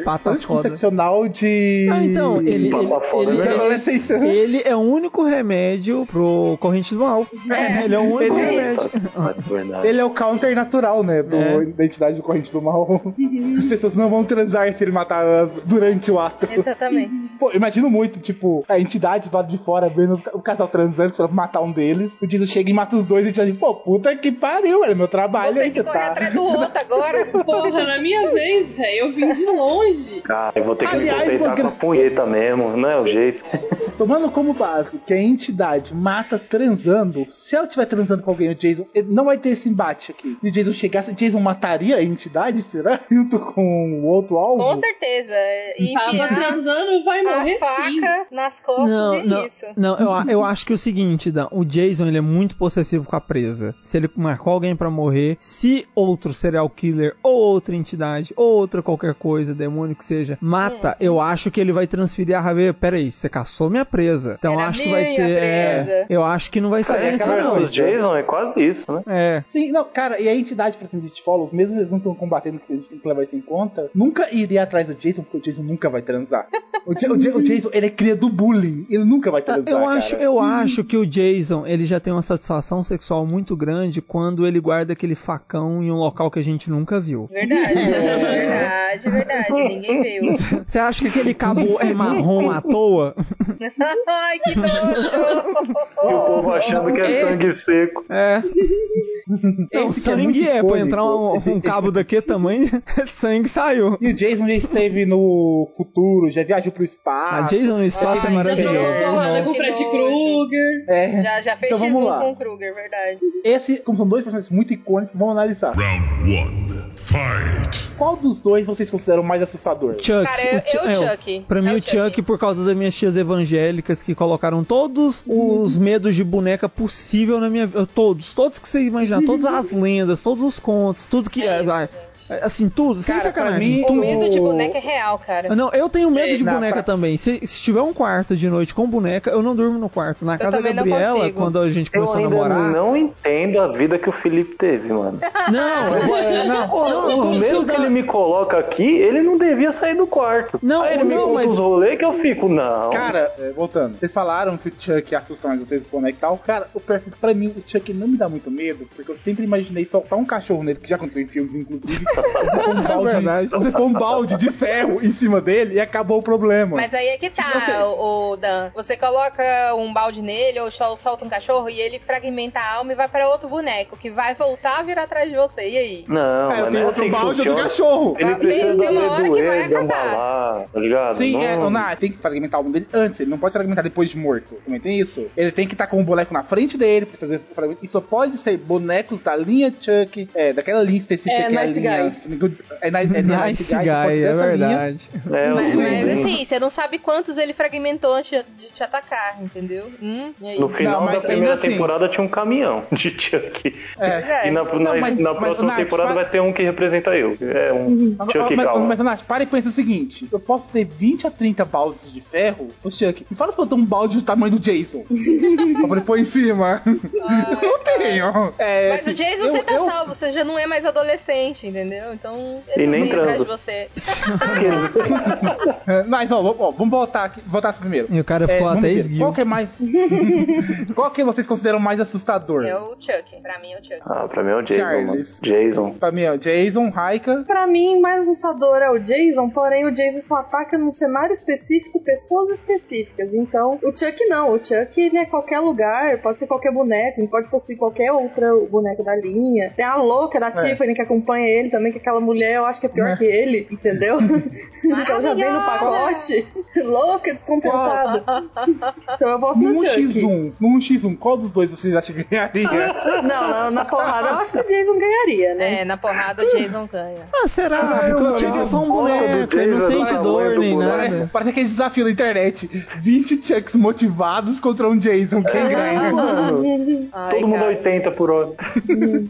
Empata
anticoncepcional de.
Ah, então, ele, ele,
Papa
é
foda,
ele-
né?
ele-
Uhum.
ele é o único remédio pro corrente do mal.
É.
Ele é o único
Ele-
remédio.
Verdade.
Ele é o counter natural, né? Do,
É. Uhum.
Da entidade do corrente do mal. As pessoas não vão transar se ele matar elas durante o ato.
É.
Exatamente.
Pô, eu imagino muito, tipo, a entidade do lado de fora vendo o casal transando pra matar um deles. O Jason chega e mata os dois e a entidade, pô, puta que pariu, era meu trabalho aí
Tem que
que
correr
tá.
atrás do outro agora.
Porra, na minha vez, velho. Eu vim de longe.
Cara, eu vou ter que
Aliás,
me contentar
Magrão-
com a punheta mesmo, não é o jeito.
Tomando como base que a entidade mata transando, se ela estiver transando com alguém, o Jason, ele não vai ter esse embate aqui. E o Jason chegasse, o Jason mataria a entidade, será? Junto com o outro alvo?
Com certeza. E
Tava
enfiar
transando, vai morrer
a
sim.
faca nas costas
Não,
e
não,
isso.
não eu, a- eu acho que é o seguinte, Dan, o Jason ele é muito possessivo com a presa. Se ele marcou alguém pra morrer, se outro serial killer ou outra entidade ou outra qualquer coisa, demônio que seja, mata, eu acho que ele vai transferir a raiva. Peraí, você caçou minha presa. Então
Era
acho que vai
minha
ter. é,
presa.
eu acho que não vai
Cara,
sair
é
assim,
cara
não.
do Jason é quase isso, né?
É.
Sim, não, cara, e a entidade, por exemplo, de Follows, mesmo eles não estão combatendo, que a gente tem que levar isso em conta, nunca iria atrás do Jason, porque o Jason nunca vai transar. O, Ja- o Ja- o Jason, ele é cria do bullying, ele nunca vai transar.
Eu
cara.
acho, eu acho que o Jason ele já tem uma satisfação sexual muito grande quando ele guarda aquele facão em um local que a gente nunca viu.
Verdade, verdade, verdade. Ninguém viu.
Você acha que aquele cabo é marrom à toa?
Ai, que nojo!
O povo achando que é sangue seco.
É. Não,
Esse que é
sangue
muito
é. Pra entrar um,
icônico.
um cabo daquele tamanho, sangue saiu.
E o Jason já esteve no futuro, já viajou pro
A
espaço.
Jason no espaço é maravilhoso.
Porrada com o
Que
Fred
nojo.
Krueger.
É.
Já, já fez
Então vamos
X1
lá.
com o Kruger, verdade.
Esse, como são dois personagens muito icônicos, vamos analisar.
Round one. Fight.
Qual dos dois vocês consideram mais assustador?
Chuck.
Cara, eu-
Chu-
eu,
é, ó,
Chuck.
Pra mim,
Eu,
o Chuck, por causa das minhas tias evangélicas que colocaram todos os medos de boneca possível na minha vida. Todos, todos que você imaginar, todas as lendas, todos os contos, tudo que.
É isso,
ah, assim, tudo, sem
Cara, pra
sacanagem.
mim, Tu-
O
tudo.
medo de boneca é real, cara.
Não, eu tenho medo de
Então Não,
boneca
pra-
também. Se, se tiver um quarto de noite com boneca, eu não durmo no quarto. Na casa da
também não
Gabriela,
consigo.
quando a gente
Eu
começou a
ainda
namorar.
não entendo a vida que o Felipe teve, mano.
É,
Não, eu vou- não, não,
É, o
como se
mesmo
o
que ele ele me coloca aqui, ele não devia sair do quarto.
Não,
Aí ele me
não,
conta
mas-
os rolês que eu fico, não.
Cara, é, voltando, vocês falaram que o Chuck assusta mais vocês e tal. Cara, o perfil, pra mim, o Chuck não me dá muito medo, porque eu sempre imaginei soltar um cachorro nele, que já aconteceu em filmes, inclusive. você pôr um balde-
verdade.
você pôr um balde de ferro em cima dele e acabou o problema.
Mas aí é que tá, o, o Dan. Você coloca um balde nele ou sol- solta um cachorro e ele fragmenta a alma e vai para outro boneco, que vai voltar a vir atrás de você. E aí?
Não,
É, eu
mas não
tenho
é
outro
assim que
balde, outro
funciona.
cachorro.
Ele
Ah,
precisa
tem-
um
tem uma hora que vai
doer,
acabar.
gambalar, tá ligado?
Sim, é,
Não-
não, não, tem que fragmentar o mundo dele antes, ele não pode fragmentar depois de morto. Também tem isso. Ele tem que estar com um boneco na frente dele pra fazer fragmento. E só pode ser bonecos da linha Chuck, é, daquela linha específica
É,
que é a
Nice
linha. Guy. É, ni- é Nice, Guy,
Nice
só pode
Guy,
ser
é
essa linha.
verdade.
É,
Mas,
o-
mas assim, você não sabe quantos ele fragmentou antes de te atacar, entendeu? Hum, e aí?
No final
mas
da
ainda
primeira
assim-
temporada tinha um caminhão de Chuck.
É.
E na,
Não,
na-
mas-
na
mas,
próxima
Nath,
temporada
para-
vai ter um que representa eu. É um
Mas,
Chuck
mas,
calma.
mas, Nath, para e pensa o seguinte: eu posso ter 20 a 30 baldes de ferro. Ô, Chuck, me fala se eu tenho um balde do tamanho do Jason. pra poder pôr em cima. eu não tenho. É,
Mas
assim,
o Jason
eu-
você tá
eu-
salvo, você já não é mais adolescente, entendeu? Então ele
E
não
nem
vem atrás
transa.
de você.
É, Mas, ó, ó, vamos voltar aqui, voltar assim primeiro.
E o cara ficou
vamos
até
ver,
esguio.
Qual que é mais. qual que vocês consideram mais assustador?
É o Chuck, pra mim é o Chuck.
Ah, pra mim é o Jason, mano.
Charles.
Jason.
Pra mim é o Jason, Raika.
Pra mim, mais assustador é o Jason, porém o Jason só ataca num cenário específico, pessoas específicas. Então, o Chuck não. O Chuck ele é qualquer lugar, pode ser qualquer boneco, ele pode possuir qualquer outro boneco da linha. Tem a louca da Tiffany que acompanha ele também, que aquela mulher eu acho que é pior
É.
que ele, entendeu? Porque ela já vem no pacote. louca, descompensada. então eu
é
volto
Num
no Chuck.
X1, num X1, qual dos dois vocês acham que
Ah.
ganharia?
Não, na, na porrada eu acho que o Jason ganharia, né?
É, na porrada o Jason ganha.
Ah, será?
Ah, eu
Porque o
não
Jason é só um
gosto do
boneco, ele não
Jason,
sente
tá
dor
doendo
nem
o boneco.
nada.
Parece aquele desafio na internet: 20 Chucks motivados contra um Jason. Quem
Ah.
ganha?
Ai,
Todo mundo
cara.
80 por hora.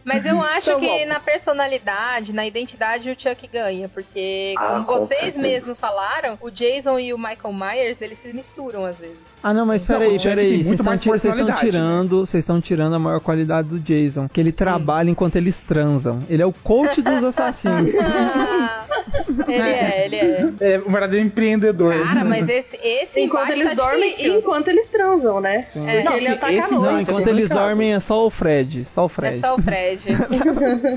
Mas eu acho
Então,
que
bom.
na personalidade, na identidade, o Chuck ganha. Porque,
Ah,
como
com
vocês
certeza.
mesmos falaram, o Jason e o Michael Myers, eles se misturam às vezes.
Ah, não, mas
Não, o
peraí,
Jack tem
peraí. Vocês
muito
estão
mais
ti- vocês estão
personalidade,
tirando, vocês estão tirando a maior qualidade do Jason, que ele trabalha enquanto eles transam. Ele é o coach dos assassinos.
Ah, ele é, ele é.
É um verdadeiro empreendedor.
Cara, mas esse, esse
enquanto
embate
eles
tá
dormem
difícil.
e enquanto eles transam, né?
É.
Porque ele
Esse-
ataca à
esse
noite. né?
não, enquanto eles dormem é só o Fred, só o
É
Fred.
só o Fred.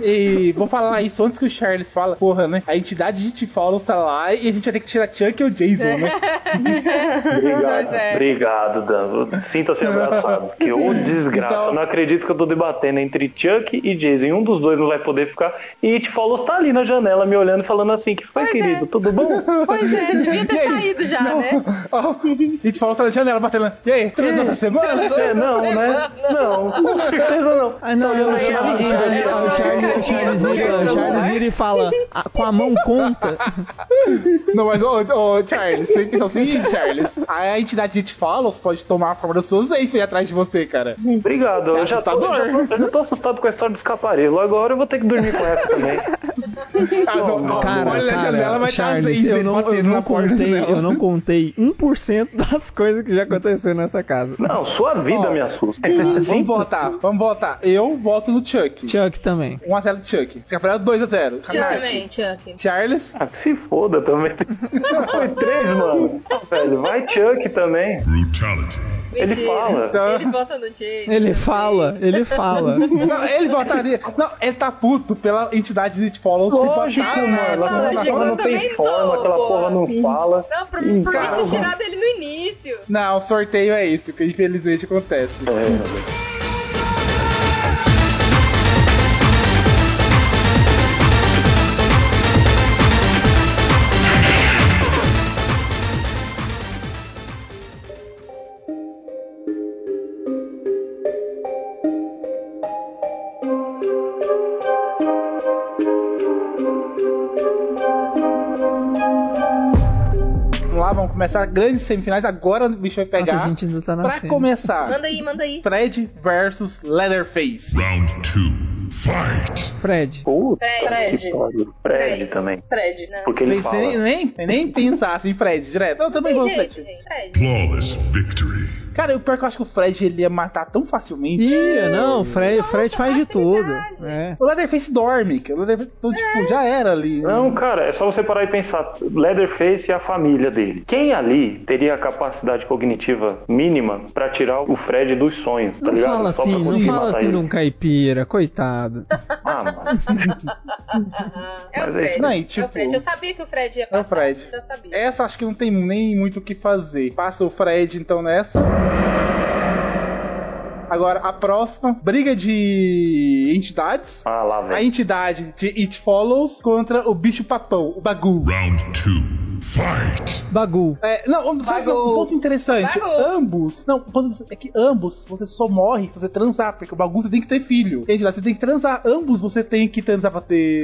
E vou falar isso antes que o Charles fala, porra, né? A entidade de T Follows tá lá e a gente vai ter que tirar Chuck e o Jason, né?
Obrigado.
é.
Obrigado, Dan. Sinta-se abraçado. Que ô desgraça.
Então-
Eu não acredito que eu tô debatendo entre Chuck e Jason. E um dos dois não vai poder ficar. E te falou, tá ali na janela me olhando e falando assim: que foi,
Pois é.
querido? Tudo bom?
pois é, devia
E
ter
aí?
saído já, né?
Ó, e te falou tá na janela, batendo. E aí, transou essa semana?
É, não, né? Não, com certeza não.
Ah, não, não, não,
Tá
não,
olhando pra
o
janela.
Charles- o Charles- o Charles vira- o Charles vira e fala "Ah, com a mão conta.
Não, mas, ô, ô, Charles, tem que pensar o seguinte, Charles. A entidade de It Follows pode tomar a forma das suas ex e ir atrás de você, cara.
Obrigado, eu já, tô,
assustador.
já tô- eu já tô assustado com a história do escaparelo. Agora eu vou ter que dormir com essa também.
Ah, não, não,
Cara,
olha na
cara,
janela, vai tá
Charles,
estar
eu não, eu não contei, eu não contei 1% das coisas que já aconteceram nessa casa.
Não, sua vida
Ó.
me assusta.
Vamos votar, vamos votar. Eu voto no Chuck.
Chuck também.
1x0 Chuck. Escaparelo 2x0.
Também, Chuck.
Charles?
Ah, que se foda também. Foi três, mano. Ah, Velho, vai Chuck também.
Brutality.
Ele
Mentira.
fala.
Então-
Ele volta no Jason.
Ele fala, ele fala.
Não, ele votaria. Não, ele tá puto pela entidade de It Follows ter
Lógico,
votado
mano.
na- na-
Aquela
na-
lógico.
porra não
eu
tem
também
forma,
tô,
aquela
pô.
porra não fala.
Não, por,
Ih,
por mim
cara.
tinha tirado ele no início.
Não, o sorteio é isso, que infelizmente acontece.
É.
Vamos lá, vamos começar grandes semifinais. Agora o bicho vai
Nossa,
pegar.
a gente ainda tá na
pra
cena.
começar,
Manda aí, manda aí.
Fred versus Leatherface.
Round two. Fight.
Fred.
Puta
Fred.
que pariu. Fred, também.
Fred.
Porque ele fala.
né?
nem, nem, nem pensasse em Fred direto. Eu também
Tem
vou no
jeito,
Fred.
gente. Fred.
Flawless victory.
Cara, o pior é que eu acho que o Fred ele ia matar tão facilmente.
Ih, não, Fred, Fred faz de tudo. É.
O Leatherface dorme, que o Leatherface,
É.
então, tipo, já era ali.
Não, cara, é só você parar e pensar. Leatherface e a família dele. Quem ali teria a capacidade cognitiva mínima pra tirar o Fred dos sonhos? Tá
Não
ligado?
fala
Só pra
assim, não
conseguir
fala
matar
assim
ele.
num caipira, coitado.
Ah, mano.
É o
Mas é isso.
Fred.
Não, e,
É o
tipo-
Fred. Eu sabia que o Fred ia
É
passar.
o Fred.
Já sabia.
É,
Essa acho que não tem nem muito o que fazer. Passa o Fred então nessa. Agora a próxima, briga de entidades.
Ah, lá,
A
velho.
entidade de It Follows contra o bicho papão, o Bagu.
Round two. Fight.
Bagu.
É, não, um- sabe um ponto interessante?
Bagu.
é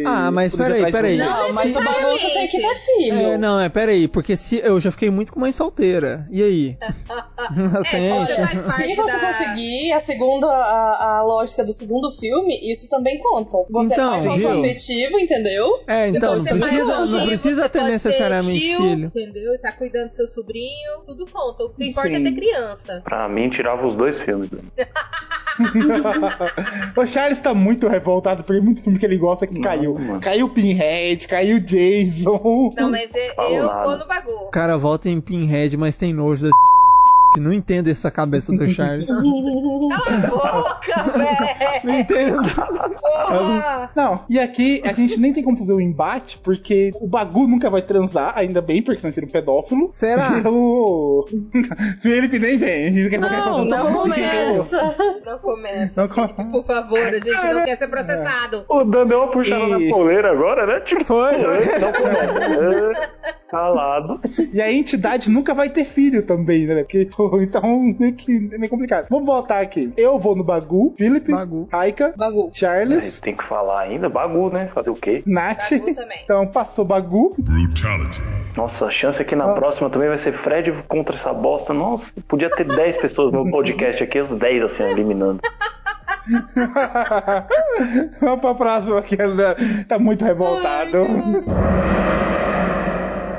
Ah, mas
poder
peraí,
atrás de
peraí.
você.
Não, mas o tá
Exatamente.
bagulho você tem que ter filho.
É, não, é, peraí, porque se eu já fiquei muito com mãe solteira. E aí? Assim,
isso
Olha,
É, faz parte
se você
da-
conseguir a segunda a, a lógica do segundo filme, isso também conta. Você
Então,
faz
viu?
sócio afetivo, entendeu?
é, então,
Então,
não
você vai
precisa,
longe,
não
longe,
precisa
você
ter
pode
necessariamente
ser tio,
filho.
Entendeu? E Tá cuidando do seu sobrinho, tudo conta. O que importa
Sim.
é ter criança.
Pra mim, tirava os dois filmes. velho.
o Charles tá muito revoltado porque muito filme que ele gosta que caiu.
mano.
Caiu Pinhead, caiu Jason.
Não, mas eu,
Falo
eu
nada.
vou no bagulho.
O cara volta em Pinhead, mas tem nojo da que não entendo essa cabeça do Charles. não
Cala a boca, velho!
entendo.
Porra!
Não, e aqui a gente nem tem como fazer o embate, porque o Bagu nunca vai transar, ainda bem, porque senão seria um pedófilo.
Será?
E o Felipe nem vem. Não,
Não, não começa.
Não começa,
Não
Felipe,
come-
por favor, a gente não quer ser processado.
O Daniel puxando
E-
na coleira agora, né? Tipo,
Foi,
Não começa. É, Calado.
E a entidade nunca vai ter filho também, né? Porque, pô, então meio que é meio complicado. Vamos botar aqui. Eu vou no Bagu, Felipe,
Bagu.
Aika,
Bagulho.
Charles,
Tem que falar ainda. Bagu, né? Fazer o quê?
Nath.
Bagu também.
Então passou Bagu.
Brutality.
Nossa, a chance é que
Ah.
na próxima também vai ser Fred contra essa bosta. Nossa, podia ter 10 pessoas no podcast aqui, os 10 assim, eliminando.
Vamos pra próxima que ela tá muito revoltado.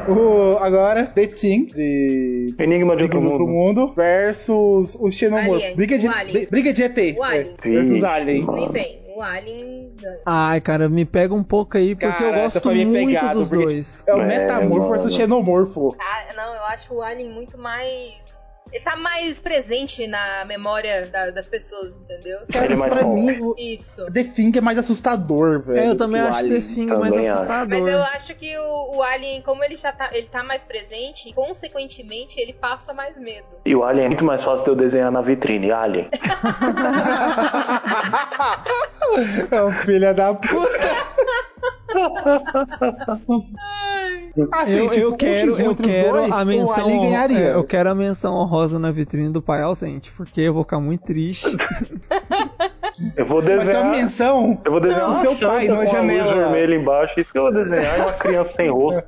O, agora, The Thing, de
Enigma de
Briga
outro
no outro
mundo.
mundo, versus o Xenomorph.
Alien.
Briga de,
O Alien.
de- Briga de ET.
O Alien.
É, versus Alien.
Nem vem, o Alien ganha.
Ai, cara, me pega um pouco aí, porque
Cara,
eu
essa
gosto
foi bem
muito
pegado,
dos
porque
dois.
É o
É,
Metamorfo
mano.
versus Xenomorfo.
Ah, não, eu acho o Alien muito mais. Ele tá mais presente na memória da- das pessoas, entendeu?
Cara,
Ele é
mas
mais
pra
bom.
mim, o
Isso.
The Thing é mais assustador, velho.
É, eu também
o
acho The
Alien
Thing
também
mais
acho.
assustador.
Mas eu acho que o, o Alien, como ele já tá, ele tá mais presente, consequentemente ele passa mais medo.
E o Alien é muito mais fácil de eu desenhar na vitrine. Alien.
É um filho da puta. Assim,
eu,
tipo,
eu
um
quero,
X1
eu
entre os
quero
dois,
a
um
o Alien
menção,
ganharia.
é, eu quero a menção honrosa na vitrine do pai ausente, porque eu vou ficar muito triste.
Eu vou
Mas tem
desenhar.
uma menção.
Eu vou desenhar
Não,
uma
seu
santa
pai,
com
não é
uma
janela.
luz vermelha embaixo. Isso que eu vou desenhar é uma criança sem rosto.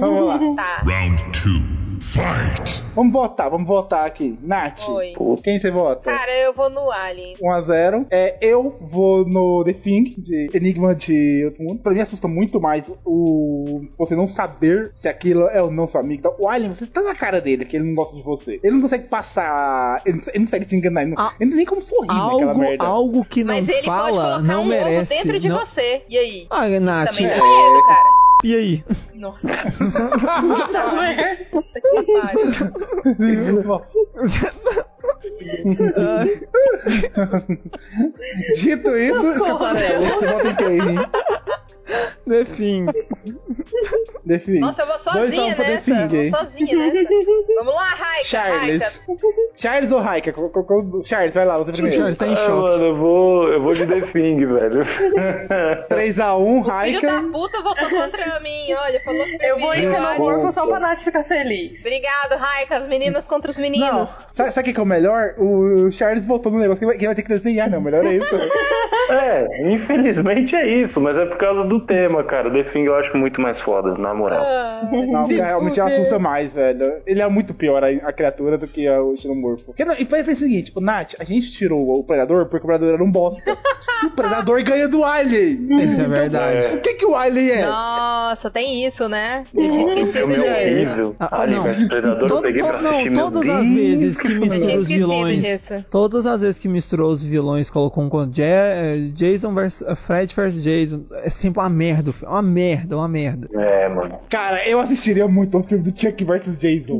Vamos lá.
Tá.
Round two. Fight.
Vamos votar, vamos votar aqui. Nath,
Oi.
quem você vota?
Cara, eu vou no Alien.
1x0. É, eu vou no The Thing, de Enigma de Outro Mundo. Pra mim assusta muito mais o você não saber se aquilo é ou não seu amigo. Então, o Alien, você tá na cara dele que ele não gosta de você. Ele não consegue passar. Ele não, ele não consegue te enganar. Ele não,
Ah,
ele nem como sorrir naquela
algo,
merda.
algo que não
Mas ele pode
fala,
colocar
não
um
merece.
ovo dentro de
não...
você. E aí?
Ah, Nath,
Também dá
é,
medo, cara.
e aí?
Nossa. Tá,
Tá,
Puta que pariu.
Nossa. Dito isso, escaparelo. Você vota em quem?
The Thing.
The Thing.
Nossa, eu vou
Dois a um
sozinha
pra The
nessa.
Thing, hein?
Vou sozinha nessa. Vamos lá, Raika.
Charles.
Raika.
Charles ou Raika? Co- co- co- Charles, vai lá, você
O
primeiro.
Charles tá em
Ah,
choque.
mano, eu vou, eu vou de The Thing, velho.
3x1,
Filho
Raika.
da puta votou contra mim, olha, falou que
Eu vou
prefiro.
encher meu corpo só pra Nath ficar feliz.
Obrigado, Raika, as meninas contra os
Não,
meninos.
sabe, sabe o que que é o melhor? O Charles voltou no negócio que vai, que vai ter que desenhar, não. Melhor é isso.
É, infelizmente é isso, mas é por causa do tema, cara. The Thing eu acho muito mais foda, na
Ah,
moral.
Não, porque realmente ela assusta mais, velho. Ele é muito pior a, a criatura do que a- o xenomorfo. Porque não- E foi foi o seguinte, o Nath, a gente tirou o predador porque o predador era um bosta. E o predador ganha do Alien.
Isso é verdade.
O que, que o Alien é?
Nossa, tem isso, né? Eu tinha
é
esquecido disso.
Ah,
Alien
não.
vs Predador eu
Todo-
peguei pra
to- não,
assistir, meu
todas as
Deus.
vezes que mistura
tinha
os
esquecido
vilões,
disso.
todas as vezes que misturou os vilões, colocou um conto de- eh, Jason versus eh, Fred versus Jason, é sempre uma merda, o filme, uma merda, uma merda.
É, mano.
Cara, eu assistiria muito um filme do Chuck vs Jason.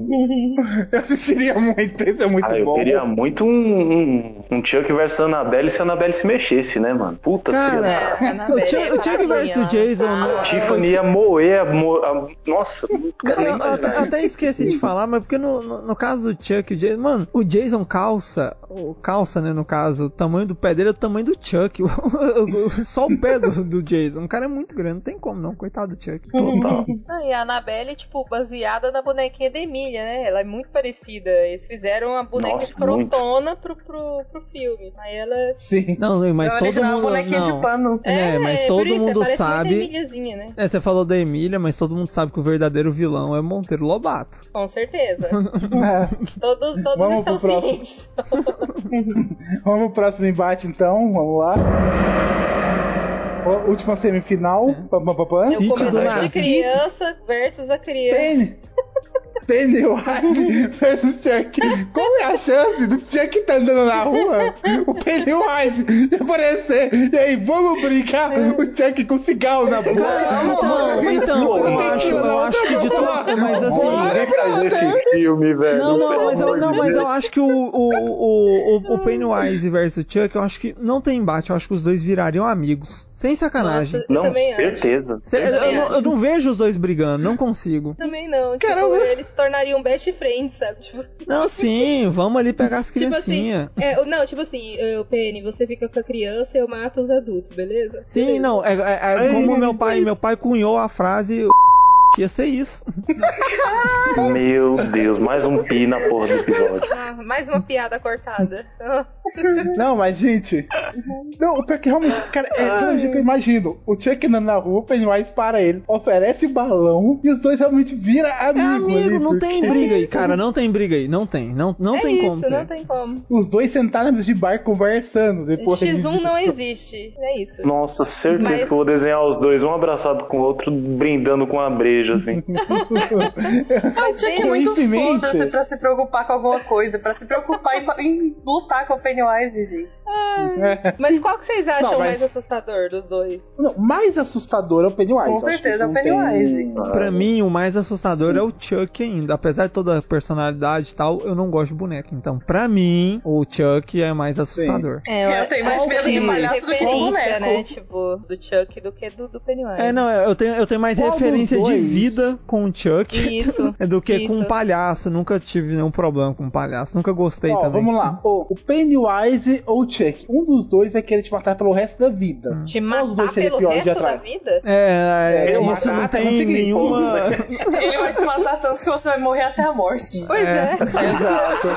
eu assistiria muito, esse é muito
Ah, eu
bom.
queria muito um, um, um Chuck versus Annabelle se a Annabelle se mexesse, né, mano? Puta filha da-
É,
O Chuck- o Chuck versus Jason,
A Tiffany ia moer a. mo- a- nossa, não quero
Não,
nem
eu até,
imaginar.
até esqueci de falar, mas porque no, no, no caso do Chuck, o Jason, mano, o Jason calça, o calça, né, no caso, o tamanho do pé dele é o tamanho do Chuck. O- o- o- Só o pé do, do Jason. O cara é muito grande, não tem como não, coitado do Chuck.
Total.
Não, e a Annabelle, tipo, baseada na bonequinha da Emília, né? Ela é muito parecida. Eles fizeram uma boneca
Nossa,
escrotona pro, pro, pro filme. Aí ela.
Sim.
Não, Luiz, mas
É
todo
original,
mundo.
bonequinha de
não.
pano.
É, mas
por
todo
isso,
mundo
parece Muito a
sabe.
Emíliazinha, né?
É, você falou da Emília, mas todo mundo sabe que o verdadeiro vilão é Monteiro Lobato.
Com certeza.
É.
Todos, todos
Vamos
estão
pro próximo.
cientes.
Vamos pro próximo embate então, vamos lá. Ó, Última
É.
semifinal. Pam, pam, pam, pam.
Sítio do
Comedor de
Nazismo.
criança versus a criança.
Penny. Pennywise versus Chuck. Qual é a chance do Chuck tá andando na rua? O Pennywise de aparecer. E aí, vamos brincar o Chuck com cigarro na boca.
Então, então, eu
Tem
acho,
que ir lá,
eu acho que de todo. Mas assim.
Quem faz esse filme, velho?
Não, não,
Pelo
mas eu,
amor
não,
de
mas
Deus.
eu acho que o, o, o, o- o Pennywise versus Chuck, eu acho que não tem embate, eu acho que os dois virariam amigos. Sem sacanagem.
Nossa, eu
Não,
também acho.
certeza.
Cê- eu,
também
eu não- eu não vejo os dois brigando, não consigo.
Também não. Tipo,
Caramba.
eles se tornariam best friends, sabe? Tipo,
Não, sim, vamos ali pegar as
tipo assim.
criancinhas.
É, não, tipo assim, eu, Penny, você fica com a criança e eu mato os adultos, beleza?
Sim, não, é, é- é como meu pai, meu pai cunhou a frase ia ser isso.
Meu Deus, mais um pi na porra do episódio.
Ah, mais uma piada cortada. Ah.
Não, mas gente. Não, o pior que realmente, cara, é sabe o que eu imagino. O Chuck andando na rua, o Pennywise para ele, oferece o balão e os dois realmente viram
É
amigo. ali,
amigo, não tem
porque
briga aí, cara, não tem briga aí, não tem, não, não
é
tem
isso,
como.
não
Ter.
tem como.
Os dois sentaram na mesa de bar conversando. Depois
X1 não existe. É isso.
Nossa, certeza
Mas-
que eu vou desenhar os dois, um abraçado com o outro, brindando com a breja, assim.
Mas
O Chuck é
bem-
muito
Coincidência.
foda-se pra se preocupar com alguma coisa, pra se preocupar em, em lutar com o Pennywise, gente.
É.
Mas qual que vocês acham
Não, mas-
mais assustador dos dois?
Não, mais assustador é o Pennywise.
Com
acho que
certeza,
isso
é o
não tem-
Pennywise.
Pra mim, o mais assustador é o Chuck ainda. Apesar de toda a personalidade e tal, eu não gosto de boneco. Então, pra mim, o Chuck é mais assustador.
É,
Eu tenho mais medo de palhaço do que de boneco.
né? Tipo, do Chuck do que do, do Pennywise.
É, não, eu tenho, eu tenho mais
Qual dos
referência de
dois?
vida com o Chuck
Isso.
do que com
isso.
um palhaço. Nunca tive nenhum problema com um palhaço. Nunca gostei
Ó,
também.
vamos lá. O, o Pennywise ou o Chuck? Um dos dois vai querer te matar pelo resto da vida.
Te
Qual dos dois
matar
seria
pelo
pior de
resto da
atrás?
vida?
É,
É, eu
isso
matar,
não
não
tem
sei que-
nenhuma.
Ele vai te matar tanto que você vai morrer até a morte.
Pois é.
Exato.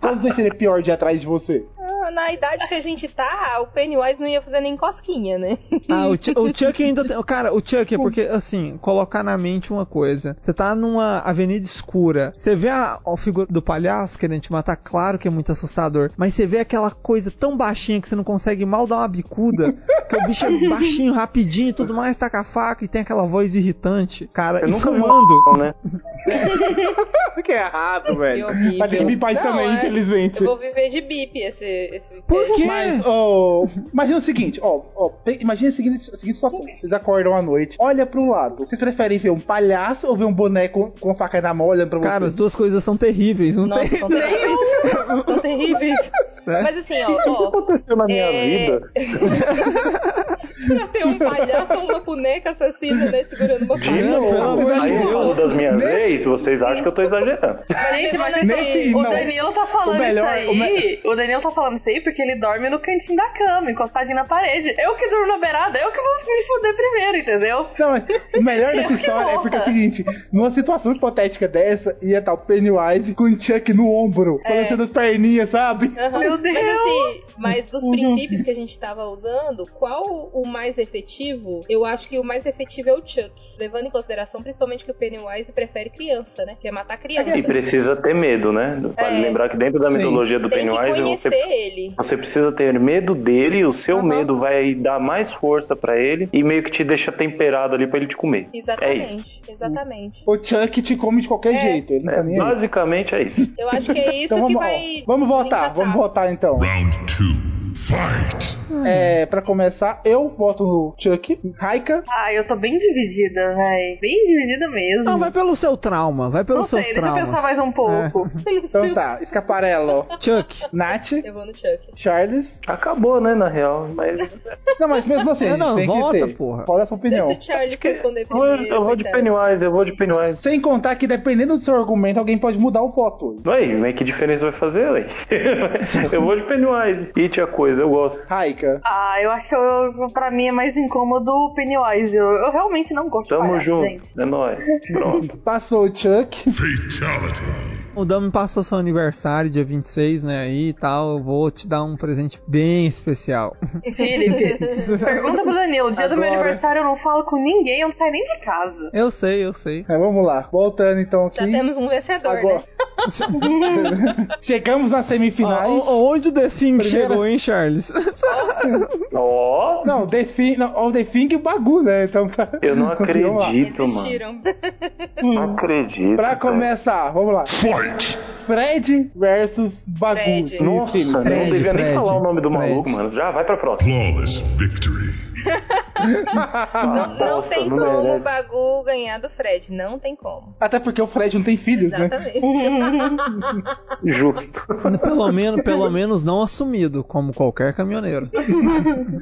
Qual dos dois seria pior de ir atrás de você?
Ah, Na idade que a gente tá, o Pennywise não ia fazer nem cosquinha, né?
Ah, o, Chu- o Chuck ainda tem. Cara, o Chuck é porque, assim, colocar na mente uma coisa. Você tá numa avenida escura, você vê a, a figura do palhaço querendo te matar, claro que é muito assustador. Mas você vê aquela coisa tão baixinha que você não consegue mal dar uma bicuda, que o bicho é baixinho, rapidinho e tudo mais, taca a faca e tem aquela voz irritante. Cara,
Eu
e
nunca vi uma-
fumando.
Não, né?
Que é errado, velho.
horrível.
Vai ter que bipar isso
Não,
também,
é.
infelizmente.
Eu vou viver de bip esse. esse
Por quê?
Mas, ó, imagina o seguinte, ó, ó, pe- imagina a seguinte, a seguinte situação. Vocês acordam à noite, olha pro lado. Vocês preferem ver um palhaço ou ver um boneco com a faca na mão olhando pra
Cara, as
vocês?
duas coisas são terríveis, não
Nossa,
tem.
são terríveis. são terríveis.
Né?
Mas assim, ó,
O que
ó,
aconteceu na minha
É.
vida?
pra ter um palhaço ou uma boneca assassina, né, segurando uma
De
faca.
Não, pelo
novo,
amor de
aí eu
Deus.
falo das minhas
Nesse-
leis, vocês acham que eu tô exagerando.
Gente, mas assim,
levando
nesse-
esse-
o
não.
Danilo tá falando
O melhor-
isso aí.
o
O,
me-
Danilo tá falando isso aí porque ele dorme no cantinho da cama, encostadinho na parede. Eu que durmo na beirada, eu que vou me fuder primeiro, entendeu?
Não, mas o melhor dessa
Que
história é
louca.
porque é o seguinte: numa situação hipotética dessa, ia estar o Pennywise com o Chuck no ombro,
É.
balançando as perninhas, sabe?
Aham.
Meu
Mas
Deus!
Uhum.
assim, mas dos princípios que a gente tava usando, qual o mais efetivo, eu acho que o mais efetivo é o Chuck. Levando em consideração, principalmente, que o Pennywise prefere criança, né? Quer matar criança.
E precisa ter medo, né? Vale
É.
lembrar que dentro da
Sim.
mitologia do
Tem que
Pennywise
conhecer
você,
ele.
você precisa ter medo dele, e o seu medo vai dar mais força pra ele e meio que te deixa temperado ali pra ele te comer. É isso.
Exatamente, exatamente.
O Chuck te come de qualquer jeito, ele não tá nem aí.
É, Basicamente é isso.
Eu acho que é isso
Então
que
vamos-
vai.
Vamos votar, vamos votar então.
Round two. Fight.
Uhum.
É, pra começar, eu voto no Chuck, Raika.
Ah, eu tô bem dividida, véi. Bem dividida mesmo.
Não, vai pelo seu trauma, vai pelos
Não sei,
seus
deixa eu
traumas.
pensar mais um pouco.
Então tá, Escaparello,
Chuck.
Nath,
Eu vou no Chuck.
Charles.
Acabou, né, na real. Mas
É,
Não, mas mesmo assim, a gente
Não,
tem
vota,
que ter.
porra.
Qual é a sua opinião?
Deixa o Charles responder
eu vou,
primeiro.
eu vou de
coitado.
Pennywise, eu vou de Pennywise.
Sem contar que dependendo do seu argumento, alguém pode mudar o voto.
Ué, mas que diferença vai fazer, ué? eu vou de Pennywise. E tinha coisa, eu gosto.
Raika.
Ah, eu acho que eu, pra mim é mais incômodo o Pennywise. Eu, eu realmente não gosto
Tamo
de palhaço,
junto.
gente.
É nóis. Pronto.
Passou o Chuck.
Fatality.
O Dami passou seu aniversário, dia 26, né? Aí e tal. Eu vou te dar um presente bem especial.
Felipe, pergunta pro Danilo. Dia do meu
Agora.
aniversário eu não falo com ninguém, eu não saio nem de casa.
Eu sei, eu sei.
É, vamos lá. Voltando então aqui.
Já temos um vencedor,
Agora.
né?
Chegamos nas semifinais.
O- o- Onde The Thing
Primeira-
chegou, hein, Charles?
Ó,
Não, The Fing, não, ó, The Fing e o bagulho, né? Então tá.
eu não
Então, vamos lá.
acredito, mano.
Existiram.
Não acredito.
Pra
cara.
começar, vamos lá.
Fight.
Fred versus bagulho.
Fred.
Sim,
Nossa,
sim.
não
Fred,
devia
Fred,
nem falar o nome do
Fred.
maluco, mano. Já vai pra próxima.
Flawless victory.
Não, não
Nossa,
tem
não
como
merece.
o Bagu ganhar do Fred. Não tem como.
Até porque o Fred não tem filhos, né?
Exatamente.
Justo.
pelo, menos, pelo menos não assumido, como qualquer caminhoneiro.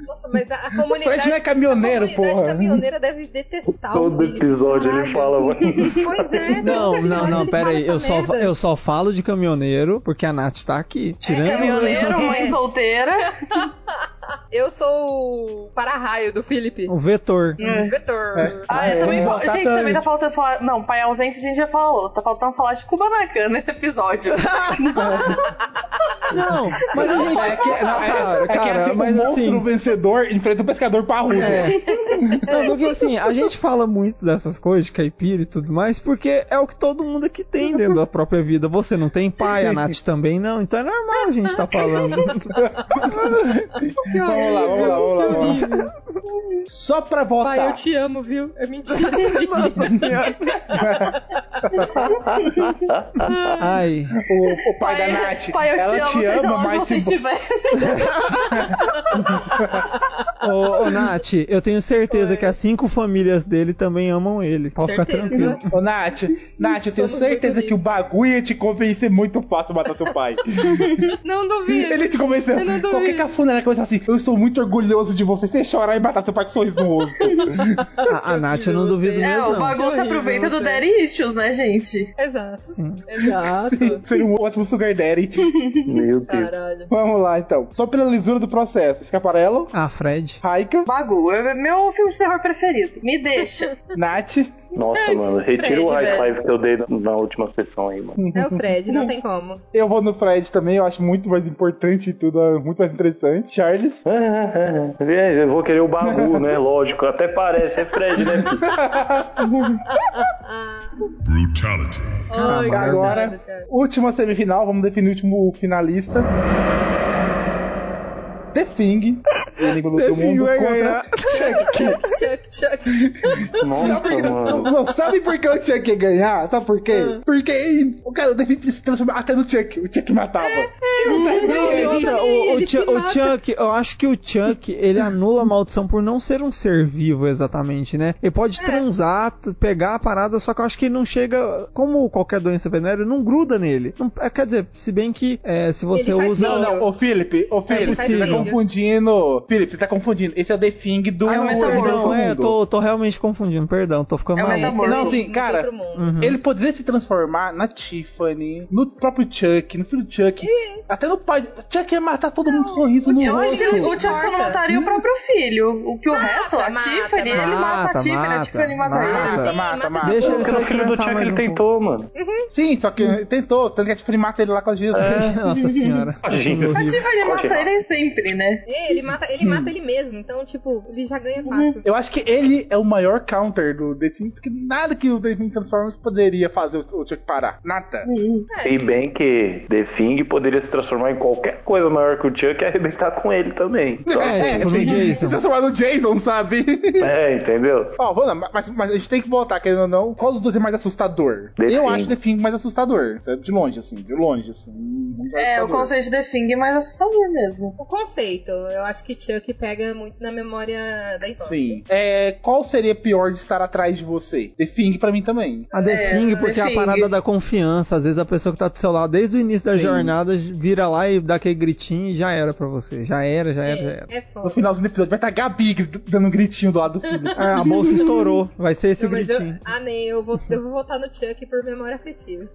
Nossa, mas a, a
O
comunidade.
Fred não é caminhoneiro,
a comunidade
porra.
caminhoneira deve detestar o
Todo
Felipe.
episódio
Caralho.
ele fala, mano.
Pois é, todo
Não,
episódio
não, não,
ele
pera
fala
aí.
essa
Eu só, fa-
merda.
eu só falo de caminhoneiro porque a Nath tá aqui. Tirando.
Caminhoneiro, mãe solteira.
Eu sou o para-raio do Felipe.
o vetor.
Vetor.
Ah, eu
é,
também
vamos
fal-
voltar
Gente, também tá
tanto.
faltando falar. Não, pai ausente a gente já falou. Tá faltando falar de Kubanacan nesse episódio.
Não, mas a gente.
É que, não, é-
cara,
é que
cara,
assim,
mas
o monstro
assim.
vencedor enfrenta o pescador parrudo.
É.
Não, porque assim, a gente fala muito dessas coisas, de caipira e tudo mais, porque é o que todo mundo aqui tem dentro da própria vida. Você não tem pai, a Nath também não, então é normal a gente tá falando.
Vamos lá, vamos lá, vamos lá, vamos lá. Só pra votar.
Pai, eu te amo, viu? É mentira.
Nossa senhora. Ai,
O, o pai, da Nath.
pai, eu
ela
te amo, seja onde
mas tipo,
você
se bo-
estiver.
ô, ô Nath, eu tenho certeza que as cinco famílias dele também amam ele. Pode ficar
Certeza.
tranquilo.
Ô, Nath, Nath, eu tenho
Somos
certeza
muito
que o
unidos.
bagulho ia te convencer muito fácil matar seu pai.
Não duvido.
Ele te convenceu.
Eu não duvido.
Qualquer cafuna era começar assim: Eu estou muito orgulhoso de você. Você chorar e matar seu pai com um sorriso no rosto.
A, a Nath eu não duvido
É,
mesmo.
o
Não.
bagunça
horrível,
aproveita do
né?
Daddy Issues, né, gente?
Exato.
Sim.
Exato.
Seria um ótimo Sugar Daddy.
Meu Deus.
Caralho.
Vamos lá, então. Só pela lisura do processo: Escaparello,
Ah, Fred.
Raika,
Bagu, é meu filme de terror preferido. Me deixa.
Nath.
Nossa, mano. Retira o
Fred,
high
velho.
five que eu dei na- na última sessão aí, mano.
É o Fred, não tem como.
Eu vou no Fred também. Eu acho muito mais importante e tudo, é muito mais interessante. Charles.
É, Eu vou querer o Bagu, né? Lógico. Até parece, é Fred, né?
Brutality.
Caramba,
Ai,
Agora,
caralho,
Agora,
cara.
última semifinal, vamos definir o último finalista. The Thing, o inimigo
The
do
Thing
mundo,
vai
contra
ganhar.
Chuck.
Chuck, tá Chuck.
Sabe por, que,
Nossa,
não,
mano.
não, sabe por que o Chuck ia ganhar? Sabe por quê?
Ah.
Porque ele- o cara, o The Thing se transformava até no Chuck. O Chuck matava. E não tá nem
E
aí.
outra, o, o,
ele
Chu-
se
o
mata.
Chuck, eu acho que o Chuck, ele anula a maldição por não ser um ser vivo exatamente, né? Ele pode transar, t- pegar a parada, só que eu acho que ele não chega, como qualquer doença venérea, não gruda nele. Não- é, quer dizer, se bem que é, se você
faz
usa.
mal.
Não, não, ô Felipe, ô Felipe, você tá
possível.
confundindo. Felipe, você tá confundindo. Esse é o The Thing do.
Ah,
inimigo do
perdão, é, eu
mundo.
tô, tô realmente confundindo, perdão, tô ficando
É o
maluco.
metamorfo.
Não, sim,
De
cara, Hum.
outro mundo.
Uhum.
Ele poderia se transformar na Tiffany, no próprio Chuck, no filho do Chuck. Até no pai. Chuck ia matar todo mundo com um sorriso no
Eu acho que ele-
rosto.
o Chuck só não mataria o próprio filho. O que o resto, a
mata,
Tiffany, ele Hum. mata a Tiffany, a Tiffany mata ele.
Deixa ele
Porque no
só
filho
descansar
do Chuck
mais
é ele
um
tentou, mano.
Sim, só que ele tentou, tanto que a Tiffany mata ele lá com a Jesus.
É, nossa senhora.
Imagina.
A
Horrível.
Tiffany
Horrível.
mata ele sempre, né?
É, ele mata, ele mata ele mesmo, então, tipo, ele já ganha fácil.
Eu acho que ele é o maior counter do The Sims, porque nada que o The Sims Transformers poderia fazer o o Chuck parar. Nada.
É.
Sei bem que The Thing poderia se transformar em qualquer coisa maior que o Chuck e arrebentar com ele também. Então,
É, tipo, no Jason.
transformar no Jason, sabe?
é, entendeu?
Ó, vamos lá, mas, mas a gente tem que voltar, querendo ou não. Qual dos dois é mais assustador?
The
eu
Thing.
acho The Thing mais assustador. sabe? De longe, assim, de longe, assim. muito mais
É, o
assustador.
conceito de The Thing é mais assustador mesmo.
O conceito, eu acho que Chuck pega muito na memória da infância.
Sim. É, qual seria pior de estar atrás de você? The Thing pra mim também.
A defing,
É,
porque é a
defing.
parada da confiança. Às vezes a pessoa que tá do seu lado desde o início da
Sim.
jornada vira lá e dá aquele gritinho e já era pra você. Já era, já era, já era.
É, é
No
foda.
finalzinho do episódio vai estar a Gabi gr- dando um gritinho do lado do
Ah, a bolsa estourou. Vai ser esse
Não, mas eu,
gritinho.
ah, nem, eu vou, eu vou votar no Chuck por memória afetiva.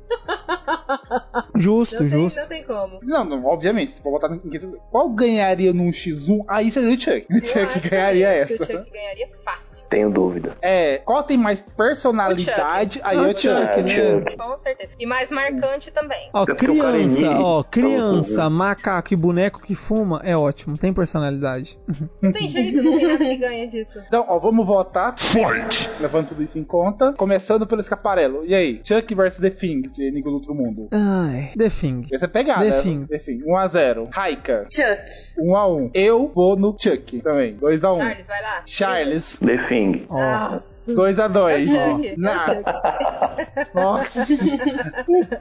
Justo,
Não tem,
justo.
não tem como.
Não, não, obviamente, você pode botar em quem você- Qual ganharia num X1? Aí seria o Chuck. O
Eu acho
Chuck
também,
ganharia
acho que o
essa.
Chuck ganharia fácil.
Tenho dúvida.
É, qual tem mais personalidade? Aí
Ah,
é o
o
Chuck.
Chuck, né?
Chuck.
Com certeza. E mais marcante também.
Ó,
É porque o cara é
criança,
mímico,
ó,
tá
criança,
louco,
macaco e boneco que fuma é ótimo, tem personalidade.
Não tem jeito, não tem nada que ganha disso.
Então, ó, vamos votar,
Fight!
levando tudo isso em conta. Começando pelo escaparelo. E aí? Chuck vs The Thing, de Enigma do Outro Mundo.
Ai, The Thing.
Essa é pegada.
The
né?
Thing.
The Thing. 1x0. Raika.
Chuck.
1x1. Eu vou no Chuck também. 2x1.
Charles, vai lá.
Charles.
The Thing.
Ó,
Nossa. É o
2x2.
Chuck. é o Chuck.
Nossa.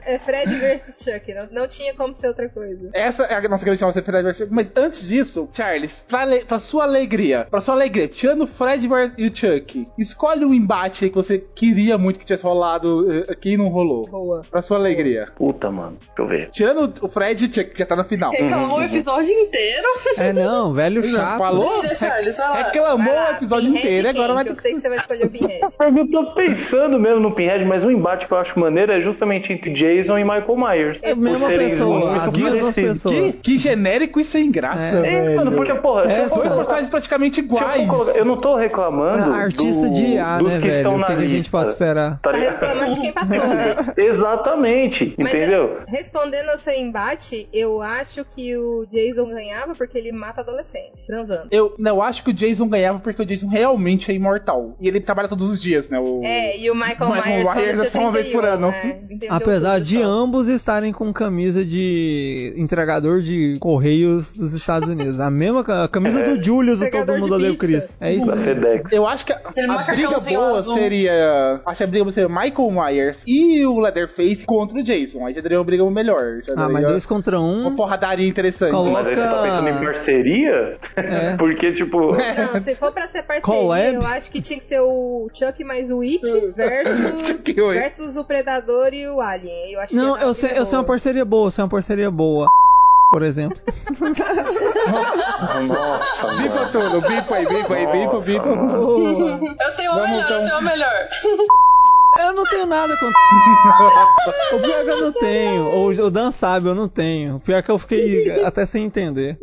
É Fred versus Chuck. Não, não tinha como ser outra coisa.
Essa é a nossa grande chance de Fred vs. Chuck. Mas antes disso, Charles, pra, ale- pra sua alegria, pra sua alegria, tirando o Fred ver- e o Chuck, escolhe um embate aí que você queria muito que tivesse rolado eh, aqui e não rolou.
Boa.
Pra sua alegria.
Puta, mano. Deixa eu ver.
Tirando o Fred e o Chuck, que já tá na final.
Reclamou o episódio inteiro.
É não, velho
Ele já
chato.
Falou?
Diga, Charles,
É
vai lá.
Reclamou
Vai
o
lá,
Tá episódio
Pinhead
inteiro e
quem?
agora vai
Que Eu
ter
sei que você vai escolher o Pinhead.
Eu tô pensando mesmo no Pinhead, mas o embate que eu acho maneiro é justamente entre Jason e Michael Myers.
É a
Por
mesma
serem
pessoa,
muito
as mesmas
parecidos.
que,
pessoas.
que genérico e sem graça,
É.
É,
velho.
mano, porque, porra, se eu
Essa-
for
Dois
colocar-
personagens praticamente
se eu for
iguais.
colocar- eu não tô reclamando
É Artista
do-
de A,
dos
né,
que
velho?
estão
O
na
que a gente
lista.
pode esperar?
Tá
Tá
ligado?
reclamando de quem passou, né?
Exatamente, entendeu?
Mas, é, respondendo ao seu embate, eu acho que o Jason ganhava porque ele mata adolescente, transando.
Eu, não, eu acho que o Jason ganhava porque o Jason realmente é imortal. E ele trabalha todos os dias, né? O...
É, e o Michael,
Michael
Myers, só no
Myers é
dia
só uma vez por
31,
ano.
né? 31
Apesar
outubro
de
só.
ambos estarem com camisa de entregador de correios dos Estados Unidos. A mesma ca- a camisa
É.
do Julius, do
Entregador
Todo
de
Mundo Odeia o
pizza.
Chris. É isso
Da
aí.
FedEx.
Eu acho que a,
Ele
a
mata
briga
aquãozinho
boa
azul.
seria. Acho que a briga boa seria Michael Myers e o Leatherface contra o Jason. Aí já teria uma briga melhor. Já
Ah, mas
daria
dois contra
Uma
um.
porradaria interessante.
Coloca-
Mas aí você tá pensando em parceria?
É.
Porque, tipo,
Não, se for pra ser parceria,
Collab?
eu acho que tinha que ser o Chuck mais o It versus,
Chuck e o It.
versus o Predador e o Alien. Eu acho que é
Não,
ia dar
eu sei, eu sei uma
boa.
parceria boa, eu sei uma parceria boa. Por exemplo.
nossa,
Bipa
mano.
tudo, bipa aí, bipa aí, bipa,
Nossa,
bipa.
mano.
Eu tenho o
Vamos,
melhor, eu
então.
tenho o melhor.
Eu não tenho nada contra. O pior que eu não tenho. Ou o Dan sabe, eu não tenho. O pior que eu fiquei até sem entender.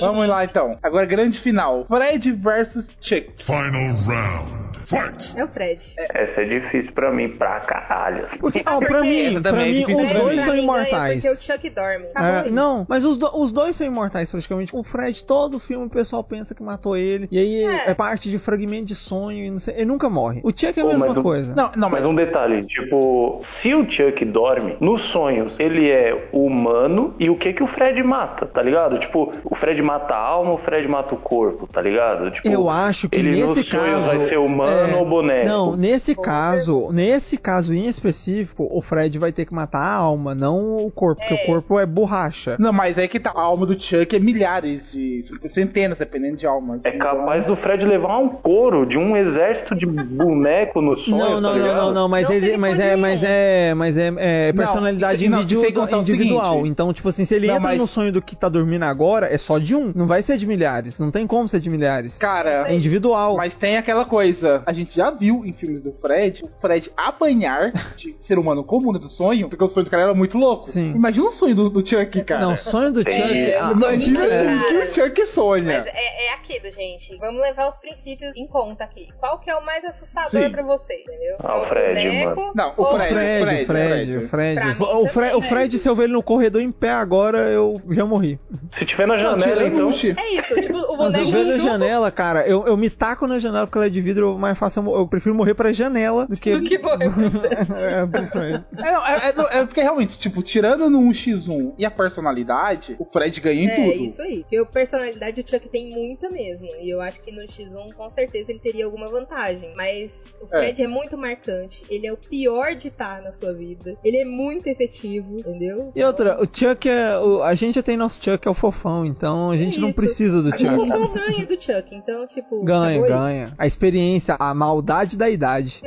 Vamos lá então. Agora, grande final: Fred versus Chuck.
Final round. Fight!
É o Fred.
Essa é difícil pra mim, pra caralho. assim.
Porque, ó,
Sabe por
pra
quê?
mim, pra
também é
mim,
difícil
os
Fred,
pra
dois
pra mim,
são
ganha
imortais.
Porque o Chuck dorme.
É,
Acabou aí.
não, mas os, do- os dois são imortais praticamente. O Fred, todo filme o pessoal pensa que matou ele. E aí é,
É.
parte de fragmento de sonho e não sei. Ele nunca morre. O Chuck é a
Pô,
mesma
mas o-
coisa.
Não, não, mas.
Mas um detalhe, tipo, se o Chuck dorme, nos sonhos ele é humano e o que que o Fred mata, tá ligado? Tipo, o Fred mata a alma, o Fred mata o corpo, tá ligado? Tipo,
Eu acho que
ele
nesse
nos sonhos
caso.
vai ser humano
é,
ou boneco.
Não, nesse caso, nesse caso em específico, o Fred vai ter que matar a alma, não o corpo, porque o corpo é borracha.
Não, mas é que tá. A alma do Chuck é milhares de. centenas, dependendo de almas. né?
É capaz do Fred levar um couro de um exército de boneco no sonho,
Não, não,
tá
não,
ligado?
não, não, mas,
Não
ele,
se
mas
ele
é,
for
mas
de-
é, mas é, é
Não,
personalidade
isso- não,
individu-
sem contar o
individual.
seguinte.
então, tipo assim, se ele
Não,
entra
mas-
no sonho do que tá dormindo agora, é só de um, não vai ser de milhares, não tem como ser de milhares.
Cara.
É individual.
Mas tem aquela coisa, a gente já viu em filmes do Fred, o Fred apanhar de ser humano comum né, do sonho, porque o sonho do cara era muito louco.
Sim.
Imagina o sonho do, do Chuck, cara.
Não, o sonho do Chuck.
É,
ah,
o sonho do
Imagina
Chuck.
o que o Chuck sonha.
Mas é, é aquilo, gente. Vamos levar os princípios em conta aqui. Qual que é o mais assustador
Sim.
pra você, entendeu?
Ah,
É
o Fred,
boneco
mano.
Não,
ou-
o
Fred,
Fred,
Fred,
Fred,
Fred,
Fred.
Pra mim
O, Fre
também,
o
é
Fred, se eu ver ele no corredor em pé agora, eu já morri.
Se tiver na
Não,
janela,
tirando um
então.
um
o Chuck.
É isso, tipo, o
Mas eu
boneco
um
vejo a
chupa
janela, cara. Eu, eu me taco na janela porque ela é de vidro, eu mais fácil eu, mo- eu prefiro morrer pra janela do que.
do que morreu.
é, pro Fred.
É, não, é, é, não, é porque realmente, tipo, tirando no 1x1 e a personalidade, o Fred ganha em
É,
tudo.
isso aí. Porque o personalidade o Chuck tem muita mesmo. E eu acho que no X1 com certeza ele teria alguma vantagem. Mas o Fred é, muito marcante. Ele é o pior de estar na sua vida. Ele é muito efetivo, entendeu?
E outra, o Chuck é. o- a gente já tem nosso Chuck, é o fofão, então a gente não
isso.
precisa do
O
Chuck.
Fofão ganha do Chuck, então, tipo.
Ganha,
acabou aí.
ganha. A experiência, a maldade da idade.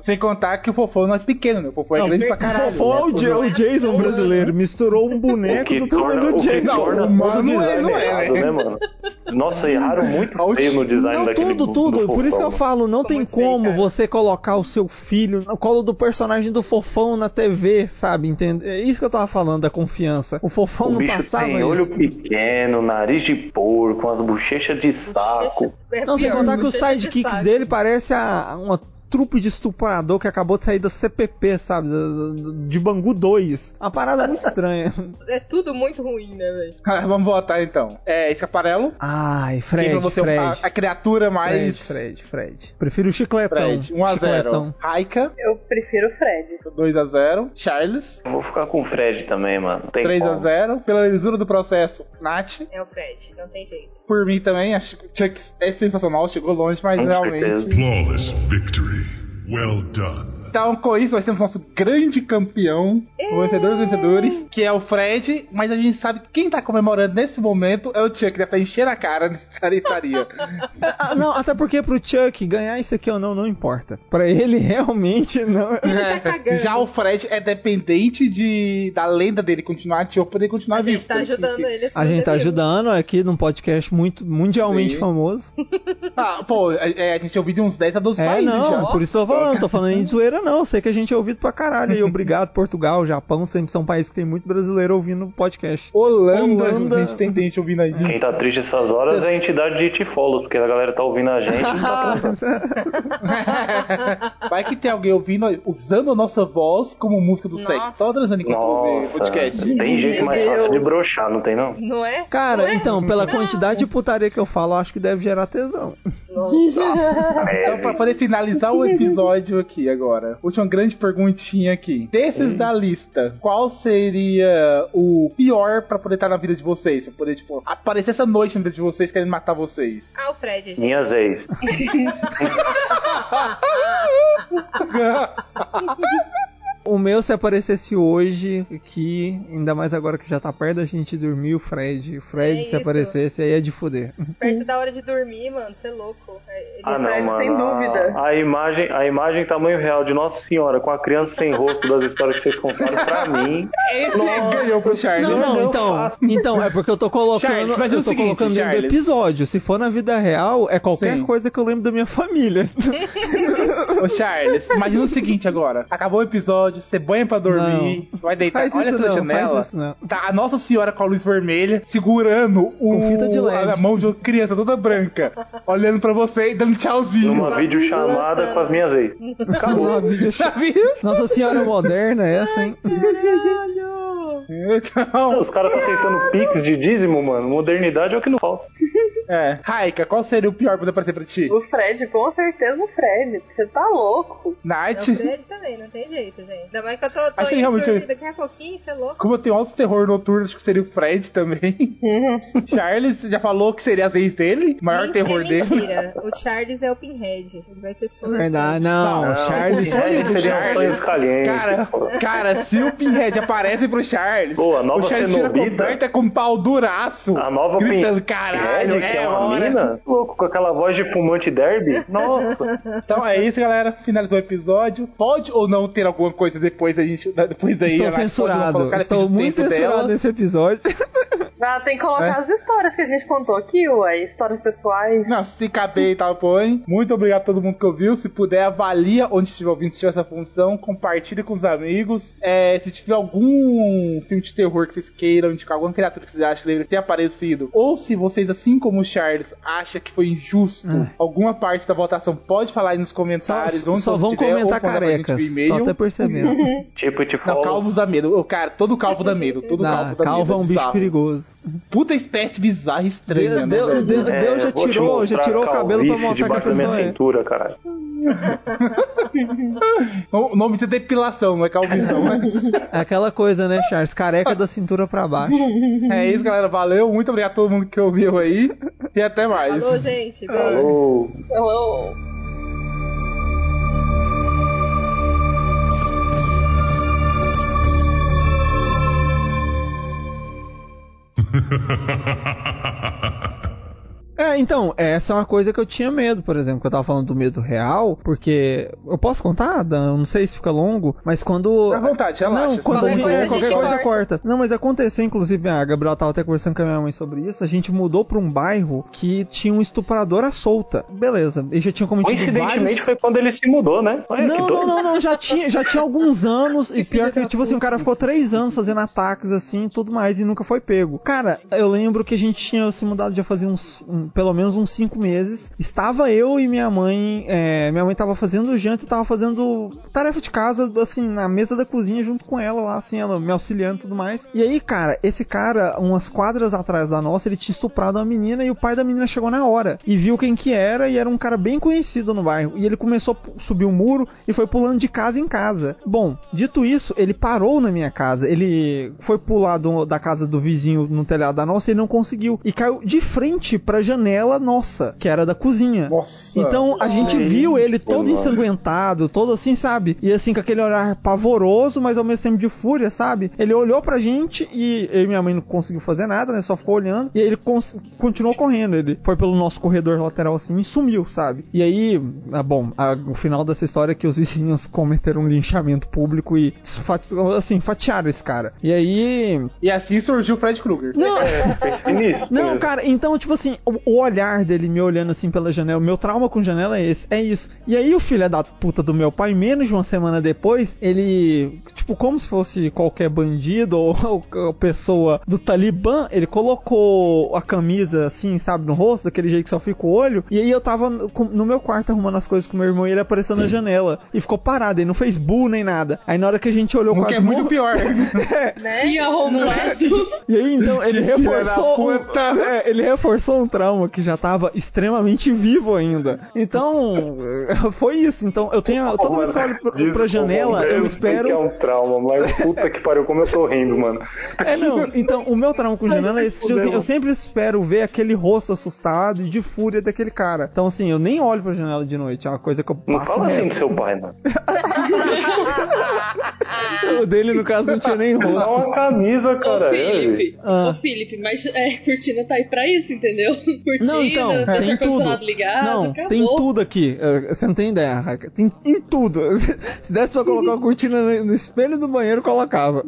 Sem contar que o Fofão não é pequeno, né? O Fofão é
Não,
grande pra caralho.
Fofão é o, Ja- o Jason brasileiro. Misturou um
O
boneco
que
do
torna,
tamanho
o
do
que
Jason.
Não,
torna todo o
mano, não é,
design
não é,
errado,
né?
né, mano? Nossa, erraram muito
Olha o
feio no design
Não,
daquele
tudo,
do-
tudo.
do
Por isso que eu
fofão,
falo, não
Ficou
tem
muito feio,
como
cara.
você colocar o seu filho no colo do personagem do fofão na TV, sabe? Entende? É isso que eu tava falando, da confiança. O fofão
O
não
bicho
passava
tem
isso.
olho pequeno, nariz de porco, as bochechas de saco.
É
Não, sem
pior,
contar que os
bochecha de
sidekicks
saco.
dele parece a, a- uma trupe de estuprador que acabou de sair da CPP, sabe? Da- da- De Bangu 2. Uma parada muito estranha.
É tudo muito ruim, né, velho?
Cara, vamos votar então. É, escaparelo.
Ai,
Quem
Fred,
pra você é
Fred.
a, a criatura
Fred,
mais.
Fred, Fred. Então, tipo, Prefiro o chicletão.
Fred, 1x0.
Chicletão.
Raika,
Eu prefiro o Fred.
2x0. Charles,
Eu Vou ficar com o Fred também, mano. Não Tem como.
3x0. Pela lisura do processo, Nath.
É o Fred, não tem jeito.
Por mim também, acho que o Chuck é sensacional, chegou longe, mas
Com
realmente.
certeza.
Flawless victory. Well done.
Então, com isso, nós temos nosso grande campeão, o vencedor dos vencedores, que é o Fred, mas a gente sabe que quem tá comemorando nesse momento é o Chuck, né? Pra encher a cara nessa estaria.
Tá
Ah, não, até porque pro Chuck ganhar isso aqui ou não, não importa. Pra ele realmente não.
Ele tá cagando.
Já o Fred é dependente de, da lenda dele continuar ativo pra poder continuar
A
vivo.
gente tá
por isso
ajudando
que-
ele. se
A gente
manter vivo.
tá ajudando aqui num podcast muito mundialmente
Sim.
famoso.
Ah, pô, é, a gente ouviu de uns 10 a 12
É,
países
não,
já.
por isso que eu tô falando, não tô falando nem de zoeira, não. Eu sei que a gente é ouvido pra caralho. E obrigado, Portugal, Japão, sempre são países que tem muito brasileiro ouvindo podcast.
Holanda,
Holanda.
a gente tem gente ouvindo aí.
Quem tá triste essas horas
Cês-
é a entidade de Tifolos, porque a galera tá ouvindo a gente. não tá pensando.
É. Vai que tem alguém ouvindo, usando a nossa voz como música do
Nossa.
sexo. Só transando enquanto ouve
Nossa,
podcast. Então,
tem jeito mais fácil de
Deus.
broxar, não tem não?
Não é?
Cara, então, pela quantidade de putaria que eu falo, eu acho que deve gerar tesão.
Tá,
É,
Então, pra poder finalizar o episódio aqui agora, última grande perguntinha aqui. Desses da lista, qual seria o pior pra poder estar na vida de vocês? Pra poder, tipo, aparecer essa noite na vida de vocês querendo matar vocês.
Ah, o Fred, gente.
Minhas ex.
O meu, se aparecesse hoje aqui, ainda mais agora que já tá perto da gente dormir, o Fred. O
É
Fred, se
isso.
aparecesse, aí é de fuder.
Perto da hora de dormir, mano, você é louco. É, Ele
Ah, não,
Mas,
mano.
sem
a-
dúvida.
A imagem, a imagem tamanho real de Nossa Senhora com a criança sem rosto das histórias que vocês contaram pra mim.
Esse é ganhou pro Charlie.
Não, não, então, então, é porque eu tô colocando,
Charles, mas é
eu
o
tô
seguinte,
colocando dentro do
Charles.
episódio. Se for na vida real, é qualquer
Sim.
coisa que eu lembro da minha família.
Ô Charles, imagina o seguinte agora. Acabou o episódio, você banha pra dormir,
Não.
vai deitar,
Faz
olha
isso
pela
não,
janela.
faz isso não.
Tá a Nossa Senhora com a luz vermelha, segurando o,
Com fita de LED.
a mão de uma criança toda branca, olhando pra você e dando tchauzinho.
Numa videochamada com as minhas ex.
Uma vídeo- Nossa senhora moderna é essa, hein?
Então,
Os caras tá aceitando pix de dízimo, mano. Modernidade é o que não falta.
é. Raika, qual seria o pior pra aparecer pra ti?
O Fred, com certeza o Fred. Você tá louco.
É o
Nath?
Fred também, não tem jeito, gente. Ainda mais que eu tô, tô
Acho que
indo
realmente-
dormir daqui a pouquinho, você é louco.
Como eu tenho altos terror noturnos, acho que seria o Fred também. Charles já falou que seria as ex dele, o maior
Mentira,
terror dele.
mentira. O Charles é o Pinhead. Ele vai ter sonhos.
Verdade, não,
Não,
Charles.
o sonho
Red
do
seria um
Charles-
sonho caliente.
Cara, cara, se o Pinhead aparece pro Charles.
Pô, a nova
o Charles
Cenobita.
tira a coberta com um pau duraço.
A nova
Gritando,
Pink
caralho,
Red, que
é,
é uma
hora.
mina, louco, com aquela voz de pulmante derby. Nossa.
Então é isso, galera. Finalizou o episódio. Pode ou não ter alguma coisa depois a gente. Depois aí,
Estou
ela-
censurado.
colocar
Estou
esse
muito
tempo
censurado
dela.
nesse episódio.
Ah, tem que colocar
É.
as histórias que a gente contou aqui, ué. Histórias pessoais.
Não, se caber e tal, põe. Muito obrigado a todo mundo que ouviu. Se puder, avalia onde estiver ouvindo, se tiver essa função. Compartilhe com os amigos. É, se tiver algum filme de terror que vocês queiram indicar, alguma criatura que vocês acham que deveria ter aparecido. Ou se vocês, assim como o Charles, acham que foi injusto
Ah.
alguma parte da votação, pode falar aí nos comentários. onde
Só Tá, vão
tiver, ou
comentar
mandar pra gente
carecas.
via e-mail.
Tô até percebendo.
tipo, tipo.
Não, calvos dá medo. Ô, Cara, todo calvo dá medo. Todo
Dá,
calvo dá
calvo
medo.
é um bicho
bizarro.
perigoso.
Puta espécie bizarra e estranha, né?
Deus- Deus-
velho?
Deus- É, Deus já
vou te
tirou-
mostrar
já tirou o cabelo pra
calvície
mostrar que a
debaixo da minha
pessoa é.
cintura, caralho.
O nome disso é depilação, não é calvície, não. Mas...
É aquela coisa, né, Charles? Careca da cintura pra baixo.
É isso, galera. Valeu. Muito obrigado a todo mundo que ouviu aí. E até mais.
Falou, gente.
É.
Beijo.
Falou.
Falou.
É, então, essa é uma coisa que eu tinha medo, por exemplo, que eu tava falando do medo real, porque. Eu posso contar, Dan? Eu Não sei se fica longo, mas quando.
Fica à vontade, relaxa. tá
Não, quando
Qualquer
alguém-
coisa a
é,
gente
qualquer coisa
corta.
corta. Não, mas aconteceu, inclusive, a Gabriela tava até conversando com a minha mãe sobre isso. A gente mudou pra um bairro que tinha um estuprador à solta. Beleza. E já tinha cometido
Coincidentemente
vários.
foi quando ele se mudou, né? Olha que
Não, não,
doido.
não, não, já tinha, já tinha alguns anos, e pior que, tipo assim, o cara ficou três anos fazendo ataques assim e tudo mais, e nunca foi pego. Cara, eu lembro que a gente tinha se mudado já fazia uns, um- pelo menos uns cinco meses. Estava eu e minha mãe, é, minha mãe tava fazendo janta e tava fazendo tarefa de casa, assim, na mesa da cozinha junto com ela lá, assim, ela me auxiliando e tudo mais. E aí, cara, esse cara, umas quadras atrás da nossa, ele tinha estuprado uma menina e o pai da menina chegou na hora e viu quem que era e era um cara bem conhecido no bairro. E ele começou a pu- subir o muro e foi pulando de casa em casa. Bom, dito isso, ele parou na minha casa. Ele foi pular do- da casa do vizinho no telhado da nossa e ele não conseguiu. E caiu de frente pra janela nossa, que era da cozinha.
Nossa.
Então a gente viu ele todo ensanguentado, todo assim, sabe? E assim, com aquele olhar pavoroso, mas ao mesmo tempo de fúria, sabe? Ele olhou pra gente e eu e minha mãe não conseguiu fazer nada, né? Só ficou olhando. E ele cons- continuou correndo. Ele foi pelo nosso corredor lateral assim e sumiu, sabe? E aí, ah, bom, a- o final dessa história é que os vizinhos cometeram um linchamento público e desfati- assim, fatiaram esse cara. E aí. é,
E assim surgiu o Fred Krueger.
Não,
Foi sinistro.
não,
mesmo.
cara, então, tipo assim, o, o olhar dele me olhando assim pela janela, o meu trauma com janela é esse, é isso. E aí o filho é da puta do meu pai, menos de uma semana depois, ele, tipo, como se fosse qualquer bandido ou, ou pessoa do Talibã, ele colocou a camisa assim, sabe, no rosto, daquele jeito que só fica o olho, e aí eu tava no, com- no meu quarto arrumando as coisas com meu irmão e ele apareceu na janela, e ficou parado, ele não fez bu nem nada. Aí na hora que a gente olhou
O que
quase
é muito
morto-
pior.
É,
Né?
E arrombado.
e aí, então, ele
Filha da
reforçou. um-
puta.
é, ele reforçou um trauma que já tava extremamente vivo ainda. Então, foi isso. Então, eu tenho. Toda vez que eu olho pra,
Desculpa,
pra janela,
mano,
eu
sei que é
espero.
um trauma, mas puta que pariu, como eu tô rindo, mano.
É, não. Então, o meu trauma com janela é esse que, tipo assim, eu sempre espero ver aquele rosto assustado e de fúria daquele cara. Então, assim, eu nem olho pra janela de noite. É uma coisa que eu
Não
passo.
fala assim
reto.
do seu pai, mano.
O dele, no caso, não tinha nem
É
rosto.
só uma camisa,
é?
Ô,
cara.
Felipe.
Ah.
Ô, Felipe, mas é, cortina tá aí pra isso, entendeu? Cortina,
Não, então,
deixa o
tem tudo.
ar-condicionado ligado.
não,
acabou.
tem tudo aqui. Eh, Você não tem ideia, Raca. Tem em tudo. Se desse pra colocar uma cortina no- no espelho do banheiro, colocava.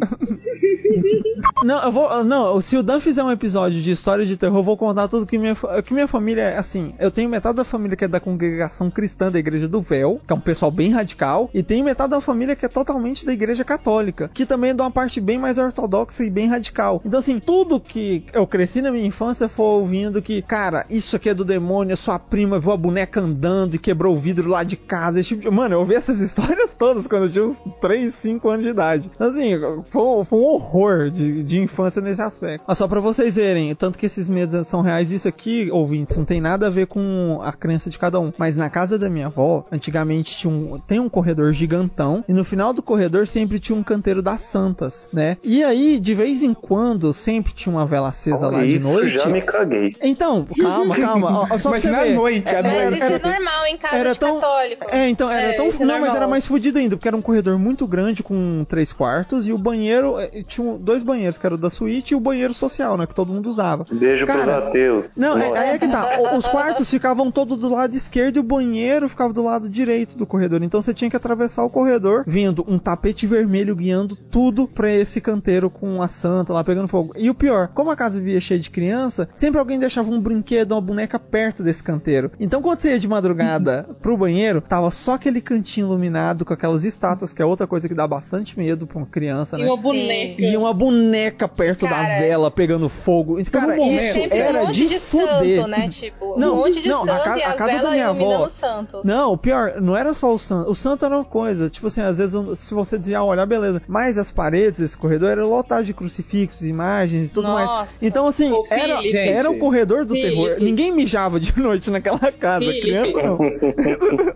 Não, eu vou. Não, se o Dan fizer um episódio de história de terror, eu vou contar tudo que minha, fa- que minha família é. Assim, eu tenho metade da família que é da congregação cristã da Igreja do Véu, que é um pessoal bem radical, e tem metade da família que é totalmente da Igreja Católica, que também é de uma parte bem mais ortodoxa e bem radical. Então, assim, tudo que eu cresci na minha infância foi ouvindo que, cara, isso aqui é do demônio, a sua prima viu a boneca andando e quebrou o vidro lá de casa. Esse tipo de... Mano, eu ouvi essas histórias todas quando eu tinha uns 3, 5 anos de idade. Então, Assim, foi, um- foi um horror de, de infância nesse aspecto. Mas Ah, só pra vocês verem, tanto que esses medos são reais, isso aqui, ouvintes, não tem nada a ver com a crença de cada um. Mas na casa da minha avó, antigamente tinha um, tem um corredor gigantão, e no final do corredor sempre tinha um canteiro das santas, né? E aí, de vez em quando, sempre tinha uma vela acesa
Olha
lá de
isso,
noite.
já me caguei.
Então, calma, calma. ó, ó, só pra
Mas
você
não é
ver.
à noite, à
Era-
noite.
era-
Mas isso é normal em casa
era
de
tão-
católico.
É, então, era
É,
tão
isso é
fudido, não, mas
normal.
era mais fudido ainda, porque era um corredor muito grande com três quartos e o banheiro, eh, tinha um- dois banheiros, que era o da suíte e o banheiro social, né, que todo mundo usava.
Beijo pros ateus.
Não, é,
Nossa.
aí é que tá. O- Os quartos ficavam todos do lado esquerdo e o banheiro ficava do lado direito do corredor. Então você tinha que atravessar o corredor, vindo um tapete vermelho guiando tudo pra esse canteiro com a santa lá pegando fogo. E o pior, como a casa vivia cheia de criança, sempre alguém deixava um brinquedo, uma boneca perto desse canteiro. Então quando você ia de madrugada pro banheiro, tava só aquele cantinho iluminado com aquelas estátuas, que é outra coisa que dá bastante medo pra uma criança,
E
né?
uma boneca.
E uma boneca perto da
Cara.
vela pegando fogo. Então, Cara,
E
isso
sempre
era
um monte de,
de
santo,
fuder.
né? Tipo,
Não,
um monte de
não, a
santo
ca-
e
a
as
casa da
velas
minha avó-
iluminando o santo.
Não, o pior, não era só o santo. O santo era uma coisa. Tipo assim, às vezes, um- se você desviar o olhar, beleza. Mas as paredes desse corredor eram lotadas de crucifixos, imagens e tudo
Nossa.
mais. Então, assim,
Ô,
era,
Felipe.
era o corredor do
Felipe.
terror. Ninguém mijava de noite naquela casa.
Felipe.
Criança não.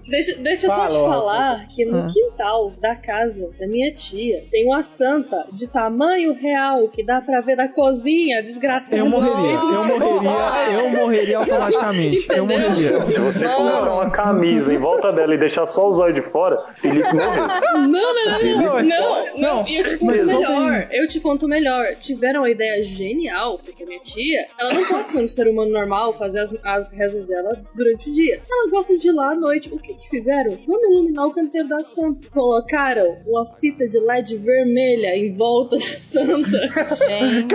Deixa, deixa eu só
Fala,
te
Rafa.
falar que no
Ah.
quintal da casa da minha tia tem uma santa de tamanho real que dá pra ver da cozinha, desgraçada.
Eu morreria, eu morreria, eu morreria automaticamente. Eu morreria.
Se você colocar uma camisa em volta dela e deixar só os olhos de fora, Felipe morreu.
Não, não, não, não, não, não, e eu te
Mas
conto
É não
melhor, eu te conto melhor. Tiveram uma ideia genial, porque a minha tia, ela não pode ser um ser humano normal, fazer as, as rezas dela durante o dia. Ela gosta de ir lá à noite. O que que fizeram? Vamos iluminar o canteiro da santa. Colocaram uma fita de LED vermelha em volta da santa.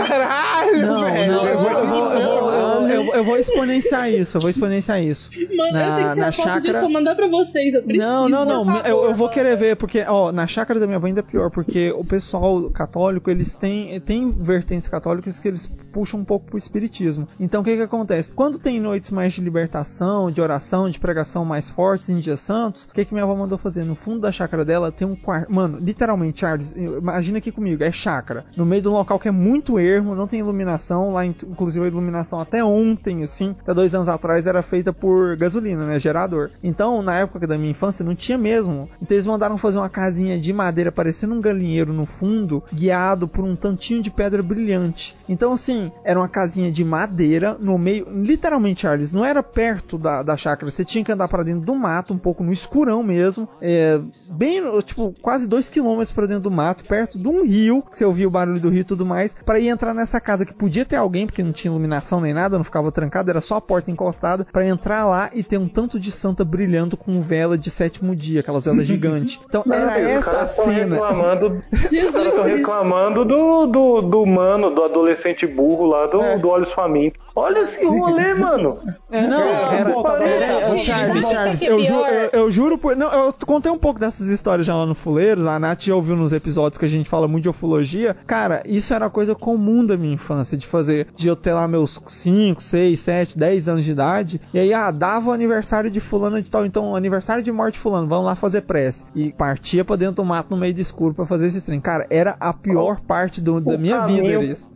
Caralho!
Não,
É,
não, eu vou, eu vou- eu vou- eu- eu- eu vou exponenciar isso, eu vou exponenciar isso.
Mano, eu tenho que tirar foto disso pra mandar pra vocês, eu preciso.
Não, não, não.
Por
eu,
favor.
eu vou querer ver, porque, ó, na chácara da minha avó ainda é pior, porque o pessoal católico, eles têm, têm vertentes católicas que eles puxam um pouco pro espiritismo. Então o que que acontece? Quando tem noites mais de libertação, de oração, de pregação mais fortes em dias santos, o que que minha avó mandou fazer? No fundo da chácara dela tem um quarto. Mano, literalmente, Charles, imagina aqui comigo, é chácara. No meio de um local que é muito ermo, não tem iluminação, lá, in- inclusive a iluminação até ontem, assim, até dois anos atrás era feita por gasolina, né? Gerador. Então, na época da minha infância, não tinha mesmo. Então, eles mandaram fazer uma casinha de madeira parecendo um galinheiro no fundo, guiado por um tantinho de pedra brilhante. Então, assim, era uma casinha de madeira no meio, literalmente, Charles, não era perto da, da chácara. Você tinha que andar pra dentro do mato, um pouco no escurão mesmo, é, bem, no- tipo, quase dois quilômetros pra dentro do mato, perto de um rio, que você ouvia o barulho do rio e tudo mais, pra ir entrar nessa casa que podia ter alguém, porque não tinha iluminação nem nada, não ficava trancado, era só a porta encostada, pra entrar lá e ter um tanto de santa brilhando com vela de sétimo dia, aquelas velas gigantes. Então
Não,
era
os
essa a
caras tão
cena.
reclamando, os caras
Cristo.
estão reclamando do, do, do mano, do adolescente burro lá, do, do Olhos Famintos. Olha esse rolê, mano.
É, não, era. Era-
Pô,
Charles,
sabe
Charles,
o que é
eu, ju-
pior?
eu- eu juro por. Não, eu contei um pouco dessas histórias já lá no Fuleiros. A Nath já ouviu nos episódios que a gente fala muito de ufologia. Cara, isso era coisa comum da minha infância, de fazer. De eu ter lá meus 5, 6, 7, 10 anos de idade. E aí, ah, dava o aniversário de fulano de tal. Então, aniversário de morte de fulano, vamos lá fazer prece. E partia pra dentro do mato no meio do escuro pra fazer esse trem. Cara, era a pior parte do- da minha vida,
caminho-
Elis.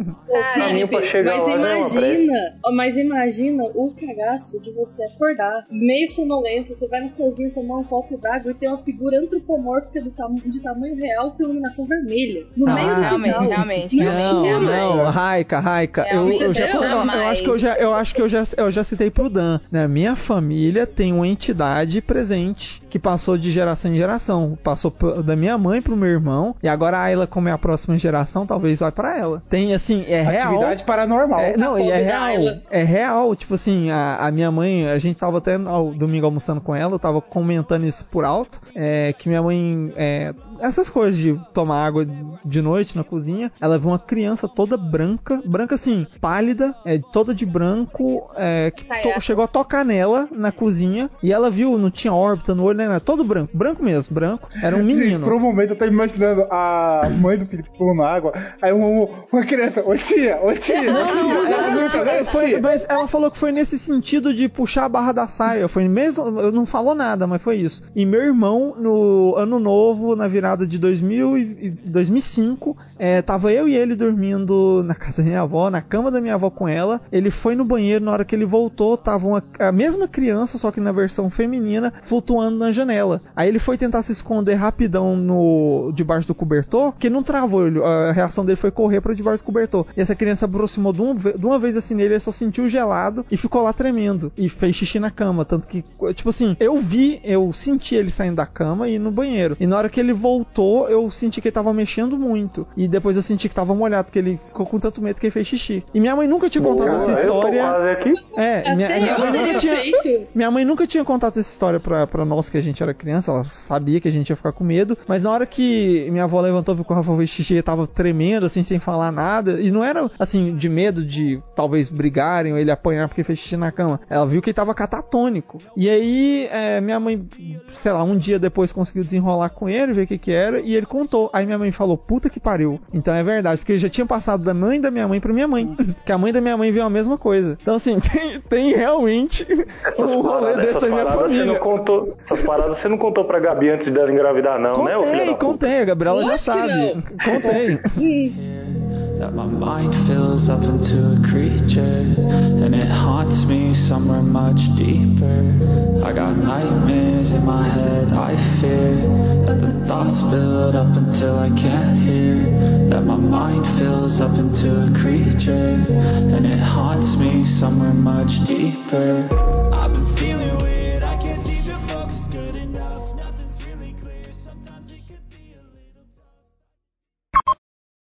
Felipe, pra chegar
mas
lá, né, uma
imagina, ó, mas imagina o cagaço de você acordar meio sonolento, você vai na cozinha tomar um copo d'água e tem uma figura antropomórfica do tam- de tamanho real com iluminação vermelha. No
Ah,
meio do
realmente,
quintal.
realmente,
No
Não,
escuro.
não, Raika, Raika. Eu,
Realmente,
eu já,
eu
não, eu
jamais.
acho que eu já, eu acho que eu já, eu já citei pro Dan. Né? Minha família tem uma entidade presente que passou de geração em geração, passou p- da minha mãe pro meu irmão e agora a Ayla, como é a próxima geração, talvez vá pra ela. Tem assim, é real.
Atividade paranormal.
É, não, e é
Pobre da
real.
Ayla.
É real, tipo assim, a, a minha mãe, a gente tava até ao domingo almoçando com ela, eu tava comentando isso por alto, é, que minha mãe, é, essas coisas de tomar água de noite na cozinha, ela viu uma criança toda branca, branca assim, pálida, é, toda de branco, é, que to- chegou a tocar nela na cozinha, e ela viu, não tinha órbita no olho, né, todo branco, branco mesmo, branco, era um
Gente,
menino.
por um momento eu tô imaginando a mãe do Felipe pulando água, aí um, uma criança, ô tia, ô tia, ô tia, ela não tá
É,
vendo,
foi-
tia?
mas ela falou que foi nesse sentido de puxar a barra da saia. Foi mesmo. eu Não falou nada, mas foi isso. E meu irmão, no ano novo, na virada temporada de 2000 e 2005. É, tava eu e ele dormindo na casa da minha avó, na cama da minha avó com ela. Ele foi no banheiro, na hora que ele voltou, tava uma, a mesma criança, só que na versão feminina, flutuando na janela. Aí ele foi tentar se esconder rapidão no debaixo do cobertor, que não travou. Ele, a reação dele foi correr para debaixo do cobertor. E essa criança aproximou de, um, de uma vez assim nele, ele só sentiu gelado e ficou lá tremendo. E fez xixi na cama. Tanto que, tipo assim, eu vi, eu senti ele saindo da cama e ir no banheiro. E na hora que ele voltou, eu senti que ele tava mexendo muito. E depois eu senti que tava molhado, porque ele ficou com tanto medo que ele fez xixi. E minha mãe nunca tinha contado Boa, essa história.
Tá
É, minha, minha, mãe nunca tinha, minha mãe nunca tinha contado essa história pra, pra nós que a gente era criança. Ela sabia que a gente ia ficar com medo. Mas na hora que minha avó levantou, ficou Rafa fez xixi, ele tava tremendo, assim, sem falar nada. E não era assim, de medo de talvez brigarem ou ele apanhar porque fez xixi na cama. Ela viu que ele tava catatônico. E aí, é, minha mãe, sei lá, um dia depois conseguiu desenrolar com ele, ver o que que era, e ele contou. Aí minha mãe falou, puta que pariu. Então é verdade, porque ele já tinha passado da mãe da minha mãe pra minha mãe. que a mãe da minha mãe viu a mesma coisa. Então, assim, tem, tem realmente
essas um rolê paradas, desse da minha família. Você não contou, essas paradas você não contou pra Gabi antes dela engravidar, não,
contei,
né? Contei,
contei, a Gabriela já sabe. Contei. that my mind fills up into a creature and it haunts me somewhere much deeper i got nightmares in my head i fear that the thoughts build up until i can't hear that my mind fills up into a creature and it haunts me somewhere much deeper